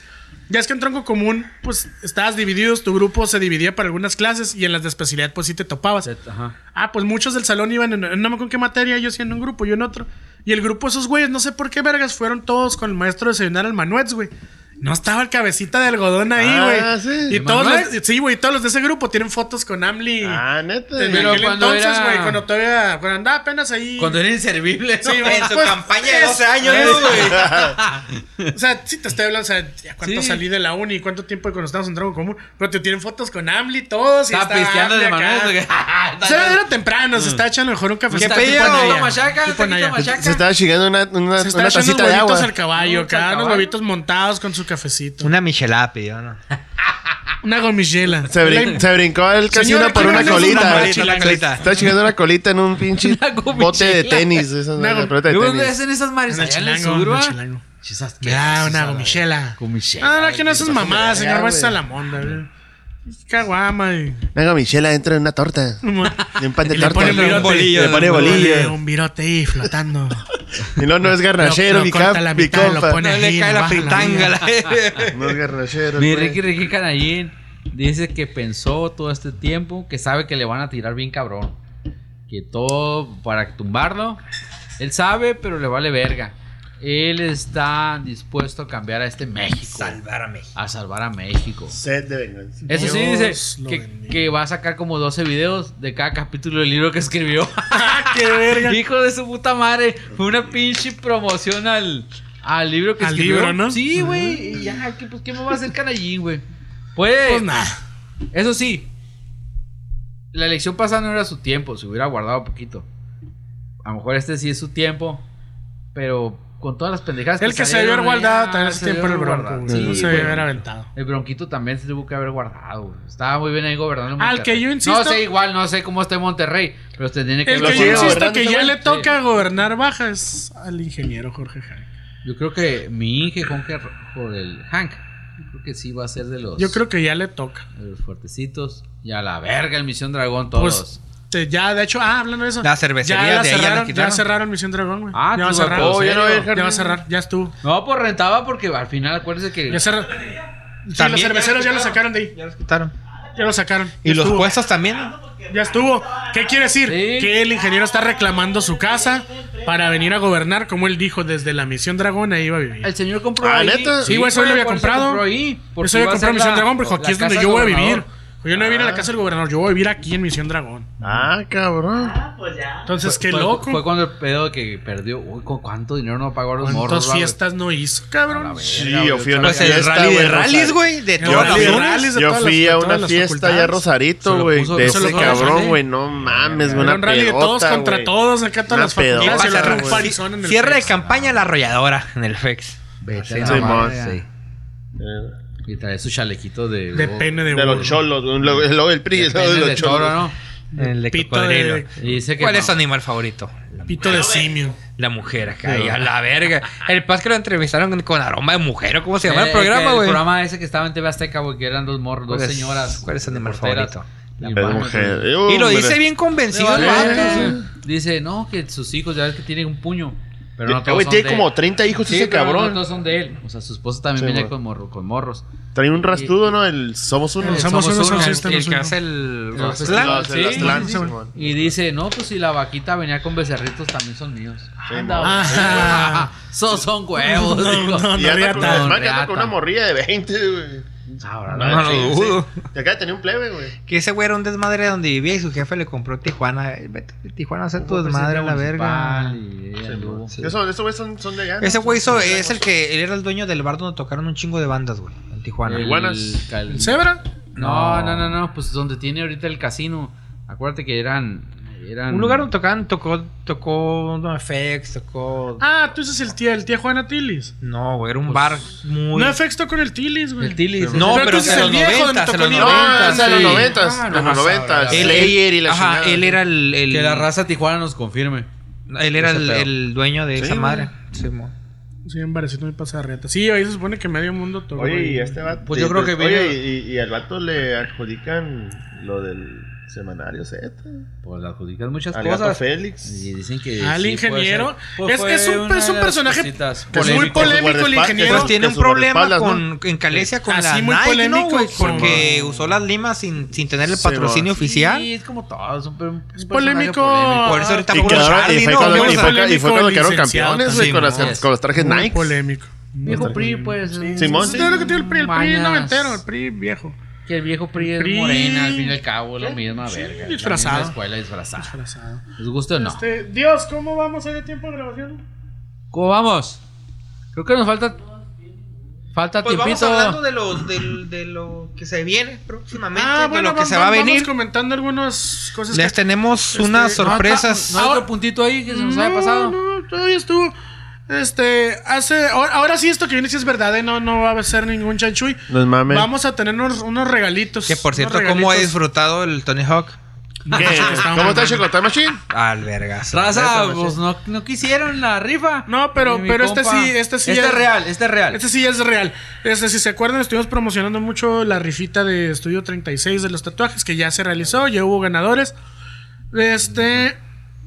Speaker 4: Ya es que en tronco común, pues estabas divididos, tu grupo se dividía para algunas clases y en las de especialidad, pues sí te topabas.
Speaker 5: Ajá.
Speaker 4: Ah, pues muchos del salón iban en, no me acuerdo en qué materia, yo sí en un grupo, yo en otro. Y el grupo de esos güeyes, no sé por qué vergas, fueron todos con el maestro de desayunar al Manuets, güey. No estaba el cabecita de algodón ahí, güey.
Speaker 6: Ah, sí.
Speaker 4: Y todos
Speaker 5: ¿Emanuel?
Speaker 4: los, sí, güey, todos los de ese grupo tienen fotos con Amli.
Speaker 6: Ah, neta.
Speaker 4: Desde
Speaker 5: Pero
Speaker 4: aquel
Speaker 5: cuando
Speaker 4: entonces,
Speaker 5: era-
Speaker 4: güey, cuando todavía, cuando andaba apenas ahí.
Speaker 5: Cuando era inservible.
Speaker 4: Sí, güey,
Speaker 8: En su
Speaker 4: pues,
Speaker 8: campaña de
Speaker 4: es-
Speaker 8: 12 años,
Speaker 4: es-
Speaker 8: ¿no, güey.
Speaker 4: O sea, sí te estoy hablando, o sea, ya cuánto
Speaker 5: Sí.
Speaker 4: salí de la uni, cuánto tiempo cuando estábamos en Trago Común, pero te tienen fotos con Amli todos y
Speaker 5: Estaba
Speaker 4: está
Speaker 5: pisteando de Mm.
Speaker 4: Amli acá.
Speaker 5: Manuel.
Speaker 4: O sea, era temprano, se estaba echando mejor un
Speaker 5: ¿Qué
Speaker 4: cafecito.
Speaker 5: pedí?
Speaker 4: tipo Anaya.
Speaker 5: ¿Una machaca?
Speaker 4: Tipo
Speaker 5: ¿Un taquito
Speaker 4: Anaya.
Speaker 5: machaca?
Speaker 6: Se estaba chingando una, una,
Speaker 4: Se estaba
Speaker 6: una
Speaker 4: echando
Speaker 6: tacita
Speaker 4: unos
Speaker 6: de
Speaker 4: huevitos
Speaker 6: agua.
Speaker 4: al caballo,
Speaker 5: Unos al
Speaker 4: acá, unos
Speaker 5: caballo.
Speaker 4: huevitos montados con su cafecito.
Speaker 3: Una michelada pidió, ¿no?
Speaker 4: Una gomichela.
Speaker 6: Se, brin- se brincó el
Speaker 4: Señora,
Speaker 6: casino por una
Speaker 4: quiero
Speaker 6: colita.
Speaker 4: una
Speaker 6: Se-
Speaker 3: mochila, colita.
Speaker 6: Estaba chingando una colita en un pinche
Speaker 5: Una gomichela.
Speaker 6: bote de tenis. Esa
Speaker 4: Una gom-
Speaker 6: pelota de
Speaker 5: Luego, ¿Dónde
Speaker 6: tenis.
Speaker 5: hacen esas mares?
Speaker 4: Una
Speaker 5: Allá en el
Speaker 4: chilango,
Speaker 5: sur,
Speaker 4: una
Speaker 5: ¿va?
Speaker 4: chilango.
Speaker 5: Chisas, qué
Speaker 4: Ya, una
Speaker 5: asquerosas,
Speaker 4: gomichela.
Speaker 5: güey. Gomichela.
Speaker 4: Ah, no, que no esas mamadas,
Speaker 6: verga,
Speaker 4: señor.
Speaker 6: güey.
Speaker 4: Váyase a la monda, güey. Es Caguama y...
Speaker 6: Venga, Michela, entra en una torta. De un pan de
Speaker 4: Y le
Speaker 6: torta.
Speaker 4: pone un virote.
Speaker 6: bolillo. Le pone
Speaker 4: Ponle
Speaker 6: bolillo.
Speaker 4: Un virote ahí flotando.
Speaker 6: Y no, no es garnachero,
Speaker 4: Lo-
Speaker 6: mi
Speaker 4: lo corta
Speaker 6: cap-
Speaker 4: la
Speaker 6: mi
Speaker 4: mitad, lo
Speaker 6: compa.
Speaker 4: pone-
Speaker 3: No le
Speaker 4: Ahí,
Speaker 3: cae la
Speaker 4: baja la
Speaker 3: fritanga. la-
Speaker 6: No es garnachero.
Speaker 5: Mi
Speaker 6: pues.
Speaker 5: Ricky Ricky Canallín dice que pensó todo este tiempo que sabe que le van a tirar bien cabrón. Que todo para tumbarlo. Él sabe, pero le vale verga. Él está dispuesto a cambiar a este México.
Speaker 8: Salvar a México.
Speaker 5: A salvar a México.
Speaker 6: Sed de venganza.
Speaker 5: Eso sí
Speaker 4: Dios
Speaker 5: dice
Speaker 4: lo
Speaker 5: que,
Speaker 4: bendiga.
Speaker 5: que va a sacar como 12 videos de cada capítulo del libro que escribió.
Speaker 4: ¡Qué verga!
Speaker 5: Hijo de su puta madre. Fue una pinche promoción al, al libro que
Speaker 4: Al
Speaker 5: escribió.
Speaker 4: libro, ¿no?
Speaker 5: Sí, güey. Y ya, ¿qué, pues, ¿qué me va a hacer canallín, güey? Puede.
Speaker 4: Pues nada.
Speaker 5: Eso sí, la elección pasada no era su tiempo, se hubiera guardado poquito. A lo mejor este sí es su tiempo, pero con todas las pendejadas
Speaker 4: El que se debió
Speaker 5: salieron,
Speaker 4: haber guardado
Speaker 5: ya,
Speaker 4: también es
Speaker 5: se
Speaker 4: tiempo el
Speaker 5: debió haber
Speaker 4: bronco.
Speaker 5: guardado.
Speaker 4: güey. No
Speaker 5: Sí,
Speaker 4: se debió
Speaker 5: güey.
Speaker 4: haber aventado.
Speaker 5: El bronquito también se tuvo que haber guardado. güey. Estaba muy bien ahí gobernando.
Speaker 4: Al
Speaker 5: Monterrey.
Speaker 4: que yo insisto-
Speaker 5: No sé, igual, no sé cómo está en Monterrey, pero usted tiene que
Speaker 4: El
Speaker 6: lo
Speaker 4: que
Speaker 6: sigue
Speaker 4: yo insisto
Speaker 6: gobernando
Speaker 4: que
Speaker 6: este
Speaker 4: ya
Speaker 6: güey.
Speaker 4: le toca
Speaker 5: Sí.
Speaker 4: gobernar baja es al ingeniero Jorge Jara.
Speaker 5: Yo creo que mi hijo, con que- con el Hank, yo creo que sí va a ser de los,
Speaker 4: Yo creo que ya le toca.
Speaker 5: de los fuertecitos. Y a la verga, el Misión Dragón,
Speaker 4: Pues
Speaker 5: todos.
Speaker 4: te- ya, de hecho, ah, hablando de eso.
Speaker 3: La cervecería
Speaker 4: ya la
Speaker 3: de ahí ya la
Speaker 4: cerraron, ya
Speaker 3: quitaron.
Speaker 4: cerraron Misión Dragón, güey.
Speaker 5: Ah,
Speaker 4: ya va a
Speaker 5: tú,
Speaker 4: cerrar.
Speaker 5: guapo,
Speaker 6: Oh, ya no va a
Speaker 5: serio.
Speaker 6: dejar-
Speaker 4: Ya va a cerrar, ya estuvo.
Speaker 5: No, pues rentaba porque al final acuérdese que
Speaker 4: Ya cerraron. Sí, los
Speaker 3: También ya
Speaker 4: cerveceros ya lo sacaron de ahí.
Speaker 3: Ya los quitaron. Ah,
Speaker 4: Ya lo sacaron.
Speaker 3: Y
Speaker 4: Ya
Speaker 3: los
Speaker 4: estuvo.
Speaker 3: puestos también. Pues
Speaker 4: Ya estuvo. ¿Qué quiere decir?
Speaker 5: Sí.
Speaker 4: Que el ingeniero está reclamando su casa para venir a gobernar, como él dijo, desde la misión Dragón ahí iba a vivir.
Speaker 5: el señor compró
Speaker 6: Ah,
Speaker 5: ahí.
Speaker 6: ¿neta?
Speaker 4: Sí, güey, eso yo lo había
Speaker 5: por
Speaker 4: comprado.
Speaker 5: compró ahí.
Speaker 4: Por
Speaker 5: porque
Speaker 4: eso yo
Speaker 5: iba a
Speaker 4: compré
Speaker 5: ser
Speaker 4: Misión
Speaker 5: la-
Speaker 4: Dragón, pero dijo,
Speaker 5: la
Speaker 4: aquí es donde
Speaker 5: casa
Speaker 4: yo voy a
Speaker 5: del
Speaker 4: vivir.
Speaker 5: gobernador. Ah.
Speaker 4: Yo no voy a vivir a la casa del gobernador, yo voy a vivir aquí en Misión Dragón.
Speaker 6: Ah, cabrón.
Speaker 1: Ah, pues ya.
Speaker 4: Entonces, qué
Speaker 5: Fue-
Speaker 4: loco.
Speaker 5: Fue cuando el pedo que perdió. Uy, ¿con cuánto dinero no pagó los morros?
Speaker 4: ¿Cuántas
Speaker 5: va, güey?
Speaker 4: fiestas no hizo,
Speaker 5: A la
Speaker 4: cabrón?
Speaker 6: Sí,
Speaker 5: verga,
Speaker 6: yo
Speaker 5: güey,
Speaker 6: fui a una
Speaker 3: Pues el
Speaker 6: fiesta,
Speaker 3: rally de
Speaker 6: Rosa-
Speaker 3: rallies, güey. De
Speaker 4: Yo
Speaker 3: todos
Speaker 4: fui-
Speaker 3: los-
Speaker 4: rallies de
Speaker 6: Yo
Speaker 4: todas las-
Speaker 6: fui a
Speaker 4: de todas
Speaker 6: una
Speaker 4: las
Speaker 6: fiesta allá a
Speaker 4: facultades.
Speaker 5: Se
Speaker 6: Rosarito,
Speaker 5: lo
Speaker 6: güey.
Speaker 5: puso-
Speaker 6: De
Speaker 5: se lo
Speaker 6: ese
Speaker 5: puso
Speaker 6: cabrón,
Speaker 5: Rosalén.
Speaker 6: güey. No mames,
Speaker 4: Era
Speaker 6: una
Speaker 4: un rally de todos
Speaker 6: pedota,
Speaker 4: contra
Speaker 6: güey.
Speaker 4: todos, acá todas
Speaker 6: Una
Speaker 4: las facultades.
Speaker 6: pedota,
Speaker 4: y la
Speaker 3: güey.
Speaker 4: Palizón en el
Speaker 3: Cierre de
Speaker 4: Fex.
Speaker 3: campaña la arrolladora en el FEX.
Speaker 5: Vete
Speaker 6: Soy
Speaker 5: a la
Speaker 6: más.
Speaker 5: verga.
Speaker 3: Sí.
Speaker 5: Y trae su chalequito de.
Speaker 4: De pene de,
Speaker 6: De los
Speaker 4: burro.
Speaker 6: cholos, güey. Lo- el logo del PRI,
Speaker 5: de
Speaker 6: el logo de
Speaker 5: pene
Speaker 6: los
Speaker 5: de toro,
Speaker 6: cholos.
Speaker 5: ¿no?
Speaker 3: En el de
Speaker 4: Pito
Speaker 3: cocodrilo.
Speaker 4: de-
Speaker 5: Y dice que.
Speaker 3: ¿Cuál es su
Speaker 5: no.
Speaker 3: animal favorito?
Speaker 4: Pito de simio.
Speaker 3: La mujer acá, y a la verga. El pas que lo entrevistaron con aroma de mujer, o cómo se llama
Speaker 5: Eh,
Speaker 3: el
Speaker 5: eh,
Speaker 3: programa,
Speaker 5: que
Speaker 3: güey.
Speaker 5: El programa ese que estaba en TV Azteca, güey, que eran dos morros, dos
Speaker 3: ¿Cuál es-
Speaker 5: señoras.
Speaker 3: cuál es su animal
Speaker 5: reporteras.
Speaker 3: favorito?
Speaker 5: Y
Speaker 6: Es
Speaker 5: el vato,
Speaker 6: mujer.
Speaker 3: Y lo
Speaker 6: Hombre.
Speaker 3: dice bien convencido, el
Speaker 6: Sí.
Speaker 3: vato.
Speaker 5: Dice, no, que sus hijos ya ves que tienen un puño. Pero no
Speaker 6: Eh,
Speaker 5: todos
Speaker 6: Güey,
Speaker 5: son
Speaker 6: tiene
Speaker 5: de
Speaker 6: como
Speaker 5: él.
Speaker 6: 30 hijos
Speaker 5: Sí,
Speaker 6: ese
Speaker 5: pero no
Speaker 6: cabrón.
Speaker 5: todos son de él. O sea, su esposa también
Speaker 6: Sí,
Speaker 5: venía
Speaker 6: güey.
Speaker 5: con, morro- con morros.
Speaker 6: Trae un rastudo, ¿no? El Somos Uno.
Speaker 4: El Somos
Speaker 5: Somos
Speaker 4: unos
Speaker 5: uno,
Speaker 4: autistas,
Speaker 3: El que
Speaker 4: nosotros.
Speaker 3: hace el.
Speaker 5: Los
Speaker 6: Sí,
Speaker 3: Aztlán.
Speaker 6: los- el
Speaker 5: Sí,
Speaker 6: Aztlán,
Speaker 5: sí,
Speaker 4: sí.
Speaker 6: Simón.
Speaker 5: Y dice, no, pues si la vaquita venía con becerritos, también son míos.
Speaker 6: Sí,
Speaker 5: Anda,
Speaker 6: mo-
Speaker 5: güey.
Speaker 4: Ah.
Speaker 5: Esos son huevos,
Speaker 4: No,
Speaker 5: digo.
Speaker 4: no,
Speaker 6: Y anda con,
Speaker 5: reata.
Speaker 6: además que anda
Speaker 5: Reata.
Speaker 6: con una morrilla de 20, güey.
Speaker 5: Ahora,
Speaker 3: No, no lo dudo.
Speaker 6: Y acá tenía un plebe, güey.
Speaker 3: Que ese güey era un desmadre donde vivía y su jefe le compró Tijuana. Eh, Vete, a Tijuana, hacer tu desmadre a la verga.
Speaker 6: Eso- Esos güeyes son, son de allá. ¿no?
Speaker 3: Ese güey hizo,
Speaker 6: Son de
Speaker 3: es el que él era el dueño del bar donde tocaron un chingo de bandas, güey, en Tijuana.
Speaker 6: El- Iguanas.
Speaker 4: ¿El cebra?
Speaker 5: No, no, no, no, pues donde tiene ahorita el casino. Acuérdate que eran. eran
Speaker 3: Un lugar donde tocaban, tocó, tocó NoFX, tocó.
Speaker 4: Ah, tú dices el tía, el tía Juana Tilis.
Speaker 3: No, güey, era
Speaker 6: Pues,
Speaker 3: un bar muy.
Speaker 4: No, FX tocó con el Tilis, güey.
Speaker 5: El Tilis.
Speaker 3: No,
Speaker 4: Pero
Speaker 3: pero
Speaker 4: entonces
Speaker 3: en
Speaker 4: el
Speaker 3: los
Speaker 4: viejo donde
Speaker 3: noventas, en
Speaker 4: tocó
Speaker 3: los
Speaker 4: el
Speaker 6: No,
Speaker 3: noventas.
Speaker 6: es de los
Speaker 3: sí.
Speaker 6: 90.
Speaker 5: Ah,
Speaker 6: De
Speaker 5: no,
Speaker 6: los 90.
Speaker 3: Él-
Speaker 6: Slayer y la
Speaker 3: Ajá,
Speaker 6: chingada.
Speaker 3: él era el. el-
Speaker 5: Que la raza tijuana nos confirme.
Speaker 3: Él era
Speaker 5: Ese
Speaker 3: el,
Speaker 5: pedo.
Speaker 3: el dueño de
Speaker 6: Sí,
Speaker 3: esa
Speaker 6: güey.
Speaker 3: madre. Sí, mo.
Speaker 4: Sí, en Varecito me pasa reta. Sí, ahí se supone que medio mundo tocó.
Speaker 6: Oye,
Speaker 4: güey.
Speaker 6: y a este vato.
Speaker 5: Pues yo creo que
Speaker 6: oye,
Speaker 5: viene-
Speaker 6: y, y al vato le adjudican lo del semanario Z.
Speaker 5: Pues le adjudican muchas
Speaker 6: Al gato
Speaker 5: cosas.
Speaker 6: Félix.
Speaker 5: Y dicen que.
Speaker 4: Al
Speaker 5: sí puede
Speaker 4: ingeniero.
Speaker 5: ser. Pues
Speaker 4: Es-
Speaker 5: fue
Speaker 4: es un-
Speaker 5: una
Speaker 4: es un
Speaker 5: de las
Speaker 4: personaje
Speaker 5: cositas
Speaker 4: que es muy
Speaker 5: polémicas.
Speaker 4: polémico el ingeniero.
Speaker 3: Pues tiene un problema con, en Calesia
Speaker 6: Ah,
Speaker 3: con
Speaker 4: Así
Speaker 3: la
Speaker 4: muy
Speaker 3: Nike,
Speaker 4: polémico,
Speaker 3: ¿no, güey?
Speaker 4: sí,
Speaker 3: Porque usó las limas sin, sin tener el
Speaker 6: Sí,
Speaker 3: patrocinio oficial.
Speaker 5: Sí, es como todo. Es, un, un personaje
Speaker 4: polémico.
Speaker 3: Por eso ahorita
Speaker 6: Y,
Speaker 3: puro
Speaker 6: quedaron- y
Speaker 3: Charlie,
Speaker 6: fue
Speaker 3: ¿no?
Speaker 6: cuando,
Speaker 3: Vamos
Speaker 6: y
Speaker 3: a-
Speaker 6: fue- y fue cuando
Speaker 4: polémico
Speaker 6: quedaron
Speaker 4: licenciado
Speaker 6: campeones, güey,
Speaker 3: también,
Speaker 6: con, las-
Speaker 5: sí.
Speaker 6: con los trajes
Speaker 4: Muy
Speaker 6: Nike.
Speaker 4: polémico.
Speaker 5: Viejo PRI, pues. es-
Speaker 6: Simón,
Speaker 4: Eso
Speaker 6: sí.
Speaker 4: es lo que te digo, el PRI, el PRI
Speaker 5: Mañas.
Speaker 4: noventero, el PRI viejo.
Speaker 5: Que el viejo PRI es
Speaker 4: PRI.
Speaker 5: morena, al fin y al cabo, es la misma
Speaker 4: Sí,
Speaker 5: verga.
Speaker 4: disfrazado.
Speaker 5: La misma escuela disfrazada. ¿Les gusta o no?
Speaker 4: Este, Dios, ¿cómo vamos a de tiempo de grabación?
Speaker 5: ¿Cómo vamos? Creo que nos falta. Falta
Speaker 8: Pues vamos
Speaker 5: tiempito.
Speaker 8: hablando de lo, del- de lo que se viene próximamente,
Speaker 4: Ah,
Speaker 8: de
Speaker 4: bueno,
Speaker 8: lo que
Speaker 4: vam-
Speaker 8: se va a
Speaker 4: vamos
Speaker 8: venir.
Speaker 4: comentando algunas cosas
Speaker 3: Les
Speaker 4: que
Speaker 3: tenemos
Speaker 4: este,
Speaker 3: unas
Speaker 4: no,
Speaker 3: sorpresas.
Speaker 5: No hay otro puntito ahí que se nos haya pasado.
Speaker 4: No, no, todavía estuvo. Este, hace. Ahora, ahora sí, esto que viene sí es verdad, ¿eh? No, no va a ser ningún chanchuy.
Speaker 6: No mames.
Speaker 4: Vamos a tener unos, unos regalitos.
Speaker 3: que por
Speaker 4: unos
Speaker 3: cierto, ¿cómo he
Speaker 4: regalitos.
Speaker 3: disfrutado el Tony Hawk?
Speaker 6: ¿Qué? ¿Cómo está Choco Time Machine?
Speaker 3: Al vergas.
Speaker 5: Raza, pues no, no quisieron la rifa.
Speaker 4: No, pero-
Speaker 5: Mi
Speaker 4: pero este sí, este sí
Speaker 5: Este
Speaker 4: ya-
Speaker 5: es real, este es real.
Speaker 4: Este sí es real. Este, si se acuerdan, estuvimos promocionando mucho la rifita de Estudio 36 de los tatuajes, que ya se realizó, ya hubo ganadores. Este.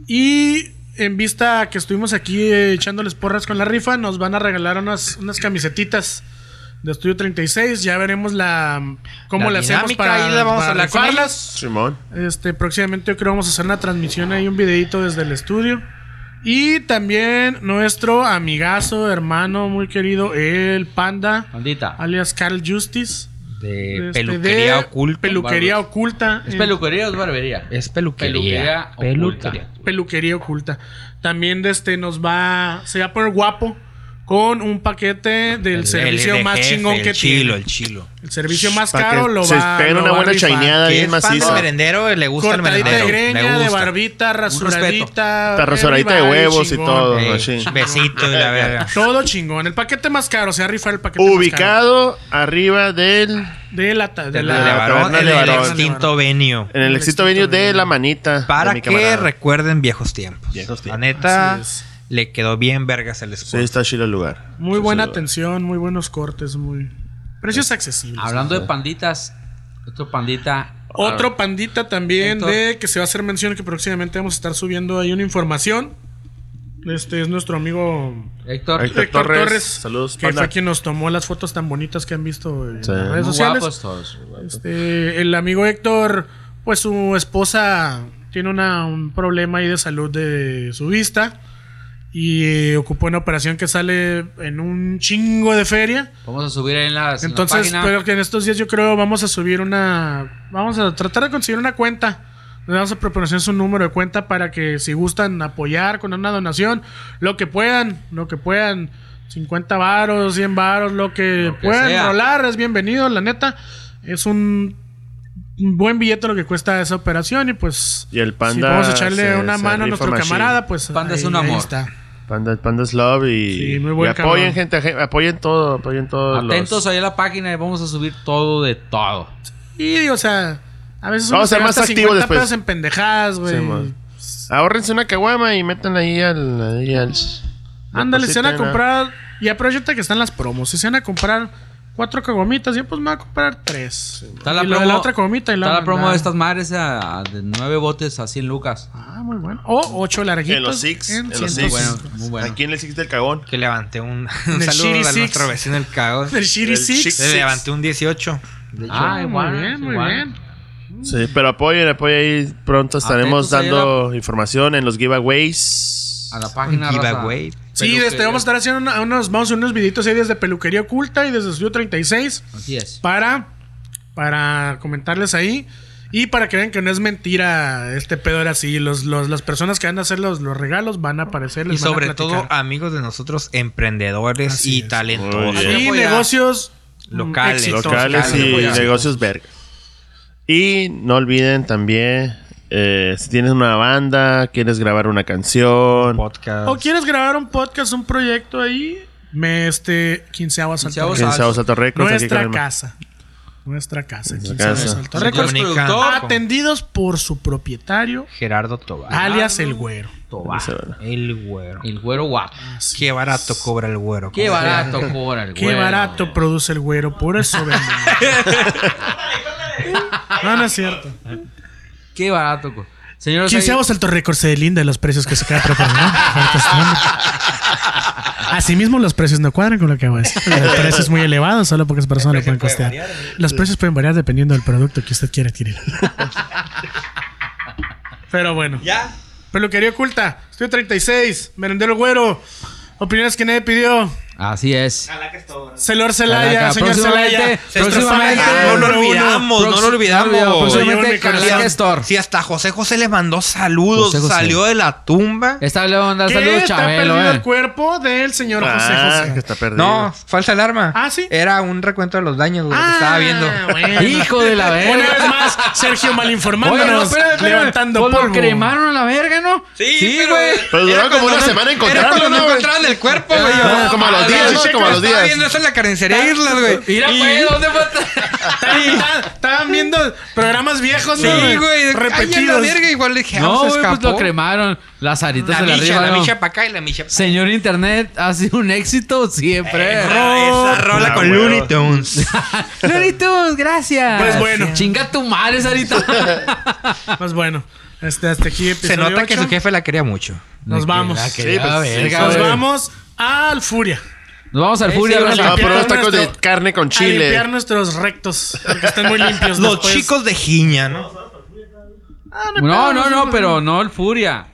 Speaker 4: Y en vista a que estuvimos aquí eh, echándoles porras con la rifa, nos van a regalar unas, unas camisetitas de Estudio 36. Ya veremos la cómo
Speaker 3: La
Speaker 4: la, hacemos
Speaker 3: dinámica,
Speaker 4: para,
Speaker 3: ahí la vamos a
Speaker 4: para
Speaker 3: hablar con
Speaker 4: rifarlas.
Speaker 6: Simón.
Speaker 4: Este, próximamente yo creo vamos a hacer una transmisión ahí, un videito desde el estudio. Y también nuestro amigazo, hermano muy querido, el Panda,
Speaker 5: Bandita.
Speaker 4: alias Carl Justice.
Speaker 3: De Eh,
Speaker 4: este,
Speaker 3: peluquería
Speaker 4: de
Speaker 3: oculta.
Speaker 4: Peluquería
Speaker 5: Barbers.
Speaker 4: oculta.
Speaker 5: ¿Es
Speaker 4: en-
Speaker 5: peluquería o es barbería?
Speaker 3: es peluquería.
Speaker 5: Peluquería
Speaker 3: Peluquería.
Speaker 4: peluquería oculta. También de este nos va, se va a poner guapo con un paquete del servicio
Speaker 3: de
Speaker 4: más
Speaker 3: jefe,
Speaker 4: chingón que
Speaker 3: el chilo,
Speaker 4: tiene.
Speaker 3: el chilo.
Speaker 4: El servicio más
Speaker 6: Para que
Speaker 4: Pues caro lo va,
Speaker 6: se peguen
Speaker 4: lo
Speaker 6: una
Speaker 4: va a
Speaker 6: buena
Speaker 4: rifar.
Speaker 6: chaineada
Speaker 3: Que
Speaker 6: bien
Speaker 3: es fan del
Speaker 6: maciza.
Speaker 3: merendero, le gusta el
Speaker 4: Cortadita de
Speaker 3: merendero.
Speaker 4: greña,
Speaker 3: le
Speaker 4: de
Speaker 3: gusta.
Speaker 4: barbita, rasuradita.
Speaker 6: Está rasuradita de
Speaker 4: everybody,
Speaker 6: huevos y
Speaker 4: chingón.
Speaker 6: todo.
Speaker 3: Eh,
Speaker 6: machín.
Speaker 3: besito y la verga.
Speaker 4: Todo chingón. El paquete más caro, se va a rifar el paquete más
Speaker 6: Ubicado arriba del.
Speaker 4: caro. De la, ta- de
Speaker 3: El
Speaker 4: la-
Speaker 6: de la-
Speaker 3: varón,
Speaker 6: taberna
Speaker 3: el
Speaker 6: de
Speaker 3: del
Speaker 6: varón.
Speaker 3: extinto venio.
Speaker 6: En el
Speaker 4: El
Speaker 6: éxito
Speaker 4: éxito
Speaker 6: venue
Speaker 4: venue.
Speaker 6: de la manita. de
Speaker 3: Para
Speaker 6: mi
Speaker 3: que
Speaker 6: camarada.
Speaker 3: recuerden viejos tiempos.
Speaker 6: Viejos
Speaker 3: La
Speaker 6: tiempos.
Speaker 3: neta,
Speaker 4: Así es.
Speaker 3: le quedó bien vergas el
Speaker 6: Sí,
Speaker 3: spot.
Speaker 6: está chido el lugar.
Speaker 4: Muy
Speaker 6: Sí,
Speaker 4: buena
Speaker 6: sí,
Speaker 4: atención, muy buenos cortes, muy. Precios accesibles.
Speaker 5: Hablando de panditas, otro pandita.
Speaker 4: Otro pandita también
Speaker 5: Entonces-
Speaker 4: de que se va a hacer mención que próximamente vamos a estar subiendo ahí una información. Este es nuestro amigo
Speaker 5: Héctor.
Speaker 6: Héctor
Speaker 4: Héctor
Speaker 6: Torres.
Speaker 4: Torres,
Speaker 6: Saludos,
Speaker 4: que
Speaker 6: panda.
Speaker 4: fue quien nos tomó las fotos tan bonitas que han visto en
Speaker 6: Sí.
Speaker 4: las redes
Speaker 5: Muy
Speaker 4: sociales.
Speaker 5: guapos todos. muy guapos.
Speaker 4: Este, el amigo Héctor, pues su esposa tiene una- un problema ahí de salud de su vista y eh, ocupó una operación que sale en un chingo de feria.
Speaker 5: Vamos a subir en las. en la
Speaker 4: Entonces,
Speaker 5: página.
Speaker 4: pero que en estos días yo creo vamos a subir una, vamos a tratar de conseguir una cuenta. Le vamos a proponer su número de cuenta para que si gustan apoyar con una donación, lo que puedan, lo que puedan, 50 varos, 100 varos, lo que,
Speaker 5: Lo que
Speaker 4: puedan
Speaker 5: sea.
Speaker 4: rolar, es bienvenido, la neta. Es un un buen billete lo que cuesta esa operación y pues
Speaker 6: Y el
Speaker 4: si
Speaker 6: panda
Speaker 4: podemos echarle
Speaker 6: se-
Speaker 4: una
Speaker 6: se
Speaker 4: mano a
Speaker 6: rifa
Speaker 4: nuestro
Speaker 6: machín.
Speaker 4: camarada, pues
Speaker 5: Panda es un amor.
Speaker 6: Panda, Panda es love y,
Speaker 4: Sí, muy buen
Speaker 6: y apoyen
Speaker 4: cabrón.
Speaker 6: gente, aje- apoyen todo, apoyen todos
Speaker 5: Atentos
Speaker 6: los...
Speaker 5: ahí a la página y vamos a subir todo de todo.
Speaker 4: Y digo, o sea, a veces
Speaker 6: Vamos a ser
Speaker 4: se
Speaker 6: más
Speaker 4: gasta
Speaker 6: activos
Speaker 4: 50
Speaker 6: después.
Speaker 4: pesos en pendejadas, güey.
Speaker 6: Sí,
Speaker 5: eh.
Speaker 6: man. Ahorrense una caguama y métanla ahí al... ahí al-
Speaker 4: Ándale, se van a
Speaker 6: depositen,
Speaker 4: comprar. Y aprovechate que están las promos. Si se van a comprar cuatro cagomitas, yo pues me voy a comprar tres.
Speaker 5: Está
Speaker 4: y lo de la otra cagomita y la
Speaker 5: está la
Speaker 4: otra,
Speaker 5: promo
Speaker 4: nada.
Speaker 5: de estas madres eh, a, a- de nueve botes a 100 lucas.
Speaker 4: Ah, muy bueno. O ocho larguitos.
Speaker 6: En los Six. En los
Speaker 5: Muy
Speaker 6: Six.
Speaker 5: bueno,
Speaker 4: 100.
Speaker 5: muy bueno.
Speaker 6: Aquí en el Six del Cagón.
Speaker 3: Que levanté un,
Speaker 4: El
Speaker 3: un
Speaker 4: Shitty
Speaker 3: saludo a
Speaker 4: Six.
Speaker 3: nuestro vecino el cagón.
Speaker 4: El Shitty
Speaker 6: El
Speaker 4: Six.
Speaker 6: Six.
Speaker 3: Le levanté un 18.
Speaker 5: ah,
Speaker 4: muy
Speaker 5: igual.
Speaker 4: bien, muy
Speaker 5: igual.
Speaker 4: bien.
Speaker 6: Sí, pero apoyen, apoyen ahí. Pronto estaremos
Speaker 5: Atentos ahí a
Speaker 6: dando información en los giveaways.
Speaker 5: A la
Speaker 3: Un
Speaker 5: página raza.
Speaker 3: giveaway.
Speaker 4: Sí,
Speaker 5: Peluquería.
Speaker 4: este, vamos a estar haciendo una- unos, vamos a hacer unos videitos ahí desde Peluquería Oculta y desde Estudio 36
Speaker 5: Así es.
Speaker 4: para, para comentarles ahí y para que vean que no es mentira este pedo era así. Los, los- las personas que van a hacer los, los regalos van a aparecer.
Speaker 3: Y
Speaker 4: les van a
Speaker 3: sobre
Speaker 4: platicar.
Speaker 3: todo, amigos de nosotros, emprendedores
Speaker 4: Así
Speaker 3: y
Speaker 4: es.
Speaker 3: talentosos.
Speaker 6: Muy bien.
Speaker 4: Y
Speaker 3: Voy a-
Speaker 4: negocios mm,
Speaker 3: Locales.
Speaker 4: exitosos.
Speaker 6: locales
Speaker 3: Entonces,
Speaker 6: y
Speaker 3: claro, pues,
Speaker 6: negocios verga. Y no olviden también, eh, si tienes una banda, quieres grabar una canción,
Speaker 3: Podcast.
Speaker 4: O quieres grabar un podcast, un proyecto ahí, me este quinceavo Salto
Speaker 5: Quinceavo
Speaker 4: Records.
Speaker 6: quien sea Osato Records, aquí
Speaker 4: Nuestra
Speaker 6: con el-
Speaker 4: casa. Nuestra casa.
Speaker 6: Nuestra
Speaker 4: Quinceavo
Speaker 6: casa.
Speaker 4: Salto
Speaker 3: Se
Speaker 4: Records.
Speaker 3: comunican
Speaker 5: productor.
Speaker 3: con
Speaker 4: Atendidos por su propietario,
Speaker 3: Gerardo Tobar.
Speaker 4: alias el güero.
Speaker 5: Tobar.
Speaker 3: El güero.
Speaker 5: El güero guapo.
Speaker 3: Qué barato cobra el güero.
Speaker 5: Qué barato cobra el
Speaker 4: Ah, Qué
Speaker 5: güero.
Speaker 4: barato produce el güero, por eso vendemos. no, no es cierto.
Speaker 5: Qué barato. co- Señoras,
Speaker 4: Quinceavo
Speaker 5: Pues ahí-
Speaker 4: Salto Records se linda los precios que se queda proponiendo. Ofertas tremendo. Asimismo, los precios no cuadran con lo que hago. Los precios muy elevados, solo pocas personas lo pueden costear. los precios pueden variar dependiendo del producto que usted quiere adquirir. Pero bueno. Ya. Peluquería oculta. Estoy 36. Merendero güero. Opiniones que nadie pidió.
Speaker 5: Así es.
Speaker 1: Calaca es todo. ¿no?
Speaker 4: Señor Celaya, señor Celaya.
Speaker 5: Próximamente, próximamente.
Speaker 3: Ah, no lo
Speaker 4: número uno.
Speaker 3: olvidamos, no lo olvidamos.
Speaker 5: Próximamente, Calaca Store.
Speaker 3: Si hasta José José le mandó saludos,
Speaker 5: José José.
Speaker 3: salió de la tumba.
Speaker 5: Esta le voy a mandar
Speaker 4: Que
Speaker 5: saludos,
Speaker 4: está
Speaker 5: Chabelo,
Speaker 4: perdido el
Speaker 5: eh.
Speaker 4: cuerpo del señor
Speaker 6: Ah,
Speaker 4: José
Speaker 6: que
Speaker 4: José.
Speaker 6: está perdido.
Speaker 3: No, falsa alarma.
Speaker 4: Ah, ¿sí? Ah,
Speaker 3: Era un recuento de los daños, güey, que estaba viendo.
Speaker 4: bueno.
Speaker 5: Hijo de la verga.
Speaker 3: Eh.
Speaker 4: Una vez más, Sergio
Speaker 5: Oye, no,
Speaker 4: malinformándonos,
Speaker 5: espérame, espérame.
Speaker 4: levantando
Speaker 5: Pues lo
Speaker 4: polvo.
Speaker 5: cremaron a la verga, ¿no? Sí,
Speaker 3: pero-
Speaker 5: güey.
Speaker 3: Era
Speaker 6: Pero duraron como
Speaker 3: cuando no-
Speaker 6: una semana en
Speaker 3: era
Speaker 6: encontrarlo,
Speaker 3: cuando
Speaker 6: ¿no,
Speaker 3: no
Speaker 6: güey?
Speaker 3: encontraron el cuerpo, güey.
Speaker 6: Ah, como a los días, ¿no? Como a los
Speaker 3: Estaba
Speaker 6: días.
Speaker 3: viendo eso en la carnicería Islas, güey.
Speaker 5: Mira,
Speaker 3: Y-
Speaker 5: güey, ¿dónde fue?
Speaker 4: Estaban- estaban- Estaban viendo programas viejos, ¿no?
Speaker 3: Sí, güey. Ay, a la
Speaker 4: Repetidos.
Speaker 3: verga, igual dije,
Speaker 5: No,
Speaker 3: no, se
Speaker 5: güey, pues
Speaker 3: escapó.
Speaker 5: lo cremaron. Las
Speaker 3: la
Speaker 5: aritas de la
Speaker 3: micha,
Speaker 5: arriba,
Speaker 3: la
Speaker 5: ¿no?
Speaker 3: micha para acá y la micha para
Speaker 5: Señor Internet, ha sido un éxito siempre.
Speaker 3: Eh, Esa rola
Speaker 6: Ah,
Speaker 3: con
Speaker 6: huevo.
Speaker 3: Looney Tunes.
Speaker 5: Loritos, gracias.
Speaker 4: Pues bueno.
Speaker 5: Chinga tu madre, Sarita.
Speaker 4: Pues bueno, este, hasta aquí
Speaker 3: Se
Speaker 4: episodio
Speaker 3: nota que
Speaker 4: ocho.
Speaker 3: su jefe la quería mucho.
Speaker 4: Nos vamos.
Speaker 5: La que
Speaker 6: Sí,
Speaker 5: la
Speaker 6: pues,
Speaker 5: verga,
Speaker 4: Nos
Speaker 5: güey.
Speaker 4: vamos al Furia.
Speaker 5: Nos vamos al
Speaker 4: Sí,
Speaker 5: Furia.
Speaker 4: sí,
Speaker 5: güey.
Speaker 6: Ah, por unos tacos de
Speaker 4: Nuestro-
Speaker 6: carne con
Speaker 4: A limpiar
Speaker 6: chile.
Speaker 4: nuestros rectos. Porque están muy limpios.
Speaker 3: Los
Speaker 4: después.
Speaker 3: chicos de Giña, ¿no?
Speaker 5: No, no, no, pero no el Furia.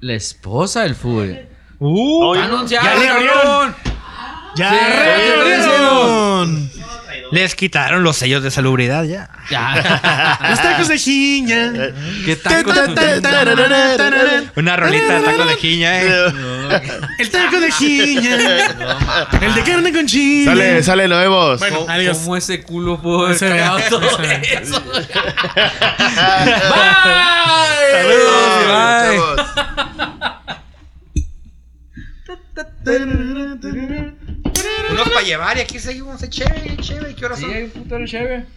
Speaker 5: La esposa del Furia.
Speaker 3: Uh,
Speaker 5: Está anunciada,
Speaker 4: ya le abrieron.
Speaker 5: cabrón.
Speaker 4: ¡Ya
Speaker 5: Sí,
Speaker 4: reabrieron!
Speaker 3: les quitaron los sellos de salubridad ya.
Speaker 5: Ya.
Speaker 4: Los tacos de jiña.
Speaker 6: Eh,
Speaker 5: ¿Qué taco?
Speaker 3: Una rolita de tacos de Giña, eh.
Speaker 4: El taco de jiña. El de carne con chile.
Speaker 6: Sale, sale nuevos.
Speaker 4: Bueno, adiós.
Speaker 5: ¿Cómo ese culo pudo haber
Speaker 4: Ese-
Speaker 5: creado todo
Speaker 4: ese-
Speaker 5: eso? ¡Bye!
Speaker 3: Bye.
Speaker 6: Chavos.
Speaker 3: Unos para llevar y aquí seguimos, eh, chévere, chévere, ¿qué horas son?
Speaker 5: Sí, hay un putero chévere.